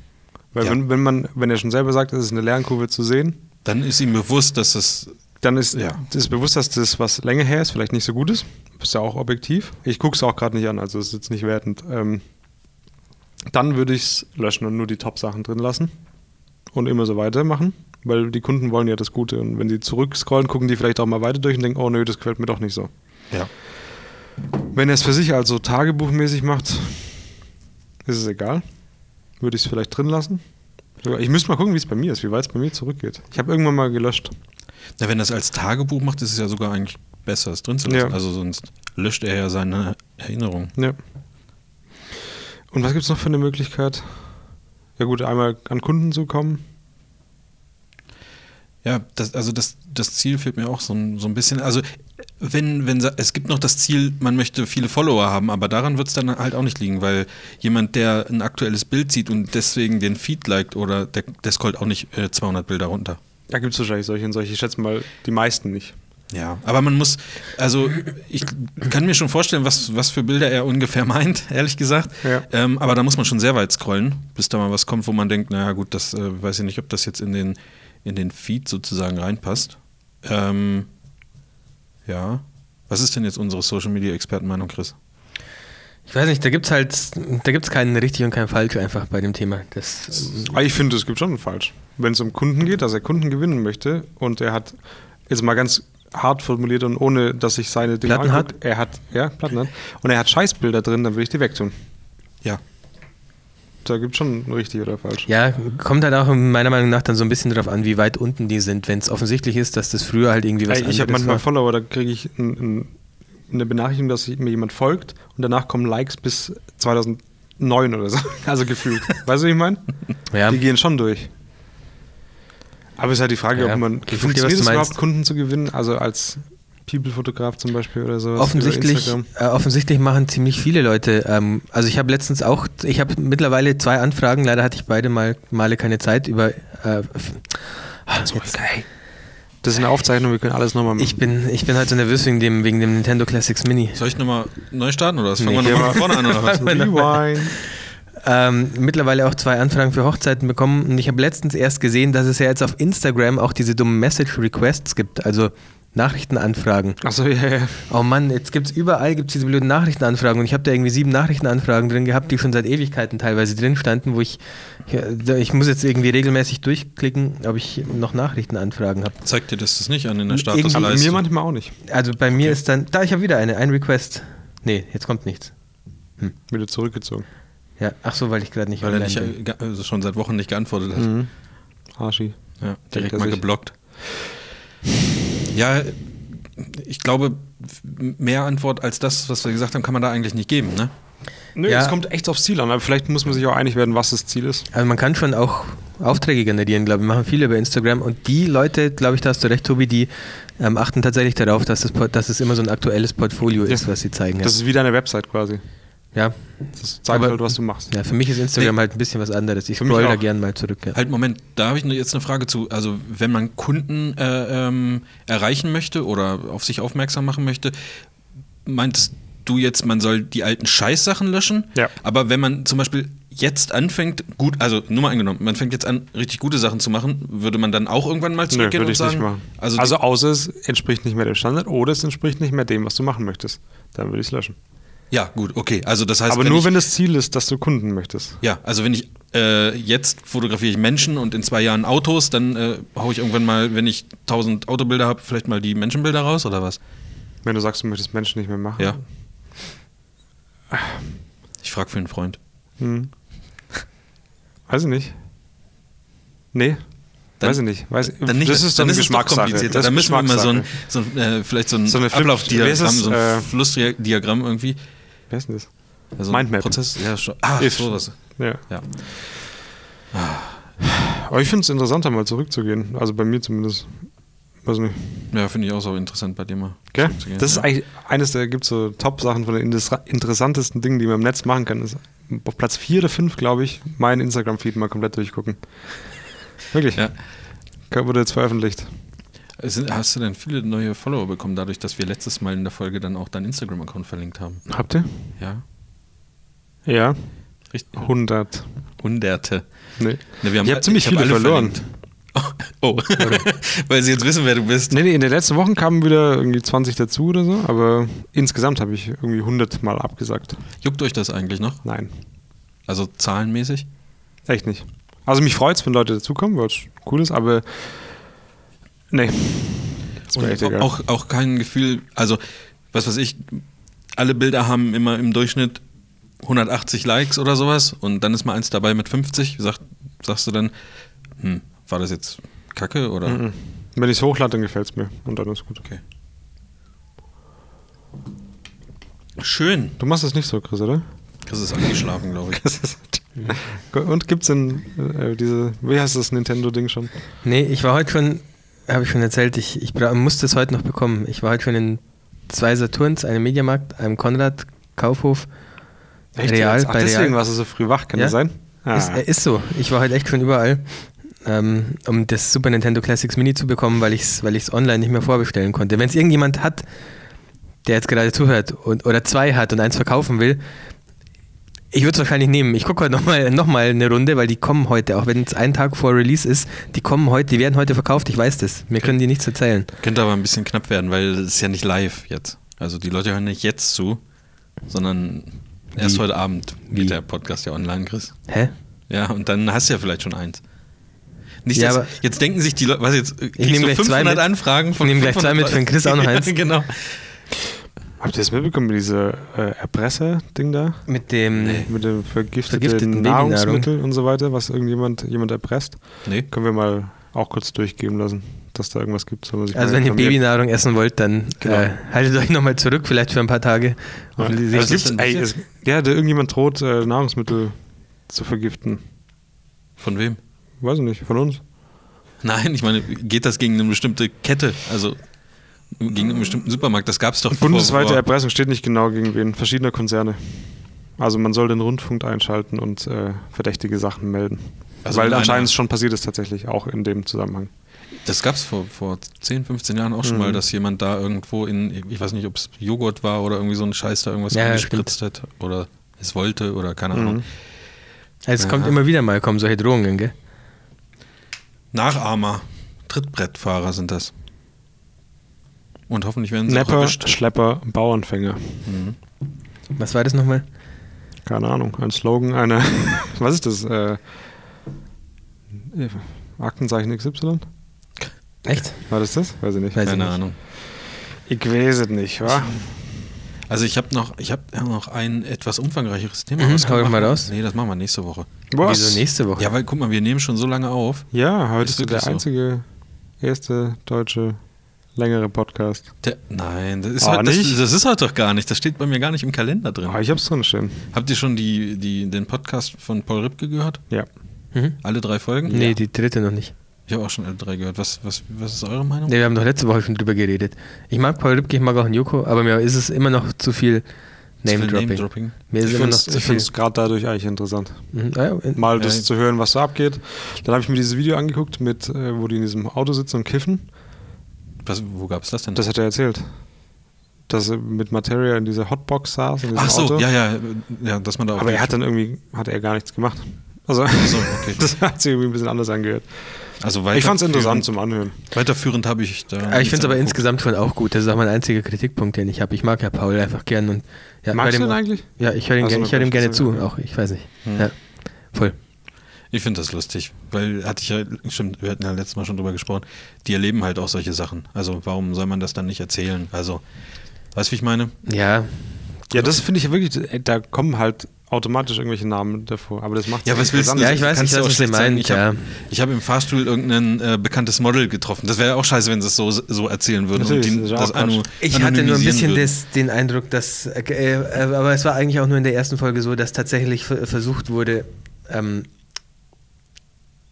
A: Weil
C: Ja.
A: wenn, wenn man, wenn er schon selber sagt, es ist eine Lernkurve zu sehen,
C: Dann ist ihm bewusst, dass das.
A: dann ist
C: Ja.
A: das bewusst, dass das, was länger her ist, vielleicht nicht so gut ist. Ist ja auch objektiv. Ich gucke es auch gerade nicht an, also es ist jetzt nicht wertend. Ähm, dann würde ich es löschen und nur die Top-Sachen drin lassen und immer so weitermachen, weil die Kunden wollen ja das Gute. Und wenn sie zurückscrollen, gucken die vielleicht auch mal weiter durch und denken, oh nö, das gefällt mir doch nicht so.
C: Ja.
A: Wenn er es für sich also tagebuchmäßig macht, ist es egal. Würde ich es vielleicht drin lassen. Ich müsste mal gucken, wie es bei mir ist, wie weit es bei mir zurückgeht. Ich habe irgendwann mal gelöscht.
C: Na, wenn das als Tagebuch macht, ist es ja sogar eigentlich besser, es drin zu lassen.
A: Ja.
C: Also sonst löscht er ja seine Erinnerung.
A: Ja. Und was gibt es noch für eine Möglichkeit? Ja gut, einmal an Kunden zu kommen.
C: Ja, das, also das, das Ziel fehlt mir auch so ein, so ein bisschen. Also wenn, wenn sa- es gibt noch das Ziel, man möchte viele Follower haben, aber daran wird es dann halt auch nicht liegen, weil jemand, der ein aktuelles Bild sieht und deswegen den Feed liked oder der, der scrollt auch nicht äh, 200 Bilder runter.
A: Da gibt es wahrscheinlich solche und solche. Ich schätze mal, die meisten nicht.
C: Ja, aber man muss, also ich kann mir schon vorstellen, was, was für Bilder er ungefähr [LAUGHS] meint, ehrlich gesagt.
A: Ja.
C: Ähm, aber da muss man schon sehr weit scrollen, bis da mal was kommt, wo man denkt, naja gut, das äh, weiß ich nicht, ob das jetzt in den, in den Feed sozusagen reinpasst. Ähm, ja. Was ist denn jetzt unsere Social Media Expertenmeinung, Chris?
B: Ich weiß nicht, da gibt's halt, da gibt's keinen richtig und keinen falsch einfach bei dem Thema. Das, ähm,
A: Aber ich finde, es gibt schon einen Falsch. Wenn es um Kunden geht, dass er Kunden gewinnen möchte und er hat, jetzt mal ganz hart formuliert und ohne, dass ich seine Dinge
B: Platten hat?
A: anguck, er hat, ja, Platten hat, und er hat Scheißbilder drin, dann würde ich die wegtun.
C: Ja.
A: Da gibt es schon ein richtig oder falsch.
B: ja, kommt halt auch meiner Meinung nach dann so ein bisschen drauf an, wie weit unten die sind, wenn es offensichtlich ist, dass das früher halt irgendwie was
A: Ey, ich habe
B: anderes
A: manchmal
B: war.
A: Follower, da kriege ich ein, ein, eine Benachrichtigung, dass mir jemand folgt und danach kommen Likes bis 2009 oder so. [LAUGHS] Also gefühlt. weißt du, wie ich meine?
B: Ja.
A: Die gehen schon durch. Aber es ist halt die Frage,
B: Ja,
A: ob man
B: ich verstehe, was
A: funktioniert
B: du
A: es überhaupt,
B: meinst.
A: Kunden zu gewinnen, also als People-Fotograf zum Beispiel oder sowas. über
B: Offensichtlich,
A: Instagram.
B: äh, offensichtlich machen ziemlich viele Leute. Ähm, also ich habe letztens auch, ich habe mittlerweile zwei Anfragen. Leider hatte ich beide mal Male keine Zeit über. Äh, f- Ah, jetzt,
A: Das ist eine Aufzeichnung, wir können alles nochmal machen.
B: ich bin, ich bin halt so nervös wegen dem, wegen dem Nintendo Classics Mini.
C: Soll ich nochmal neu starten oder was?
B: Nee,
C: Fangen wir nochmal von vorne an oder
B: [LAUGHS]
C: was?
A: Rewind.
B: ähm, mittlerweile auch zwei Anfragen für Hochzeiten bekommen und ich habe letztens erst gesehen, dass es ja jetzt auf Instagram auch diese dummen Message Requests gibt, also Nachrichtenanfragen.
A: Achso, ja, ja.
B: Oh Mann, jetzt gibt's überall gibt's diese blöden Nachrichtenanfragen und ich habe da irgendwie sieben Nachrichtenanfragen drin gehabt, die schon seit Ewigkeiten teilweise drin standen, wo ich ja, da- ich muss jetzt irgendwie regelmäßig durchklicken, ob ich noch Nachrichtenanfragen habe.
C: Zeigt dir das das nicht an in der
B: Irgendwie-
A: Aber mir
C: Statusleiste?
A: manchmal auch nicht.
B: Also bei mir ist dann da ich habe wieder eine, ein Request. Nee, jetzt kommt nichts.
A: Wieder zurückgezogen.
B: Ja, ach so, weil ich gerade nicht
C: Weil er
B: online
C: nicht,
B: bin.
C: äh, ge- also schon seit Wochen nicht geantwortet hat.
A: Harschi.
C: Ja, direkt
A: er
C: mal
A: sich.
C: geblockt. Ja, ich glaube, mehr Antwort als das, was wir gesagt haben, kann man da eigentlich nicht geben, ne?
A: Nö,
B: Ja.
A: es kommt echt aufs Ziel an, aber vielleicht muss man sich auch einig werden, was das Ziel ist.
B: Also man kann schon auch Aufträge generieren, glaube ich, machen viele über Instagram und die Leute, glaube ich, da hast du recht, Tobi, die ähm, achten tatsächlich darauf, dass, das, Port- dass es immer so ein aktuelles Portfolio ist, was sie zeigen.
A: Das ist wie deine Website quasi.
B: ja.
A: Das zeigt
B: Aber-
A: halt, was du machst.
B: Ja, für mich ist Instagram
C: Nee.
B: halt ein bisschen was anderes. Ich
A: Für mich
B: scroll da
A: auch.
B: gern mal zurück. Ja.
C: Halt, Moment, da habe ich jetzt eine Frage zu. Also, wenn man Kunden äh, ähm, erreichen möchte oder auf sich aufmerksam machen möchte, meintest du jetzt, man soll die alten Scheißsachen löschen?
A: Ja.
C: Aber wenn man zum Beispiel jetzt anfängt, gut, also nur mal angenommen, man fängt jetzt an, richtig gute Sachen zu machen, würde man dann auch irgendwann mal
A: Nö,
C: zurückgehen
A: würde
C: und
A: ich
C: sagen,
A: nicht machen.
C: also,
A: Also, außer es entspricht nicht mehr dem Standard oder es entspricht nicht mehr dem, was du machen möchtest. Dann würde ich es löschen.
C: ja, gut, okay. Also das heißt,
A: aber nur,
C: ich,
A: wenn das Ziel ist, dass du Kunden möchtest.
C: Ja, also wenn ich äh, jetzt fotografiere ich Menschen und in zwei Jahren Autos, dann äh, haue ich irgendwann mal, wenn ich 1000 Autobilder habe, vielleicht mal die Menschenbilder raus oder was?
A: Wenn du sagst, du möchtest Menschen nicht mehr machen.
C: Ja. Ich frage für einen Freund.
A: Hm. Weiß ich nicht. Nee.
C: Dann-
A: weiß ich nicht. Weiß,
C: Dann nicht,
A: das ist dann,
C: dann es doch
A: Geschmackssache.
C: komplizierter.
A: Das
C: Da
A: ist
C: müssen wir mal so ein,
A: Geschmackssache.
C: so ein äh, vielleicht so ein
A: So eine Flip-
C: Ablaufdiagramm,
A: wie ist es,
C: so ein
A: äh,
C: Flussdiagramm irgendwie.
A: Wer ist denn das?
C: Also
A: Mindmap.
C: Prozess, ja, schon. Ah,
A: If.
C: sowas.
A: Ja.
C: Ja.
A: Aber ich finde es interessanter, mal zurückzugehen. Also bei mir zumindest. Weiß nicht.
C: Ja, finde ich auch so interessant bei dir mal.
A: Gell?
C: zurückzugehen,
A: Das ist
C: ja.
A: eigentlich eines der gibt so Top-Sachen von den indes- interessantesten Dingen, die man im Netz machen kann. Ist auf Platz 4 oder 5, glaube ich, mein Instagram-Feed mal komplett durchgucken. Wirklich.
C: Ja.
A: Ka- Wurde jetzt veröffentlicht.
C: Es sind- Hast du denn viele neue Follower bekommen, dadurch, dass wir letztes Mal in der Folge dann auch deinen Instagram-Account verlinkt haben?
A: Habt ihr?
C: Ja.
A: Ja.
C: Richtig.
A: 100.
C: Hunderte.
A: Nee.
C: Ne, wir
A: Ich hab ziemlich
C: ich
A: viele
C: alle
A: verloren.
C: verlinkt. Oh, [LAUGHS] weil sie jetzt wissen, wer du bist.
A: Nee, nee, in den letzten Wochen kamen wieder irgendwie 20 dazu oder so, aber insgesamt habe ich irgendwie 100 Mal abgesagt.
C: Juckt euch das eigentlich noch?
A: Nein,
C: Also zahlenmäßig?
A: echt nicht. Also mich freut es, wenn Leute dazukommen, weil es cool ist, aber nee. Ist mir echt egal.
C: auch, auch kein Gefühl, also was weiß ich, alle Bilder haben immer im Durchschnitt 180 Likes oder sowas und dann ist mal eins dabei mit 50. Sag, sagst du dann, hm, war das jetzt Kacke oder?
A: Mhm. Wenn ich es hochlade, dann gefällt es mir und dann ist gut.
C: Okay. Schön.
A: Du machst es nicht so, Chris, oder?
C: Das ist angeschlafen, glaube ich.
A: Und gibt's denn äh, diese, wie heißt das Nintendo-Ding schon?
B: Nee, ich war heute schon, habe ich schon erzählt, ich, ich bra- musste es heute noch bekommen. Ich war heute schon in zwei Saturns, einem Mediamarkt, einem Konrad, Kaufhof, Real,
A: Ach,
B: bei
A: deswegen
B: Real.
A: warst du so früh wach, kann
B: Ja?
A: das sein? Ah.
B: Ist, äh, ist so. Ich war heute echt schon überall, ähm, um das Super Nintendo Classics Mini zu bekommen, weil ich es weil ich's online nicht mehr vorbestellen konnte. Wenn es irgendjemand hat, der jetzt gerade zuhört und, oder zwei hat und eins verkaufen will, ich würde es wahrscheinlich nehmen. Ich gucke heute nochmal noch mal eine Runde, weil die kommen heute, auch wenn es einen Tag vor Release ist, die kommen heute, die werden heute verkauft, ich weiß das. Mir können die nichts erzählen.
C: Könnte aber ein bisschen knapp werden, weil es ist ja nicht live jetzt. Also die Leute hören nicht jetzt zu, sondern Erst
B: Wie?
C: heute Abend
B: Wie?
C: geht der Podcast ja online, Chris.
B: Hä?
C: Ja, und dann hast du ja vielleicht schon eins. Nicht,
B: Ja,
C: dass,
B: aber-
C: jetzt denken sich die Leute, was jetzt, kriegst
B: nehme
C: du
B: gleich zwei
C: 500
B: mit.
C: Anfragen
B: Ich nehme gleich zwei mit, wenn Chris auch noch eins.
C: [LAUGHS] Ja, genau.
A: Habt ihr das mitbekommen mit diesem äh, Erpresser-Ding da?
B: Mit dem.
A: Mit dem vergifteten,
B: Äh. Vergifteten
A: Nahrungsmittel und so weiter, was irgendjemand jemand erpresst?
C: Nee.
A: Können wir mal auch kurz durchgeben lassen, dass da irgendwas gibt. soll man sich
B: Also
A: mal
B: wenn ihr
A: informieren.
B: Babynahrung essen wollt, dann
A: Genau.
B: äh, haltet euch nochmal zurück, vielleicht für ein paar Tage.
A: Ja,
B: Auf die-
A: also es
C: ist
A: gibt's,
C: denn
A: ey, es,
C: passiert?
A: ja, da irgendjemand droht, äh, Nahrungsmittel zu vergiften.
C: Von wem?
A: Weiß ich nicht, von uns.
C: Nein, ich meine, geht das gegen eine bestimmte Kette? Also gegen einen bestimmten Supermarkt? Das gab es doch vor-
A: Bundesweite
C: vor-
A: Erpressung steht nicht genau gegen wen. Verschiedener Konzerne. Also man soll den Rundfunk einschalten und äh, verdächtige Sachen melden.
C: Also
A: Weil
C: wenn einer-
A: anscheinend es schon passiert ist tatsächlich, auch in dem Zusammenhang.
C: Das gab es vor, vor 10, 15 Jahren auch schon
B: Mhm.
C: mal, dass jemand da irgendwo in, ich weiß nicht, ob es Joghurt war oder irgendwie so ein Scheiß da irgendwas
B: Ja, Mhm. ja,
C: gespritzt hat oder es wollte oder keine Ahnung.
B: Also Es kommt immer wieder mal, kommen solche Drohungen, gell?
C: Nachahmer, Trittbrettfahrer sind das. Und hoffentlich werden sie auch
A: Nepper,
C: erwischt.
A: Schlepper, Bauernfänger.
B: Was war das nochmal?
A: Keine Ahnung, ein Slogan einer. [LAUGHS] Was ist das? Äh, Aktenzeichen XY?
B: Echt?
A: War das das? Weiß ich nicht.
B: Weiß ich
C: Keine
B: nicht.
C: Ahnung.
A: Ich weiß es nicht, wa?
C: Also ich habe noch, ich hab noch ein etwas umfangreicheres Thema.
B: Mhm,
C: Was
B: hau ich
C: machen
B: mal
C: wir-
B: raus.
C: Nee, das machen wir nächste Woche.
A: Was?
B: Wieso nächste Woche?
C: Ja, weil guck mal, wir nehmen schon so lange auf.
A: Ja, heute
C: Ist
A: ist, du
C: wirklich
A: der
C: so.
A: einzige, erste deutsche, längere Podcast.
C: Der, nein, das ist,
A: Oh,
C: heute, das,
A: nicht?
C: das ist heute doch gar nicht. Das steht bei mir gar nicht im Kalender drin.
A: Ah, ich hab's drin stehen.
C: Habt ihr schon die, die, den Podcast von Paul Ripke gehört?
A: Ja.
B: Mhm.
C: Alle drei Folgen?
B: Nee,
C: Ja.
B: die dritte noch nicht.
C: Ich habe auch schon alle drei gehört. Was, was, was ist eure Meinung?
B: Nee, wir haben doch letzte Woche schon drüber geredet. Ich mag Paul Rübke, ich mag auch Joko, aber mir ist es immer noch zu viel
C: Zu viel
B: Name-Dropping.
C: Name-Dropping.
B: mir ist
A: Ich
B: immer noch
A: find's,
B: zu
A: ich
B: viel.
A: find's gerade dadurch eigentlich interessant.
B: Mhm. Ah, ja, in-
A: Mal das
C: Ja.
A: zu hören, was da abgeht. Dann habe ich mir dieses Video angeguckt, mit, äh, wo die in diesem Auto sitzen und kiffen.
C: Was, wo gab es das denn?
A: Das hat er erzählt. Dass er mit Materia in dieser Hotbox saß. In diesem
C: Ach so,
A: Auto.
C: ja, ja, ja, dass man da auch.
A: Aber er hat dann irgendwie, hat er gar nichts gemacht. Also, [LAUGHS]
C: so, okay.
A: das hat sich irgendwie ein bisschen anders angehört.
C: also
A: Ich fand's
C: weiterführend-
A: interessant zum Anhören.
C: Weiterführend habe ich da.
B: Aber ich finde es aber
C: nichts
B: insgesamt schon auch gut. Das ist auch mein einziger Kritikpunkt, den ich habe. Ich mag ja Paul einfach gern und ja,
A: Magst
B: hör
A: du
B: dem-
A: ihn eigentlich?
B: Ja, ich höre ihm
A: Ach so,
B: gerne, ich hör ihm gerne
A: okay. Hm.
B: zu, auch ich weiß nicht. Ja, voll.
C: angeguckt. Ich finde das lustig, weil hatte ich ja, stimmt, wir hatten ja letztes Mal schon drüber gesprochen, die erleben halt auch solche Sachen. Also warum soll man das dann nicht erzählen? Also, weißt du, wie ich meine?
B: Ja,
A: Ja, das finde ich ja wirklich, äh, da kommen halt automatisch irgendwelche Namen davor. Aber das macht
C: Ja, was willst du?
B: Ja, ich weiß,
C: Kannst
B: ich
C: du
B: weiß,
C: auch
B: was ihr
C: schlecht sagen,
B: meint,
C: Ich habe
B: ja.
C: hab im Fahrstuhl irgendein äh, bekanntes Model getroffen. Das wäre ja auch scheiße, wenn sie es so, so erzählen würden.
A: Natürlich,
C: und
A: das
C: die,
A: ist ja
C: das
A: auch Quatsch.
C: anu-
B: Ich hatte nur ein
C: anonymisieren
B: bisschen
C: würden.
B: des, den Eindruck, dass, äh, äh, aber es war eigentlich auch nur in der ersten Folge so, dass tatsächlich ver- versucht wurde, ähm,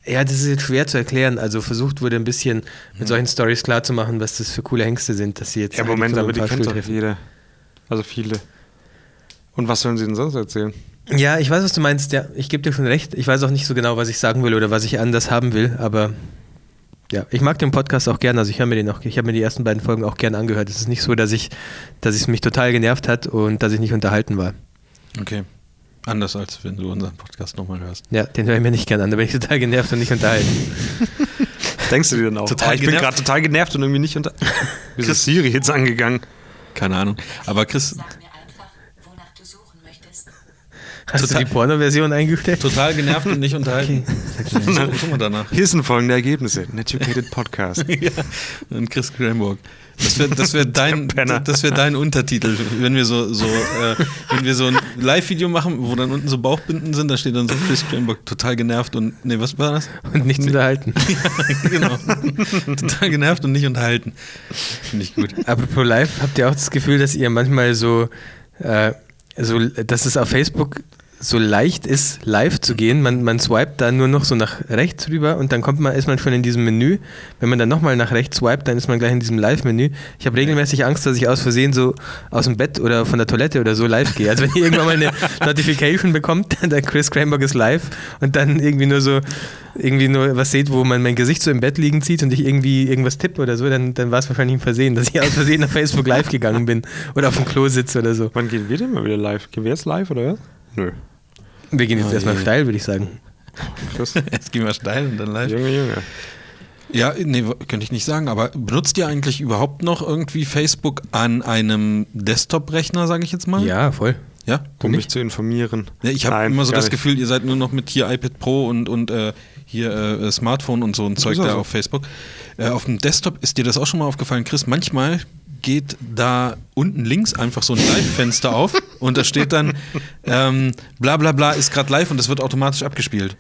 B: ja, das ist jetzt schwer zu erklären, also versucht wurde ein bisschen mit solchen Stories klarzumachen, was das für coole Hengste sind, dass sie jetzt.
A: Mhm. Ja,
B: halt
A: Moment,
B: so
A: aber die
B: einen
A: kennt
B: Fahrstuhl
A: doch
B: treffen.
A: jeder. Also viele. Und was sollen sie denn sonst erzählen?
B: Ja, ich weiß, was du meinst, ja, ich gebe dir schon recht. Ich weiß auch nicht so genau, was ich sagen will oder was ich anders haben will, aber ja, ich mag den Podcast auch gern, also ich höre mir den auch, ich habe mir die ersten beiden Folgen auch gern angehört. Es ist nicht so, dass ich, dass es mich total genervt hat und dass ich nicht unterhalten war.
C: Okay. Anders als wenn du unseren Podcast nochmal hörst.
B: Ja, den höre ich mir nicht gern an, da bin ich total genervt und nicht unterhalten.
A: Denkst du dir denn auch?
C: Total
A: Ah, ich bin
C: genervt.
A: gerade total genervt und irgendwie nicht unter. [LAUGHS] Wieso ist Siri jetzt angegangen?
C: Keine Ahnung. Aber Chris,
F: Sag mir einfach, wonach du suchen möchtest.
B: Hast
C: Total-
B: du die Porno-Version eingestellt?
C: total genervt und nicht unterhalten. [LAUGHS] Okay. Schon mal danach.
A: Hier sind folgende Ergebnisse. An Educated Podcast.
C: ja. Und Chris Gramburg. Das wäre das wär dein,
A: Penner.
C: das wär dein Untertitel, wenn wir so, so, äh, wenn wir so ein Live-Video machen, wo dann unten so Bauchbinden sind, da steht dann so Chris Gramburg total genervt und nee, was war das?
B: [LAUGHS]
C: [LAUGHS]
B: Und nicht unterhalten.
C: ja, genau. [LAUGHS] Total genervt und nicht unterhalten. Finde ich gut.
B: Apropos live, habt ihr auch das Gefühl, dass ihr manchmal so, äh, so dass es auf Facebook so leicht ist, live zu gehen? Man, man swipet da nur noch so nach rechts rüber und dann kommt man, ist man schon in diesem Menü. Wenn man dann nochmal nach rechts swipet, dann ist man gleich in diesem Live-Menü. Ich habe regelmäßig Angst, dass ich aus Versehen so aus dem Bett oder von der Toilette oder so live gehe. Also wenn ihr irgendwann
C: [LAUGHS]
B: mal eine Notification bekommt, [LAUGHS] dann Chris Cranberg ist live und dann irgendwie nur so irgendwie nur was seht, wo man mein Gesicht so im Bett liegen sieht und ich irgendwie irgendwas tippe oder so, dann, dann war es wahrscheinlich ein Versehen, dass ich aus Versehen auf Facebook live gegangen bin oder auf dem Klo sitze oder so.
A: [LAUGHS] Wann gehen wir denn mal wieder live? Gehen wir jetzt live oder was? Nö.
B: Wir gehen jetzt
C: Oh
B: erstmal
C: je.
B: steil, würde ich sagen.
A: Tschüss.
C: Jetzt gehen wir steil und dann live.
A: Junge, Junge.
C: Ja, nee, w- könnte ich nicht sagen, aber benutzt ihr eigentlich überhaupt noch irgendwie Facebook an einem Desktop-Rechner, sage ich jetzt mal?
B: Ja, voll.
C: Ja?
A: um
B: nicht?
A: mich zu informieren.
C: Ja, ich habe
A: Nein,
C: immer so
A: gar
C: das
A: nicht.
C: Gefühl, ihr seid nur noch mit hier iPad Pro und, und äh, hier äh, Smartphone und so ein Zeug
A: ist auch
C: da
A: so.
C: auf Facebook. Äh, auf dem Desktop ist dir das auch schon mal aufgefallen, Chris? Manchmal geht da unten links einfach so ein Live-Fenster auf und da steht dann ähm, bla bla bla ist gerade live und das wird automatisch abgespielt.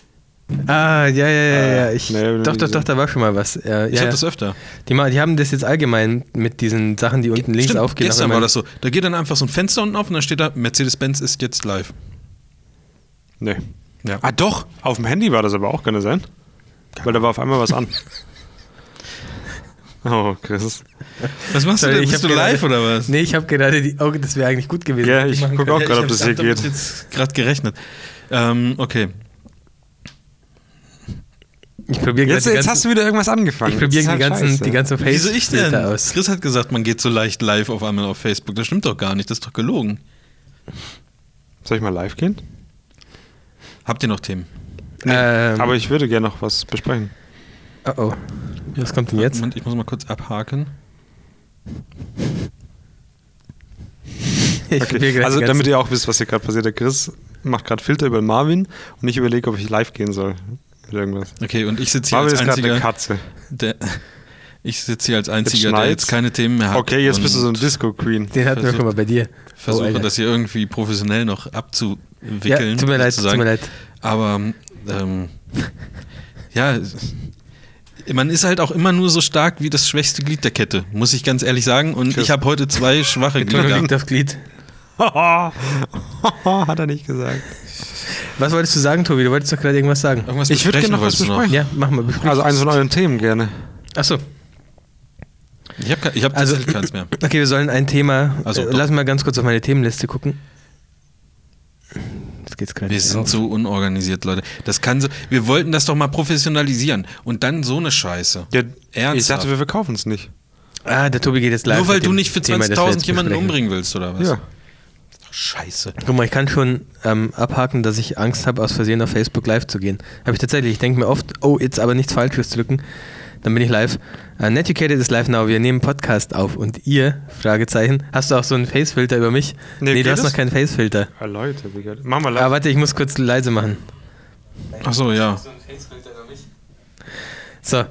B: Ah, ja, ja, ja, ja. Ich,
A: nee, hab ich noch
B: doch,
A: nie
B: doch, doch,
A: gesehen.
B: da war schon mal was. Äh,
C: Ah, Ich
B: ja,
C: hab
B: ja.
C: das öfter.
B: Die, ma- die haben das jetzt allgemein mit diesen Sachen, die unten links
C: Stimmt,
B: aufgehen.
C: gestern
B: auch
C: war
B: immer-
C: das so. Da geht dann einfach so ein Fenster unten auf und dann steht da, Mercedes-Benz ist jetzt live.
A: Nee.
C: Ja.
A: Ah, doch. Auf dem Handy war das aber auch, kann das sein? Weil da war auf einmal was an. [LAUGHS] Oh, Chris.
C: Was machst
B: Sorry,
C: du denn?
B: ich
C: Bist
B: hab
C: du live
B: gerade-
C: oder
B: [LAUGHS]
C: was?
B: Nee, ich habe gerade die Augen, das wäre eigentlich gut gewesen.
A: Ja, ich
B: machen
A: gucke
B: können.
A: auch gerade, Oh ob
C: ich
A: das
C: hab
A: hier
C: damit
A: geht.
C: jetzt gerade gerechnet. Ähm, okay.
B: Ich probiere gerade
A: Jetzt,
B: die
A: jetzt
B: ganzen-
A: hast du wieder irgendwas angefangen.
B: Ich
A: Das
B: probiere
A: ist
B: die
A: halt
B: ganzen,
A: scheiße.
B: die ganzen
C: Wieso ich denn?
B: Face-Filter aus.
C: Chris hat gesagt, man geht so leicht live auf einmal auf Facebook. Das stimmt doch gar nicht, das ist doch gelogen.
A: Soll ich mal live gehen?
C: Habt ihr noch Themen?
B: Ähm,
A: Aber ich würde gerne noch was besprechen.
B: oh, oh. Was kommt denn jetzt?
C: Moment, ich muss mal kurz abhaken.
B: Ich probier
A: Okay.
B: grad
A: Also
B: die
A: damit
B: ganzen-
A: ihr auch wisst, was hier gerade passiert. Der Chris macht gerade Filter über Marvin und ich überlege, ob ich live gehen soll. Oder irgendwas.
C: Okay, und ich sitze hier
A: Marvin
C: als
A: ist gerade eine
C: einziger,
A: Katze.
C: der, [LAUGHS] ich sitze hier als einziger, der
A: schneit's.
C: jetzt keine Themen mehr hat.
A: Okay, jetzt
C: und
A: bist du so ein Disco-Queen.
B: den hatten wir schon mal bei dir. Oh,
C: Versuche
B: Alter.
C: das um hier irgendwie professionell noch abzuwickeln.
B: Ja, tut mir leid, tut
C: sozusagen.
B: mir leid.
C: Aber ähm, ja, es- man ist halt auch immer nur so stark wie das schwächste Glied der Kette, muss ich ganz ehrlich sagen. Und ich habe heute zwei schwache
B: Betonung
C: Glieder.
B: liegt aufs Glied.
A: [LAUGHS] Hat er nicht gesagt.
B: Was wolltest du sagen, Tobi? Du wolltest doch gerade irgendwas sagen.
C: Irgendwas
A: Ich würd
C: besprechen
A: gerne noch was besprechen.
C: wolltest du
B: Ja, mach mal. besprich.
A: Also eins von euren Themen gerne.
B: Achso.
C: Ich habe ich hab
B: Also-
C: tatsächlich keins mehr.
B: [LAUGHS] Okay, wir sollen ein Thema.
C: Also,
B: äh,
C: doch.
B: lass mal ganz kurz auf meine Themenliste gucken. Jetzt geht's gerade.
C: Wir
B: nicht
C: sind
B: auf.
C: so unorganisiert, Leute. Das kann so. Wir wollten das doch mal professionalisieren und dann so eine Scheiße. Ernsthaft.
A: Ich dachte, wir verkaufen es nicht.
B: Ah, der Tobi geht jetzt live.
C: Nur weil
B: mit
C: du
B: dem
C: nicht für
B: Thema, das wir
C: 20.000
B: jetzt
C: jemanden
B: besprechen.
C: umbringen willst, oder was?
A: Ja.
C: Scheiße.
B: Guck mal, ich kann schon ähm, abhaken, dass ich Angst habe, aus Versehen auf Facebook live zu gehen. Habe ich tatsächlich. Ich denke mir oft, oh, jetzt aber nichts Falsches drücken. Dann bin ich live. Uh, Netucated ist live now. Wir nehmen Podcast auf. Und ihr, Fragezeichen, hast du auch so einen Facefilter über mich?
A: Nee,
B: Nee,
A: geht
B: du hast
A: das?
B: noch keinen Facefilter.
A: Ah, Leute, wie geil. Mach mal
B: Ah, warte, ich muss kurz leise machen.
C: Achso, ja.
B: So,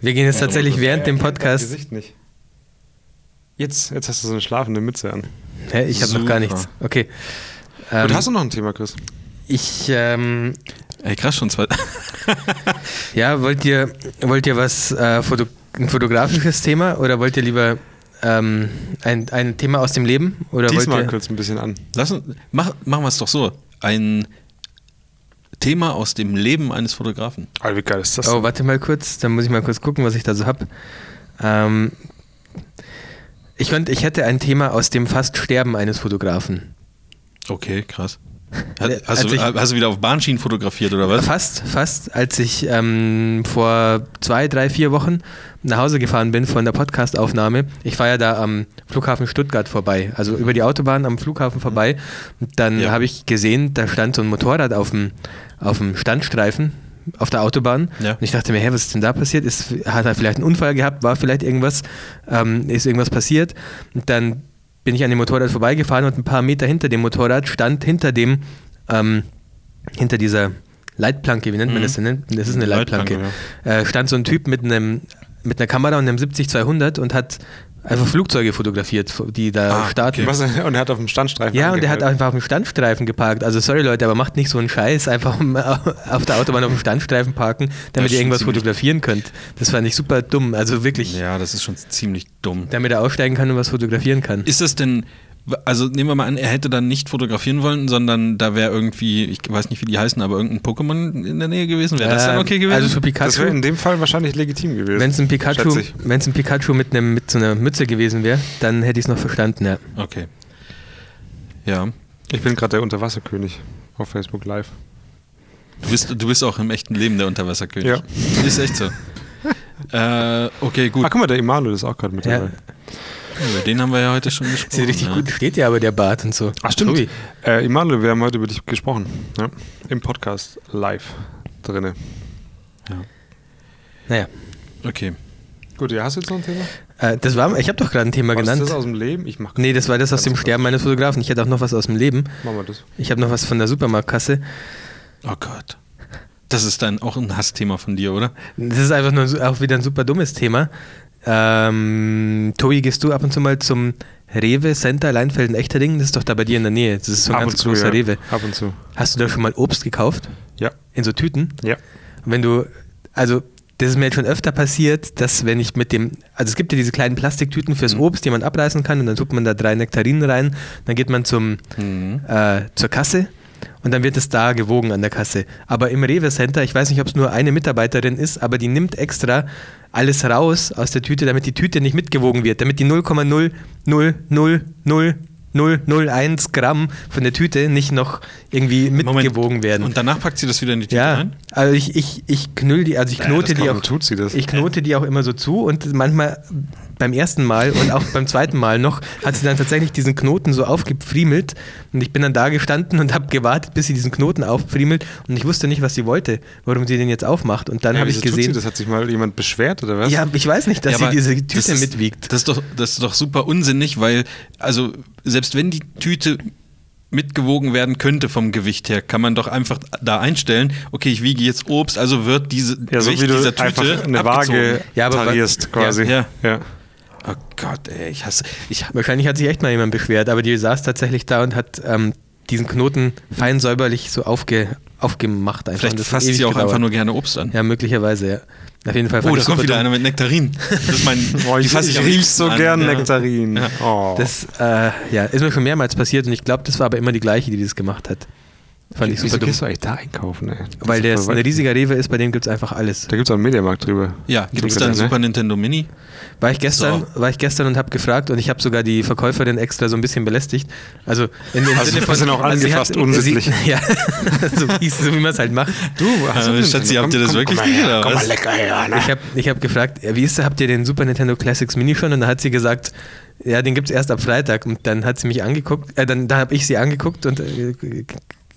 B: wir gehen jetzt tatsächlich während dem
A: Das
B: Podcast.
A: Gesicht nicht. Jetzt, jetzt hast du so eine schlafende Mütze an.
B: Hä, ich habe noch gar nichts. Okay. Ähm,
A: Und hast du noch ein Thema, Chris?
B: ich ähm,
C: Ey, krass, schon zwei.
B: Ja, wollt ihr, wollt ihr was, äh, Foto, ein fotografisches Thema oder wollt ihr lieber ähm, ein, ein Thema aus dem Leben? Oder
A: Diesmal
B: wollt ihr,
A: kurz ein bisschen an.
C: Lass uns, mach, machen wir es doch so. Ein Thema aus dem Leben eines Fotografen.
A: Ah, wie geil ist das?
B: Oh, warte mal kurz, dann muss ich mal kurz gucken, was ich da so hab. Ähm, ich, könnt, ich hätte ein Thema aus dem fast Sterben eines Fotografen.
C: Okay, krass. also
B: Äh,
C: Hat, hast,
B: als
C: du,
B: ich-
C: hast du wieder auf Bahnschienen fotografiert oder was?
B: Fast, fast, als ich ähm, vor zwei, drei, vier Wochen nach Hause gefahren bin von der Podcastaufnahme. Ich war ja da am Flughafen Stuttgart vorbei, also über die Autobahn am Flughafen vorbei. Und Dann
C: Ja.
B: habe ich gesehen, da stand so ein Motorrad auf dem, auf dem Standstreifen auf der Autobahn.
C: Ja.
B: Und ich dachte mir, hä, was ist denn da passiert? Ist, hat er vielleicht einen Unfall gehabt? War vielleicht irgendwas? Ähm, ist irgendwas passiert? Und dann bin ich an dem Motorrad vorbeigefahren und ein paar Meter hinter dem Motorrad stand hinter dem ähm, hinter dieser Leitplanke, wie nennt man das denn? ne? Das ist eine Leitplanke.
C: Mhm. Leitplanke,
B: äh, stand so ein Typ mit einem mit einer Kamera und einem 70-200 und hat einfach Flugzeuge fotografiert, die da
C: Ah,
B: starten.
A: Was, und er hat auf dem Standstreifen
B: Ja, und der hat
A: angehalten.
B: einfach auf dem Standstreifen geparkt. Also sorry Leute, aber macht nicht so einen Scheiß, einfach um- [LAUGHS] auf der Autobahn auf dem Standstreifen parken, damit ihr
C: schon
B: irgendwas
C: ziemlich-
B: fotografieren könnt. Das fand ich super dumm. Also
C: [LAUGHS]
B: wirklich,
C: Ja, das ist schon ziemlich dumm.
B: damit er aussteigen kann und was fotografieren kann.
C: Ist das denn, also nehmen wir mal an, er hätte dann nicht fotografieren wollen, sondern da wäre irgendwie, ich weiß nicht, wie die heißen, aber irgendein Pokémon in der Nähe gewesen. Wäre das dann
B: Ähm,
C: okay gewesen?
B: Also für
A: Das wäre
B: Pikachu,
A: in dem Fall wahrscheinlich legitim gewesen.
B: wenn es ein Pikachu,
A: schätze ich.
B: wenn's ein Pikachu mit, einem, mit so einer Mütze gewesen wäre, dann hätte ich es noch verstanden. Ja.
C: okay. Ja.
A: Ich bin gerade der Unterwasserkönig auf Facebook Live.
C: Du bist, du bist auch im echten Leben der Unterwasserkönig.
A: Ja.
C: Ist echt [LAUGHS] so. äh, okay, gut.
A: Ah, guck mal, der Imalo ist auch gerade mit
B: Ja.
A: dabei.
C: Über den haben wir ja heute schon gesprochen.
B: Sieht
A: Oh,
B: richtig
C: ja.
A: ne?
B: gut, steht ja aber der Bart und so. Tobi.
A: Äh, Imalo, wir haben heute über dich gesprochen. Ja? Im Podcast live drinne.
B: Naja.
C: Okay.
A: Gut, ihr hast jetzt noch ein Thema?
B: Äh, das war, ich habe doch gerade ein Thema
A: Was ist
B: genannt.
A: das aus dem Leben? Ich mach
B: nee, das war das aus dem Sterben meines Fotografen. Ich hätte auch noch was aus dem Leben.
A: Machen wir das.
B: Ich habe noch was von der Supermarktkasse.
C: Oh Gott. Das ist dann auch ein Hassthema von dir, oder?
B: Das ist einfach nur so- auch wieder ein super dummes Thema. Ähm, Tobi, gehst du ab und zu mal zum Rewe Center Leinfelden Echterding? Das ist doch da bei dir in der Nähe. Das ist so ein ganz großer
A: ja.
B: Rewe.
A: Ab und zu.
B: Hast du da schon mal Obst gekauft?
A: Ja.
B: In so Tüten?
A: Ja.
B: Und wenn du, also das ist mir jetzt schon öfter passiert, dass wenn ich mit dem, also es gibt ja diese kleinen Plastiktüten fürs Obst, die man abreißen kann und dann tut man da drei Nektarinen rein, dann geht man zum, äh, zur Kasse und dann wird es da gewogen an der Kasse. Aber im Rewe Center, ich weiß nicht, ob es nur eine Mitarbeiterin ist, aber die nimmt extra alles raus aus der Tüte, damit die Tüte nicht mitgewogen wird, damit die 0,0000001 Gramm von der Tüte nicht noch irgendwie mitgewogen werden.
C: Und danach packt sie das wieder in die Tüte
B: Ja,
C: rein?
B: also ich, ich, ich knüll die, also ich
C: Naja, das
B: knote die
C: kann
B: auch.
A: Warum tut sie das?
B: Ich knote die auch immer so zu und manchmal beim ersten Mal und auch beim zweiten Mal noch hat sie dann tatsächlich diesen Knoten so aufgefriemelt und ich bin dann da gestanden und habe gewartet, bis sie diesen Knoten auffriemelt und ich wusste nicht, was sie wollte, warum sie den jetzt aufmacht und dann
A: Ja,
B: habe
A: wieso
B: ich
A: Tut sie
B: gesehen,
A: das hat sich mal jemand beschwert oder was?
B: ja, ich weiß nicht, dass
C: Ja,
B: sie
C: aber
B: diese
C: das
B: Tüte
C: ist-
B: mitwiegt.
C: Das ist, doch, das ist doch super unsinnig, weil, also, selbst wenn die Tüte mitgewogen werden könnte vom Gewicht her, kann man doch einfach da einstellen, okay, ich wiege jetzt Obst, also wird diese
A: Ja, so
C: Gewicht
A: wie du
C: dieser Tüte
A: einfach eine
C: abgezogen.
A: Waage
B: Ja, aber wa-
A: tarierst quasi.
C: Ja.
A: ja.
C: Oh Gott, ey, ich hasse. Ich,
B: Wahrscheinlich hat sich echt mal jemand beschwert, aber die saß tatsächlich da und hat ähm, diesen Knoten fein säuberlich so aufge, aufgemacht. Einfach. Und
C: vielleicht
B: das hat
C: fasst
B: ewig
C: sie auch
B: gedauert.
C: einfach nur gerne Obst an.
B: Ja, möglicherweise, ja. Auf jeden Fall. fand
C: Oh,
B: ich
C: da kommt
B: super
C: wieder
B: dumm.
C: einer mit Nektarinen. Das ist mein.
A: Boah,
C: die
A: ich
C: fass
A: ich
C: am
A: riech
C: liebsten
A: so
C: an.
A: gern
C: Ja.
A: Nektarinen. Oh.
B: Das äh, ja, ist mir schon mehrmals passiert und ich glaube, das war aber immer die gleiche, die das gemacht hat. Fand ich super
A: Wieso
B: dumm.
A: gehst du eigentlich da einkaufen, ey? Das
B: Weil
A: ist
B: der
A: voll
B: ist ein
A: weit.
B: riesiger Rewe ist, bei dem gibt es einfach alles.
A: Da gibt es auch einen Mediamarkt drüber.
C: Ja, gibt es da
A: Drüber,
C: ein Super Nintendo Mini?
B: War ich gestern,
C: So.
B: war ich gestern und habe gefragt und ich habe sogar die Verkäuferin extra so ein bisschen belästigt. Also in dem
A: Also,
B: Sinne
A: wir sind auch
B: sie
A: angefasst
B: hat-
A: unsittlich.
B: Sie, [LAUGHS] ja, so, wie- so wie man es halt macht.
A: Du, hast
C: Äh,
A: du
C: Schatzi,
A: denn-
C: habt ihr das
A: komm,
C: wirklich
A: komm mal her,
C: gesehen, oder
A: Komm mal
C: was?
A: lecker her, ne?
B: Ich habe ich hab gefragt, ja, wie ist, habt ihr den Super Nintendo Classics Mini schon? Und da hat sie gesagt, ja, den gibt es erst ab Freitag. Und dann hat sie mich angeguckt, äh, dann, dann habe ich sie angeguckt und äh, g- g-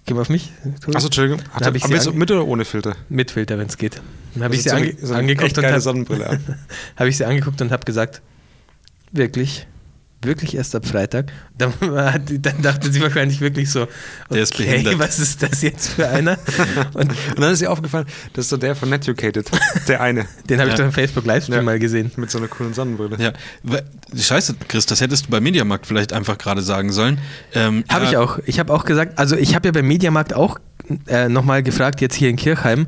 B: geh mal auf mich.
A: Achso, Entschuldigung.
B: Dann hab ich sie
A: aber jetzt
B: ange-
A: mit oder ohne Filter?
B: Mit Filter, wenn es geht. Dann habe ich sie
A: Also so eine-
B: ange
A: so eine
B: angeguckt
A: echt
B: und
A: geile
B: habe
A: Sonnenbrille an.
B: [LAUGHS] hab ich sie angeguckt und habe gesagt, wirklich, wirklich erst ab Freitag. Dann, [LAUGHS] hat, dann dachte sie wahrscheinlich wirklich so,
C: Der ist behindert.
B: was ist das jetzt
A: [LAUGHS]
B: für einer? Und
A: Und dann ist ihr aufgefallen, das ist so der von Netucated. der eine.
B: den habe ich
C: Ja.
B: doch im Facebook Livestream
A: Ja.
B: mal gesehen.
A: Mit so einer coolen Sonnenbrille.
C: Ja. We- Scheiße, Chris, das hättest du bei Mediamarkt vielleicht einfach gerade sagen sollen. Ähm,
B: Habe
C: ja,
B: ich auch. Ich habe auch gesagt, also ich habe ja beim Mediamarkt auch äh, nochmal gefragt, jetzt hier in Kirchheim,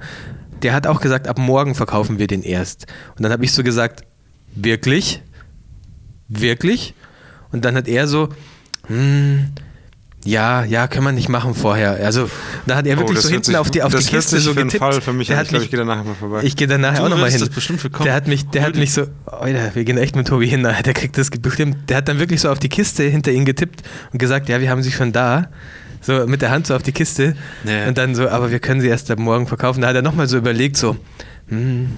B: der hat auch gesagt, ab morgen verkaufen wir den erst. Und dann habe ich so gesagt, wirklich? Wirklich? Und dann hat er so, hm, ja, ja, können wir nicht machen vorher. Also, da hat er wirklich
A: Oh, das
B: so
A: hört
B: hinten
A: sich-
B: auf die, auf
A: das
B: die
A: hört
B: Kiste
A: sich
B: so
A: für einen
B: getippt.
A: Fall für mich an.
B: der hat
A: Ich glaub,
B: mich-
A: ich geh da nachher mal vorbei.
B: Ich gehe dann nachher
C: Du
B: auch nochmal
C: würdest
B: hin.
C: das bestimmt willkommen.
B: Der hat mich, der hat
C: Hol
B: mich so, Alter, wir gehen echt mit Tobi hin. Der kriegt das bestimmt. Der hat dann wirklich so auf die Kiste hinter ihn getippt und gesagt, ja, wir haben sie schon da. So mit der Hand so auf die Kiste.
C: Ja.
B: Und dann so, aber wir können sie erst ab morgen verkaufen. Da hat er nochmal so überlegt, so, hm,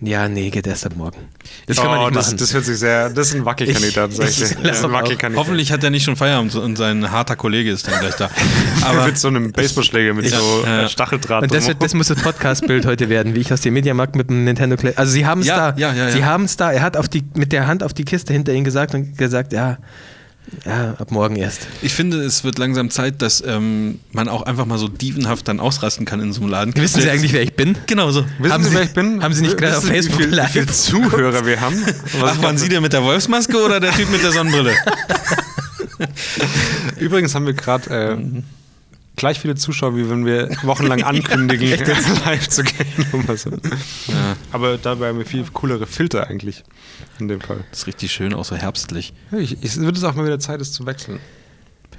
B: ja, nee, geht erst ab morgen. Das kann man
A: oh,
B: nicht
A: das,
B: machen.
A: das hört sich sehr. Das ist ein Wackelkandidat,
B: Ich-
A: sag ich
B: ich
A: dir. Das ist
B: glaub
A: ein
B: auch.
A: Wackelkandidat.
C: Hoffentlich hat er nicht schon Feierabend und sein harter Kollege ist dann gleich da.
A: Aber
C: Aber
A: mit so einem Baseballschläger mit so
C: Ja.
A: äh, Stacheldraht.
B: Und das, wird, das muss das Podcast-Bild heute werden, wie ich aus dem Mediamarkt mit dem Nintendo Clay. Also sie haben es
C: Ja,
B: da.
C: ja, ja, ja.
B: sie haben es da. Er hat auf die, mit der Hand auf die Kiste hinter ihn gesagt und gesagt, ja, ja, ab morgen erst.
C: ich finde, es wird langsam Zeit, dass ähm, man auch einfach mal so dievenhaft dann ausrasten kann in so einem Laden.
B: Wissen Sie eigentlich, wer ich bin?
C: Genau so.
A: Wissen
B: Haben
A: Sie,
B: Sie-
A: wer ich bin?
B: haben Sie nicht gerade
A: Wissen
B: auf
A: Sie,
B: Facebook
A: wie viel,
B: live
A: wie viel Zuhörer wir [LAUGHS] haben?
C: Ach, waren Sie der mit der Wolfsmaske oder der Typ mit der Sonnenbrille?
A: Übrigens haben wir gerade äh, gleich viele Zuschauer, wie wenn wir [LAUGHS] wochenlang ankündigen, live zu gehen. [LAUGHS] um mal so. Aber dabei haben wir viel coolere Filter eigentlich in dem Fall.
C: Das ist richtig schön, auch so herbstlich.
A: Ich, ich, es wird es auch mal wieder Zeit, es zu wechseln.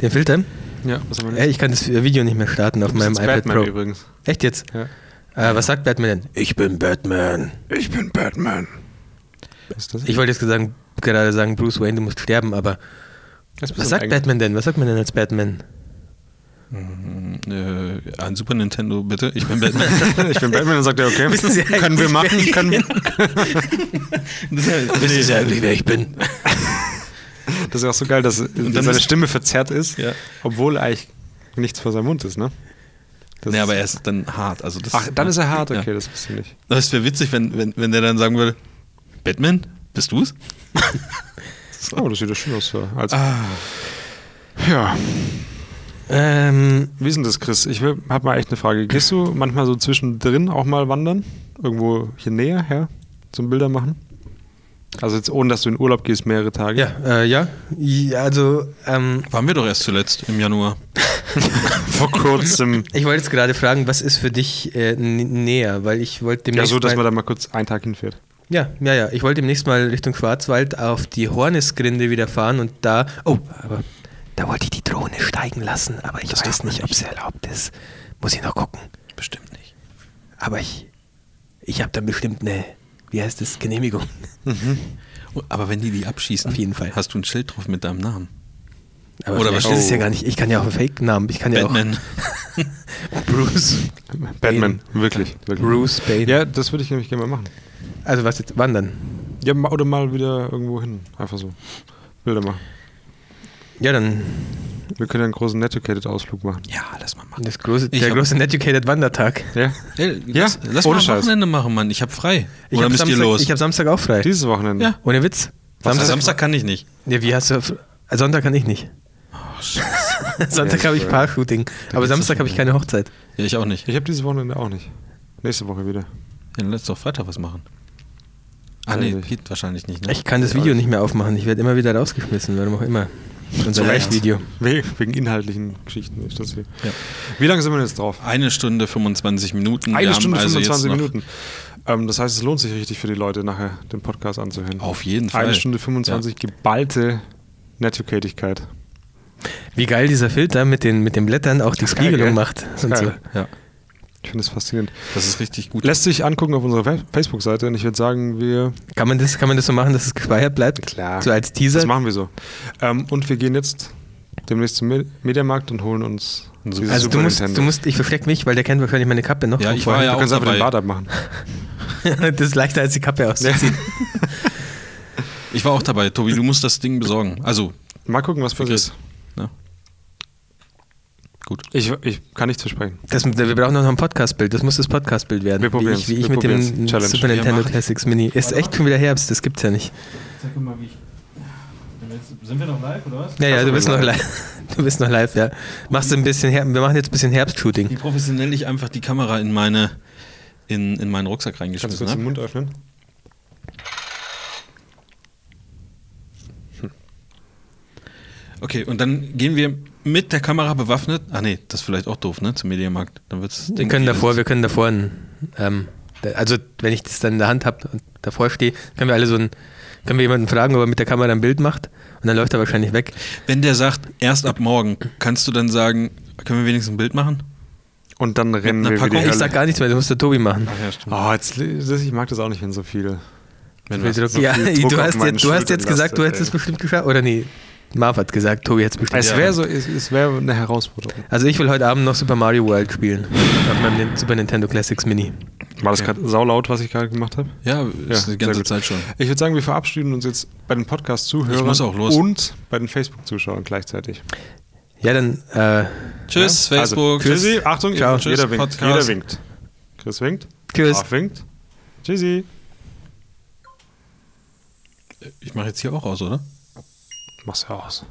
B: Den Filter?
A: Ja, was haben wir
B: Ey, ich kann das Video nicht mehr starten auf
A: Das
B: meinem
A: ist
B: iPad
A: Batman
B: Pro.
A: übrigens.
B: Echt jetzt?
A: Ja.
B: Äh, was sagt Batman denn? Ich bin Batman.
A: Ich bin Batman. Was ist das?
B: Ich wollte jetzt sagen, gerade sagen, Bruce Wayne, du musst sterben, aber was sagt Batman denn? Was sagt man denn als Batman?
C: Äh, ein Super Nintendo, bitte. Ich
A: [LAUGHS]
C: bin Batman.
A: Batman? [LAUGHS] ich bin Batman, dann sagt er, [LAUGHS] okay,
B: Wissen Sie eigentlich,
A: können wir machen,
B: wer ich
A: können wir,
C: Wissen Sie eigentlich, wer ich bin?
A: Das ist auch so geil, dass
C: dann
A: seine
C: ist-
A: Stimme verzerrt ist,
C: Ja.
A: obwohl eigentlich nichts vor seinem Mund ist, ne? Das
C: Nee, aber
A: ist-
C: er ist dann hart. Also das
A: Ach, dann ist er hart, okay,
C: Ja.
A: das wusste ich nicht.
C: Das wäre witzig, wenn, wenn, wenn der dann sagen würde, Batman? Bist du's?
A: Oh, das sieht ja schön aus. ja. Als
C: Ah.
A: Ja,
B: Ähm,
A: wie ist denn das, Chris? Ich habe mal echt eine Frage. Gehst du manchmal so zwischendrin auch mal wandern? Irgendwo hier näher her zum Bilder machen? Also jetzt ohne, dass du in Urlaub gehst, mehrere Tage?
B: ja, äh, ja. ja. Also, ähm,
C: Waren wir doch erst zuletzt im Januar.
A: Vor
C: [LAUGHS]
A: kurzem.
B: ich wollte jetzt gerade fragen, was ist für dich äh, n- näher? Weil ich wollte
A: Ja,
B: demnächst.
A: so, dass
B: mal-
A: man da mal kurz einen Tag hinfährt.
B: Ja, ja, ja. Ich wollte demnächst mal Richtung Schwarzwald auf die Hornisgrinde wieder fahren und da. Oh, aber da wollte ich die Drohne steigen lassen, aber ich weiß nicht, ob es erlaubt ist. Muss ich noch gucken. Bestimmt nicht. Aber ich. Ich habe dann bestimmt eine. Wie heißt es? Genehmigung.
C: Aber wenn die die abschießen,
B: Auf jeden Fall.
C: Hm. hast du ein Schild drauf mit deinem Namen.
B: Aber
C: Oder
B: Oder vielleicht
C: was-
B: ist es ja gar nicht. Ich kann ja auch einen Fake-Namen. Ich kann
C: Batman.
B: ja auch Bruce.
A: Batman, wirklich. wirklich.
B: Bruce Bane.
A: Ja, das würde ich nämlich gerne mal machen.
B: Also was jetzt? Wandern.
A: Ja, ma- oder mal wieder irgendwo hin. Einfach so. Bilder machen.
B: Ja, dann
A: Wir können ja einen großen Netiquette-Ausflug machen.
C: Ja, lass mal machen.
B: das große,
C: Ich
B: der
C: hab-
B: große Educated Wandertag.
A: Ja?
C: Ey,
A: Ja,
C: lass, lass
A: ohne
C: mal am
A: Scheiß.
C: Wochenende machen, Mann. Ich hab frei.
B: Ich
C: Oder
B: hab
C: müsst
B: Samstag,
C: ihr los?
B: Ich habe Samstag auch frei.
A: Dieses Wochenende.
C: Ja.
B: Ohne Witz.
C: Samstag,
B: Samstag,
C: Samstag kann ich nicht.
B: Ja, wie hast du. Also Sonntag kann ich nicht. [LAUGHS] Sonntag habe ich Paar-Shooting. Aber Samstag habe ich keine Hochzeit.
C: Ja, ich auch nicht.
A: Ich habe dieses Wochenende auch nicht. Nächste Woche wieder.
C: Dann lass doch Freitag was machen. Ah,
A: Weiß
C: nee,
A: ich.
C: geht wahrscheinlich nicht. Ne?
B: Ich kann das Video nicht mehr aufmachen. Ich werde immer wieder rausgeschmissen, warum auch immer. Unser
C: Zu Recht.
B: Live-Video.
A: We- Wegen inhaltlichen Geschichten ist das hier.
C: Ja.
A: Wie lange sind wir denn jetzt drauf?
C: Eine Stunde 25 Minuten. Wir
A: Eine
C: haben
A: Stunde
C: also jetzt
A: 25
C: noch-
A: Minuten. Ähm, das heißt, es lohnt sich richtig für die Leute, nachher den Podcast anzuhören.
C: Auf jeden Fall.
A: Eine Stunde 25 geballte Nettucatigkeit.
B: Wie geil dieser Filter mit den, mit den Blättern auch die
A: ist geil,
B: Spiegelung
A: gell?
B: macht. Und so.
A: geil.
C: Ja,
A: Ich finde das faszinierend.
C: das ist richtig gut.
A: Lässt sich angucken auf unserer Fe- Facebook-Seite und ich würde sagen, wir.
B: kann, man das, kann man das so machen, dass es gespeichert bleibt?
A: Klar.
B: So als
A: Das
B: Teaser.
A: machen wir so. Ähm, und wir gehen jetzt demnächst zum Me- Mediamarkt und holen uns dieses
B: Also du
A: Super
B: musst,
A: Nintendo.
B: du musst, ich versteck mich, weil der kennt wahrscheinlich meine Kappe noch.
C: Ja, ich
A: Vor allem,
C: war ja
A: du
C: auch
A: kannst einfach
C: dabei.
A: den Bart abmachen.
B: [LAUGHS] das ist leichter als die Kappe auszuziehen.
C: Ich war auch dabei. Tobi, du musst das Ding besorgen. Also,
A: Mal gucken, was passiert.
C: Chris. Ne? Gut.
A: Ich, ich kann nichts versprechen.
B: Das, wir brauchen noch ein Podcastbild. Das muss das Podcastbild werden.
A: Wir
B: wie
A: probieren's.
B: ich, wie ich
A: Wir
B: mit dem
A: probieren's. Challenge.
B: Super
A: Wir
B: Nintendo
C: machen's.
B: Classics Mini. Ist echt schon wieder Herbst, das gibt's ja nicht.
C: Sind wir noch live oder was?
B: Ja, ja, du bist noch live. [LAUGHS] Du bist noch live, ja. Machst du ein bisschen Her wir machen jetzt ein bisschen
C: Wie
B: Herbstshooting.
C: professionell ich einfach die Kamera in meine in, in meinen Rucksack
A: Kannst du
C: reingeschmissen
A: kurz ne? den
C: habe.
A: Mund öffnen?
C: Okay, und dann gehen wir mit der Kamera bewaffnet. Ah nee, das ist vielleicht auch doof, ne? Zum Medienmarkt. Dann wird's.
B: Wir können davor, wir können davor ein, ähm, da- also wenn ich das dann in der Hand habe und davor stehe, können wir alle so ein können wir jemanden fragen, ob er mit der Kamera ein Bild macht und dann läuft er wahrscheinlich weg.
C: Wenn der sagt, erst ab morgen, kannst du dann sagen, können wir wenigstens ein Bild machen?
A: Und dann rennen
C: einer
A: wir wieder. die
C: Packung?
B: Ich
C: Hölle.
B: sag gar nichts mehr, das muss der Tobi machen.
C: ja, stimmt.
A: Oh, jetzt, das, ich mag das auch nicht, wenn so viel.
C: Wenn
A: Will
C: wir
A: sie doch-
B: Ja,
A: So viel Druck
B: du
A: auf
B: hast,
A: meinen
B: jetzt, du hast
A: Schultern
B: jetzt gesagt, du
A: lastet,
B: hättest es
A: ey.
B: bestimmt geschafft. Oder nee, Marv hat gesagt, Tobi hätte es bestimmt
A: Es
C: Ja.
A: wäre so, es, es wäre eine Herausforderung.
B: Also ich will heute Abend noch Super Mario World spielen. Auf meinem Nin- Super Nintendo Classics Mini.
A: War das gerade saulaut, was ich gerade gemacht habe?
C: ja,
A: Ja,
C: ist
A: sehr
C: die ganze
A: gut.
C: Zeit schon.
A: Ich würde sagen, wir verabschieden uns jetzt bei den Podcast-Zuhörern
C: Ich muss auch los.
A: und bei den Facebook-Zuschauern gleichzeitig.
B: Ja, dann, äh,
C: Tschüss,
A: Ja?
C: Facebook.
A: Also, tschüssi, Achtung,
C: Ciao.
A: jeder,
C: Tschüss,
A: winkt.
C: Podcast.
A: Jeder winkt. Chris winkt.
B: tschüss.
A: Marv winkt. Tschüssi.
C: Ich mache jetzt hier auch aus, oder?
A: Mach's aus.